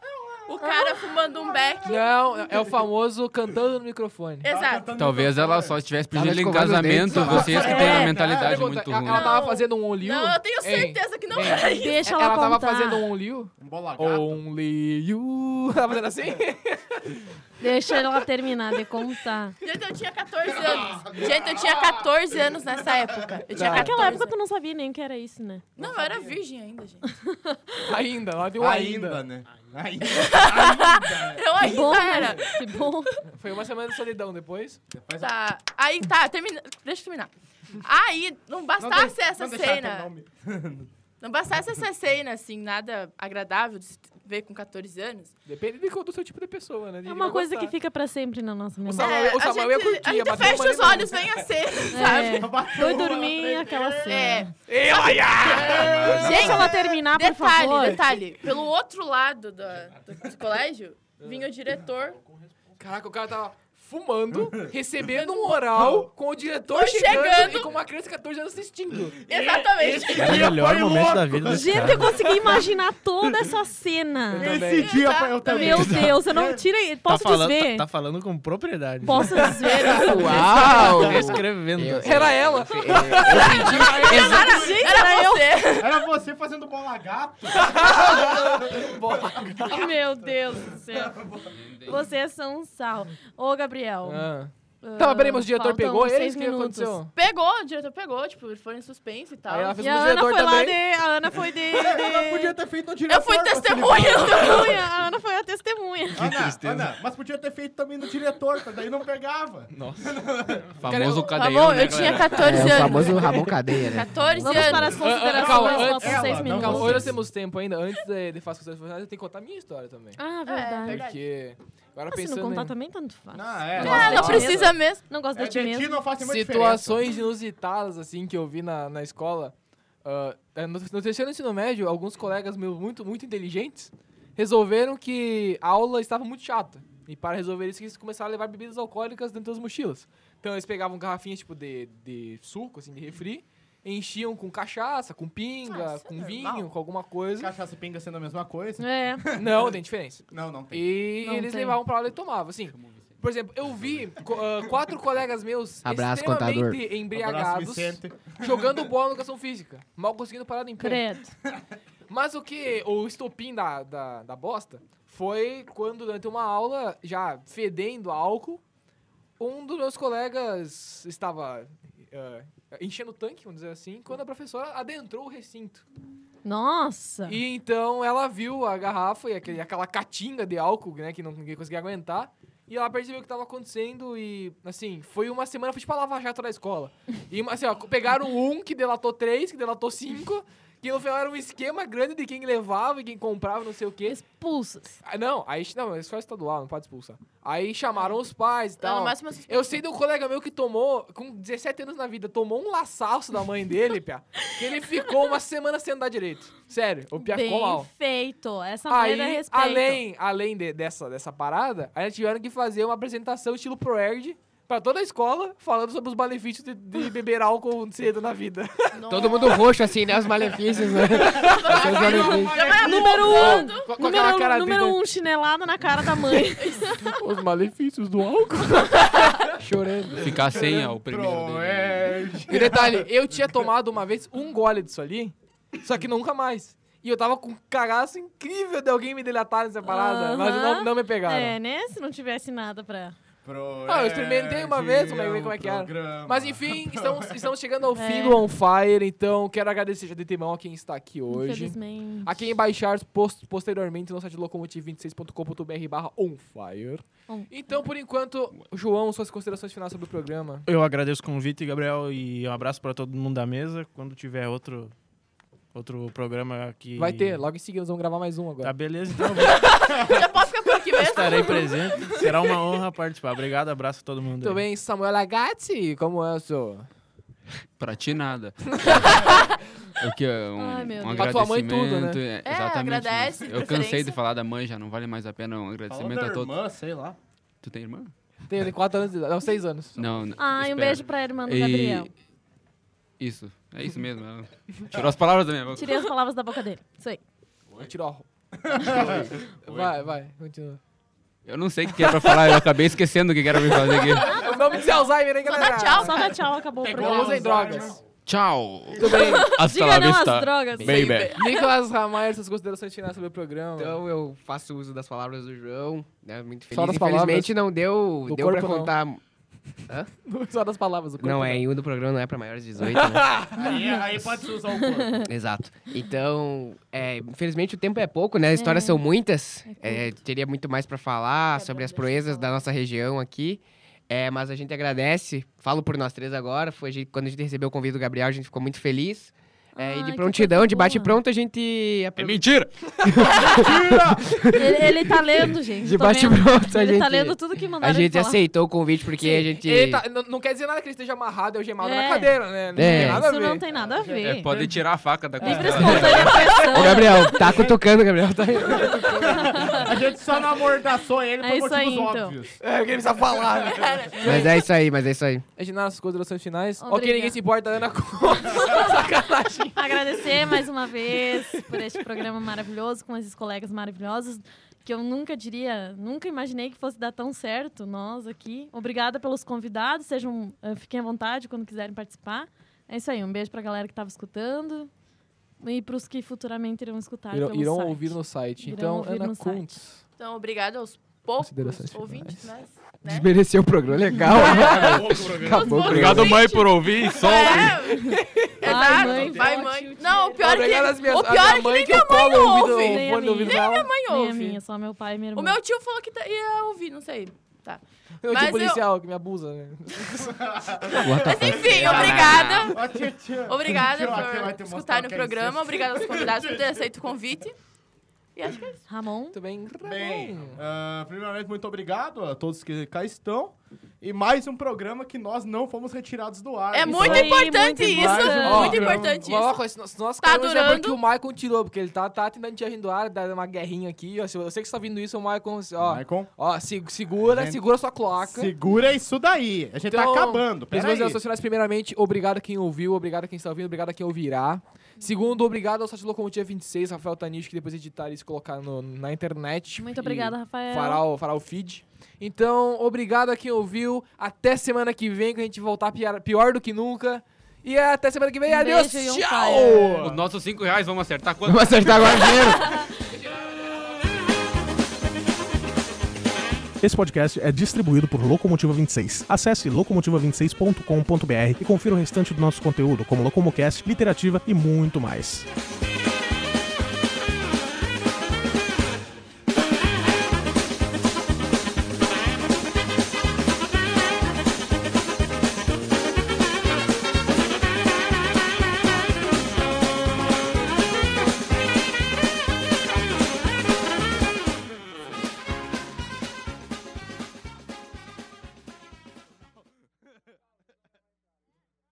[SPEAKER 4] O cara fumando um beck.
[SPEAKER 2] é. Não, é o famoso cantando no microfone.
[SPEAKER 4] Exato.
[SPEAKER 7] Talvez ela só estivesse
[SPEAKER 6] Tava
[SPEAKER 7] pedindo em
[SPEAKER 6] escovando os
[SPEAKER 7] um casamento,
[SPEAKER 6] dentes.
[SPEAKER 7] vocês que têm uma
[SPEAKER 5] É,
[SPEAKER 7] mentalidade
[SPEAKER 2] Pergunta,
[SPEAKER 7] muito
[SPEAKER 2] ela-
[SPEAKER 7] ruim.
[SPEAKER 2] Ela tava
[SPEAKER 4] Não.
[SPEAKER 2] fazendo um Onliu?
[SPEAKER 4] Não, eu tenho
[SPEAKER 2] Ei,
[SPEAKER 4] certeza que não
[SPEAKER 2] ei.
[SPEAKER 4] era isso.
[SPEAKER 5] Deixa ela,
[SPEAKER 2] É Ela tava
[SPEAKER 5] contar.
[SPEAKER 2] fazendo um Onliu?
[SPEAKER 3] Um bola gata.
[SPEAKER 2] Only you. Tava fazendo assim?
[SPEAKER 5] Deixa ela terminar de contar.
[SPEAKER 4] Gente, eu tinha 14 anos. Gente, eu tinha 14 anos nessa época. Eu tinha
[SPEAKER 2] Não.
[SPEAKER 4] 14
[SPEAKER 5] Naquela época tu não sabia nem o que era isso, né?
[SPEAKER 4] Não, eu era virgem ainda, gente.
[SPEAKER 2] Ainda, ela deu ainda.
[SPEAKER 3] Ainda, né? Ainda.
[SPEAKER 4] Eu ainda
[SPEAKER 5] Bom,
[SPEAKER 4] Então, tá, era.
[SPEAKER 5] né? Que bom.
[SPEAKER 2] Foi uma semana de solidão depois.
[SPEAKER 4] Tá. Aí tá, termina. Deixa eu terminar. Aí, não bastasse essa cena. Não bastasse essa cena, assim, nada agradável de se ver com 14 anos.
[SPEAKER 2] Depende de qual- do seu tipo de pessoa, né?
[SPEAKER 5] É uma coisa que fica pra sempre na nossa memória.
[SPEAKER 2] Samuel- o
[SPEAKER 4] é, a
[SPEAKER 2] Samuel
[SPEAKER 4] gente,
[SPEAKER 2] ia curtir,
[SPEAKER 4] a
[SPEAKER 2] ia
[SPEAKER 4] gente
[SPEAKER 2] bater uma
[SPEAKER 4] fecha os
[SPEAKER 2] ali,
[SPEAKER 4] olhos, vem a cena,
[SPEAKER 5] É,
[SPEAKER 4] sabe?
[SPEAKER 5] foi dormir aquela
[SPEAKER 4] É.
[SPEAKER 5] cena. Deixa
[SPEAKER 4] Gente,
[SPEAKER 5] ela terminar, por
[SPEAKER 4] detalhe,
[SPEAKER 5] favor.
[SPEAKER 4] detalhe. Pelo outro lado da- do, do colégio, vinha o diretor
[SPEAKER 2] Caraca, o cara tava. fumando, recebendo um oral, com o diretor
[SPEAKER 4] Tô
[SPEAKER 2] chegando,
[SPEAKER 4] chegando.
[SPEAKER 2] e com uma criança de 14 anos assistindo.
[SPEAKER 4] Exatamente.
[SPEAKER 8] Era É o melhor momento da vida desse
[SPEAKER 5] Gente, eu
[SPEAKER 8] cara.
[SPEAKER 5] consegui imaginar toda essa cena.
[SPEAKER 3] Esse dia foi eu também.
[SPEAKER 5] Meu Deus, eu não tirei. Posso
[SPEAKER 8] tá falando,
[SPEAKER 5] desver?
[SPEAKER 8] Tá, tá falando com propriedade.
[SPEAKER 5] Posso desver isso?
[SPEAKER 6] Uau!
[SPEAKER 8] Tá escrevendo.
[SPEAKER 6] Eu-
[SPEAKER 2] Era ela. né?
[SPEAKER 6] Eu, eu, eu,
[SPEAKER 4] Era, era você.
[SPEAKER 3] Era você fazendo bola gato.
[SPEAKER 5] Oh, Meu Deus do céu.
[SPEAKER 2] Tá
[SPEAKER 5] Vocês são um sal. Ô, Gabriel.
[SPEAKER 2] Ah.
[SPEAKER 5] ah,
[SPEAKER 2] Tá, mas peraí, mas o diretor
[SPEAKER 5] faltam
[SPEAKER 2] pegou
[SPEAKER 5] seis
[SPEAKER 2] eles? O que
[SPEAKER 5] minutos.
[SPEAKER 2] aconteceu?
[SPEAKER 4] Pegou, o diretor pegou, tipo, eles foram em suspense e tal.
[SPEAKER 2] Aí ela fez
[SPEAKER 5] E
[SPEAKER 2] com
[SPEAKER 5] a
[SPEAKER 2] o
[SPEAKER 5] Ana
[SPEAKER 2] diretor
[SPEAKER 5] foi lá de...
[SPEAKER 2] também.
[SPEAKER 5] A Ana foi de... de-
[SPEAKER 3] ter feito no diretor.
[SPEAKER 4] Eu fui
[SPEAKER 3] pra se
[SPEAKER 4] testemunha.
[SPEAKER 3] livrar.
[SPEAKER 5] testemunha. A Ana foi a testemunha.
[SPEAKER 3] Ana, Ana, mas podia ter feito também no diretor, mas daí não pegava.
[SPEAKER 7] Famoso
[SPEAKER 4] Tá
[SPEAKER 7] cadeião,
[SPEAKER 4] bom,
[SPEAKER 7] né,
[SPEAKER 4] eu tinha
[SPEAKER 7] galera?
[SPEAKER 4] 14
[SPEAKER 6] é o
[SPEAKER 4] anos.
[SPEAKER 6] famoso Ramon Cadeia, né?
[SPEAKER 4] 14
[SPEAKER 5] Vamos para
[SPEAKER 4] anos.
[SPEAKER 5] as
[SPEAKER 2] Ah,
[SPEAKER 5] considerações.
[SPEAKER 2] Calma,
[SPEAKER 5] faltam
[SPEAKER 2] antes-
[SPEAKER 5] seis
[SPEAKER 3] ela,
[SPEAKER 5] minutos.
[SPEAKER 3] não,
[SPEAKER 2] calma, hoje nós temos tempo ainda. Antes de, de fazer as coisas, eu tenho que contar a minha história também.
[SPEAKER 5] Ah, verdade.
[SPEAKER 4] É verdade.
[SPEAKER 2] Porque. Agora
[SPEAKER 5] Ah, se não
[SPEAKER 2] pensando
[SPEAKER 5] contar
[SPEAKER 2] em
[SPEAKER 5] também, tanto faz.
[SPEAKER 3] Não, é.
[SPEAKER 4] Ah, não
[SPEAKER 5] Nossa,
[SPEAKER 4] precisa mesmo.
[SPEAKER 5] Não gosto
[SPEAKER 3] É,
[SPEAKER 5] de ti
[SPEAKER 3] de ti
[SPEAKER 5] mesmo.
[SPEAKER 3] não faz nenhuma diferença.
[SPEAKER 2] situações inusitadas, assim, que eu vi na, na escola. ah, é, no, no terceiro ensino médio, alguns colegas meus muito, muito inteligentes resolveram que a aula estava muito chata. E para resolver isso, eles começaram a levar bebidas alcoólicas dentro das mochilas. Então eles pegavam garrafinhas, tipo, de, de suco, assim, de refri, enchiam com cachaça, com pinga,
[SPEAKER 4] Ah, isso é
[SPEAKER 2] com
[SPEAKER 4] normal.
[SPEAKER 2] vinho, com alguma coisa.
[SPEAKER 3] Cachaça e pinga sendo a mesma
[SPEAKER 2] Né?
[SPEAKER 3] coisa?
[SPEAKER 5] É.
[SPEAKER 2] Não, tem diferença.
[SPEAKER 3] Não, não tem.
[SPEAKER 2] E
[SPEAKER 5] Não
[SPEAKER 2] eles
[SPEAKER 5] tem.
[SPEAKER 2] levavam pra aula e tomavam, assim. Por exemplo, eu vi co- ah, quatro colegas meus
[SPEAKER 6] Abraço,
[SPEAKER 2] extremamente
[SPEAKER 6] contador.
[SPEAKER 3] Abraço,
[SPEAKER 2] embriagados
[SPEAKER 3] Vicente.
[SPEAKER 2] jogando bola na educação física, mal conseguindo parar em pé.
[SPEAKER 5] Credo.
[SPEAKER 2] Mas o que o estopim da, da, da bosta foi quando, durante uma aula, já fedendo álcool, um dos meus colegas estava ah, enchendo o tanque, vamos dizer assim, quando a professora adentrou o recinto.
[SPEAKER 5] Nossa.
[SPEAKER 2] E então ela viu a garrafa e aquele, aquela catinga de álcool, né, que não, ninguém conseguia aguentar. E ela percebeu o que tava acontecendo e, assim, foi uma semana, foi tipo a Lava Jato da escola. E, assim, ó, pegaram um que delatou três, que delatou cinco, que no final era um esquema grande de quem levava e quem comprava, não sei o quê.
[SPEAKER 5] Expulsas.
[SPEAKER 2] Ah, Não, aí, não, é escola estadual, não pode expulsar. Aí chamaram os
[SPEAKER 5] Ah,
[SPEAKER 2] pais e
[SPEAKER 4] Não,
[SPEAKER 2] tal.
[SPEAKER 4] no máximo as-
[SPEAKER 2] Eu sei de um colega meu que tomou, com 17 anos na vida, tomou um laçaço da mãe dele, Pia, que ele ficou uma semana sem andar direito. Sério, o Pia ficou mal.
[SPEAKER 5] Bem feito. Essa mulher é
[SPEAKER 2] Aí,
[SPEAKER 5] respeito.
[SPEAKER 2] além, além de- dessa, dessa parada, aí tiveram que fazer uma apresentação estilo ProErd pra toda a escola, falando sobre os benefícios de, de beber álcool cedo na vida.
[SPEAKER 4] é.
[SPEAKER 6] Todo mundo roxo, assim, né? Os malefícios, né? Os malefícios.
[SPEAKER 5] Número um.
[SPEAKER 2] Com, com
[SPEAKER 5] Número,
[SPEAKER 2] aquela cara
[SPEAKER 5] número
[SPEAKER 2] dele,
[SPEAKER 5] um, chinelada na cara da mãe.
[SPEAKER 2] Os malefícios do álcool.
[SPEAKER 6] Chorando.
[SPEAKER 7] Ficar sem é o primeiro dele.
[SPEAKER 2] E detalhe, eu tinha tomado uma vez um gole disso ali, só que nunca mais. E eu tava com um cagaço incrível de alguém me delatar nessa parada, mas
[SPEAKER 5] Aham.
[SPEAKER 2] não, não me pegaram.
[SPEAKER 5] É, né? Se não tivesse nada pra...
[SPEAKER 3] Pro um
[SPEAKER 2] Ah, eu experimentei uma vez, como é- como é que era.
[SPEAKER 3] programa.
[SPEAKER 2] Mas enfim, estamos, estamos chegando ao
[SPEAKER 5] É.
[SPEAKER 2] fim do On Fire, então quero agradecer já de timão a quem está aqui hoje.
[SPEAKER 5] Infelizmente.
[SPEAKER 2] A quem baixar post, posteriormente no site locomotive26.com.br barra onfire.
[SPEAKER 5] On-
[SPEAKER 2] Então, por enquanto, João, suas considerações finais sobre o programa.
[SPEAKER 8] Eu agradeço o convite, Gabriel, e um abraço pra todo mundo da mesa. Quando tiver outro, outro programa aqui...
[SPEAKER 2] Vai ter, logo em seguida nós vamos gravar mais um
[SPEAKER 8] Tá,
[SPEAKER 2] agora.
[SPEAKER 8] beleza. Então eu vou-
[SPEAKER 4] Já posso ficar por aqui mesmo?
[SPEAKER 8] estarei presente. Será uma honra participar. Obrigado, abraço a todo mundo.
[SPEAKER 2] Muito
[SPEAKER 8] aí.
[SPEAKER 2] bem, Samuel Agatti, como é o seu?
[SPEAKER 7] Pra ti, nada. o que é um,
[SPEAKER 5] Ai, meu
[SPEAKER 7] um
[SPEAKER 5] Deus.
[SPEAKER 2] Pra tua mãe,
[SPEAKER 7] agradecimento.
[SPEAKER 2] tudo, né?
[SPEAKER 7] é,
[SPEAKER 4] É,
[SPEAKER 7] exatamente. né?
[SPEAKER 4] agradece,
[SPEAKER 7] Eu cansei
[SPEAKER 4] preferência.
[SPEAKER 7] de falar da mãe, já não vale mais a pena um agradecimento a todos.
[SPEAKER 3] irmã, sei lá.
[SPEAKER 7] Tu tem irmã?
[SPEAKER 2] Tem 4 anos de idade, não, 6 anos.
[SPEAKER 7] Não, não.
[SPEAKER 5] Ai, um
[SPEAKER 7] espera.
[SPEAKER 5] beijo pra irmã do
[SPEAKER 7] E-
[SPEAKER 5] Gabriel.
[SPEAKER 7] Isso, é isso mesmo. ela Tirou as palavras da minha boca.
[SPEAKER 5] Tirei as palavras da boca dele. Isso aí.
[SPEAKER 2] Eu tiro a roupa. Vai, vai, continua.
[SPEAKER 7] Eu não sei o que era pra falar, eu acabei esquecendo o que era pra fazer aqui.
[SPEAKER 2] O nome de Alzheimer, hein, galera?
[SPEAKER 4] tchau.
[SPEAKER 5] Só dá tchau, acabou o
[SPEAKER 2] Não
[SPEAKER 5] programa.
[SPEAKER 2] usem drogas.
[SPEAKER 7] Tchau!
[SPEAKER 2] Tudo bem.
[SPEAKER 7] Hasta
[SPEAKER 5] Diga
[SPEAKER 7] la
[SPEAKER 5] não às
[SPEAKER 7] vista,
[SPEAKER 5] drogas.
[SPEAKER 7] baby.
[SPEAKER 2] Nicolas Ramalho, suas considerações finais sobre o programa.
[SPEAKER 6] Então eu faço uso das palavras do João, né? Muito
[SPEAKER 2] Só
[SPEAKER 6] feliz.
[SPEAKER 2] das
[SPEAKER 6] Infelizmente não deu,
[SPEAKER 2] Do
[SPEAKER 6] deu pra
[SPEAKER 2] corpo, não.
[SPEAKER 6] contar.
[SPEAKER 2] Só das palavras. o corpo
[SPEAKER 6] Não, é, em um do programa não é pra maiores de 18, né?
[SPEAKER 3] Aí, aí pode se usar o corpo.
[SPEAKER 6] Exato. Então, é, infelizmente o tempo é pouco, né? As histórias são muitas. É, teria muito mais pra falar sobre as proezas da nossa região aqui. É, mas a gente agradece. Falo por nós três agora. Foi a gente- quando a gente recebeu o convite do Gabriel, a gente ficou muito feliz. É, e
[SPEAKER 5] Ai,
[SPEAKER 6] de
[SPEAKER 5] Ah, que
[SPEAKER 6] prontidão,
[SPEAKER 5] coisa
[SPEAKER 6] de
[SPEAKER 5] boa.
[SPEAKER 6] bate-pronto, a gente...
[SPEAKER 7] É mentira!
[SPEAKER 5] Ele, ele tá lendo, gente.
[SPEAKER 6] De
[SPEAKER 5] tô vendo.
[SPEAKER 6] bate-pronto, a
[SPEAKER 5] Ele tá
[SPEAKER 6] gente-
[SPEAKER 5] lendo tudo que
[SPEAKER 6] A
[SPEAKER 5] mandaram ele
[SPEAKER 6] gente
[SPEAKER 5] falar.
[SPEAKER 6] aceitou o convite porque a gente...
[SPEAKER 2] Ele tá- n- não quer dizer nada que ele esteja amarrado e algemado
[SPEAKER 5] É.
[SPEAKER 2] na cadeira, né? Não
[SPEAKER 6] É.
[SPEAKER 2] tem nada a
[SPEAKER 5] Isso não
[SPEAKER 2] ver.
[SPEAKER 5] tem nada a ver.
[SPEAKER 7] É, pode tirar a faca da
[SPEAKER 2] É
[SPEAKER 5] Livre
[SPEAKER 7] costela.
[SPEAKER 5] espontânea É pressão.
[SPEAKER 6] Ô, Gabriel, tá cutucando, Gabriel. Tá...
[SPEAKER 3] A gente só não amordaçou ele
[SPEAKER 5] É
[SPEAKER 3] por
[SPEAKER 5] isso
[SPEAKER 3] motivos
[SPEAKER 5] aí, então.
[SPEAKER 3] óbvios.
[SPEAKER 2] É, o que ele precisa falar, né?
[SPEAKER 6] Mas é isso aí, mas é isso aí.
[SPEAKER 2] A gente dá nossas considerações finais. Ok,
[SPEAKER 5] Obrigada.
[SPEAKER 2] ninguém se importa, Ana Costa. Sacanagem.
[SPEAKER 5] Agradecer mais uma vez por este programa maravilhoso com esses colegas maravilhosos que eu nunca diria, nunca imaginei que fosse dar tão certo nós aqui. Obrigada pelos convidados, sejam, eh, fiquem à vontade quando quiserem participar. É isso aí, um beijo pra galera que tava escutando e pros que futuramente irão escutar
[SPEAKER 2] Irão,
[SPEAKER 5] pelo
[SPEAKER 2] irão
[SPEAKER 5] site.
[SPEAKER 2] ouvir no site.
[SPEAKER 5] Tá, Irão
[SPEAKER 2] Então,
[SPEAKER 5] ouvir
[SPEAKER 2] Ana
[SPEAKER 5] no site.
[SPEAKER 2] Kuntz.
[SPEAKER 4] Então, obrigado aos poucos
[SPEAKER 2] Considerações finais.
[SPEAKER 4] ouvintes, né? né?
[SPEAKER 6] Desmereceu o programa, legal. Acabou o programa.
[SPEAKER 7] Obrigado, mãe, por ouvir. Solta.
[SPEAKER 4] É,
[SPEAKER 5] Vai,
[SPEAKER 4] exato.
[SPEAKER 5] mãe,
[SPEAKER 4] Vai,
[SPEAKER 5] tio,
[SPEAKER 4] mãe.
[SPEAKER 5] tio,
[SPEAKER 4] Não, o pior é
[SPEAKER 2] Obrigado às
[SPEAKER 4] que,
[SPEAKER 2] minhas,
[SPEAKER 4] o
[SPEAKER 2] à
[SPEAKER 4] pior é
[SPEAKER 2] minha
[SPEAKER 4] que
[SPEAKER 2] mãe
[SPEAKER 4] nem
[SPEAKER 2] que, eu
[SPEAKER 4] minha mãe
[SPEAKER 2] colo o ouvido,
[SPEAKER 5] ouve.
[SPEAKER 2] o
[SPEAKER 5] Nem a
[SPEAKER 2] fone do ouvido
[SPEAKER 5] minha.
[SPEAKER 2] dela.
[SPEAKER 4] mãe
[SPEAKER 5] Nem a
[SPEAKER 4] ouve.
[SPEAKER 5] minha, só meu pai e minha irmã.
[SPEAKER 4] O meu tio falou que tá- ia ouvir, não sei. Tá.
[SPEAKER 2] Eu
[SPEAKER 4] Mas
[SPEAKER 2] tinha
[SPEAKER 4] eu-
[SPEAKER 2] policial Tá. que me abusa, né?
[SPEAKER 4] Mas enfim, obrigada.
[SPEAKER 3] Ó, tio, tio.
[SPEAKER 4] Obrigada
[SPEAKER 3] Tio, aqui vai
[SPEAKER 4] por
[SPEAKER 3] te mostrar
[SPEAKER 4] escutar no
[SPEAKER 3] o que é
[SPEAKER 4] programa.
[SPEAKER 3] incesto.
[SPEAKER 4] Obrigada aos convidados por terem aceito o convite. E acho que é isso.
[SPEAKER 5] Ramon,
[SPEAKER 2] Muito bem.
[SPEAKER 3] Bem,
[SPEAKER 2] Ramon.
[SPEAKER 3] ah, primeiramente, muito obrigado a todos que cá estão. E mais um programa que nós não fomos retirados do ar.
[SPEAKER 4] É
[SPEAKER 3] Então,
[SPEAKER 4] muito
[SPEAKER 5] aí,
[SPEAKER 4] importante
[SPEAKER 5] muito
[SPEAKER 4] isso.
[SPEAKER 5] importante.
[SPEAKER 2] Ó,
[SPEAKER 4] Muito importante
[SPEAKER 2] Mas, ó,
[SPEAKER 4] isso.
[SPEAKER 2] com esse- nosso
[SPEAKER 4] Tá
[SPEAKER 2] tá durando. é
[SPEAKER 4] durando.
[SPEAKER 2] porque o Maicon tirou, porque ele tá, tá tentando tiragem do ar, dar uma guerrinha aqui. Ó, se você que está vindo isso, o Maicon, ó,
[SPEAKER 3] Maicon,
[SPEAKER 2] ó se- segura,
[SPEAKER 3] Gente,
[SPEAKER 2] segura sua cloaca.
[SPEAKER 3] segura isso daí. A gente tá
[SPEAKER 2] Então, Minhas
[SPEAKER 3] acabando. Peraí.
[SPEAKER 2] considerações finais, primeiramente, obrigado a quem ouviu, obrigado a quem está ouvindo, obrigado a quem ouvirá. Segundo, obrigado ao site Locomotiva 26, Rafael Tanish, que depois editar isso e colocar no- na internet.
[SPEAKER 5] muito
[SPEAKER 2] E
[SPEAKER 5] obrigada, Rafael.
[SPEAKER 2] Fará o, fará o feed. Então, obrigado a quem ouviu. Até semana que vem, que a gente voltar pior, pior do que nunca. E até semana que vem.
[SPEAKER 5] Um
[SPEAKER 2] Adeus,
[SPEAKER 5] beijo e um
[SPEAKER 2] tchau!
[SPEAKER 5] fire.
[SPEAKER 7] Os nossos 5 reais vamos acertar quanto?
[SPEAKER 6] Vamos acertar agora dinheiro.
[SPEAKER 1] Esse podcast é distribuído por Locomotiva 26. Acesse locomotiva26.com.br e confira o restante do nosso conteúdo, como Locomocast, Literativa e muito mais.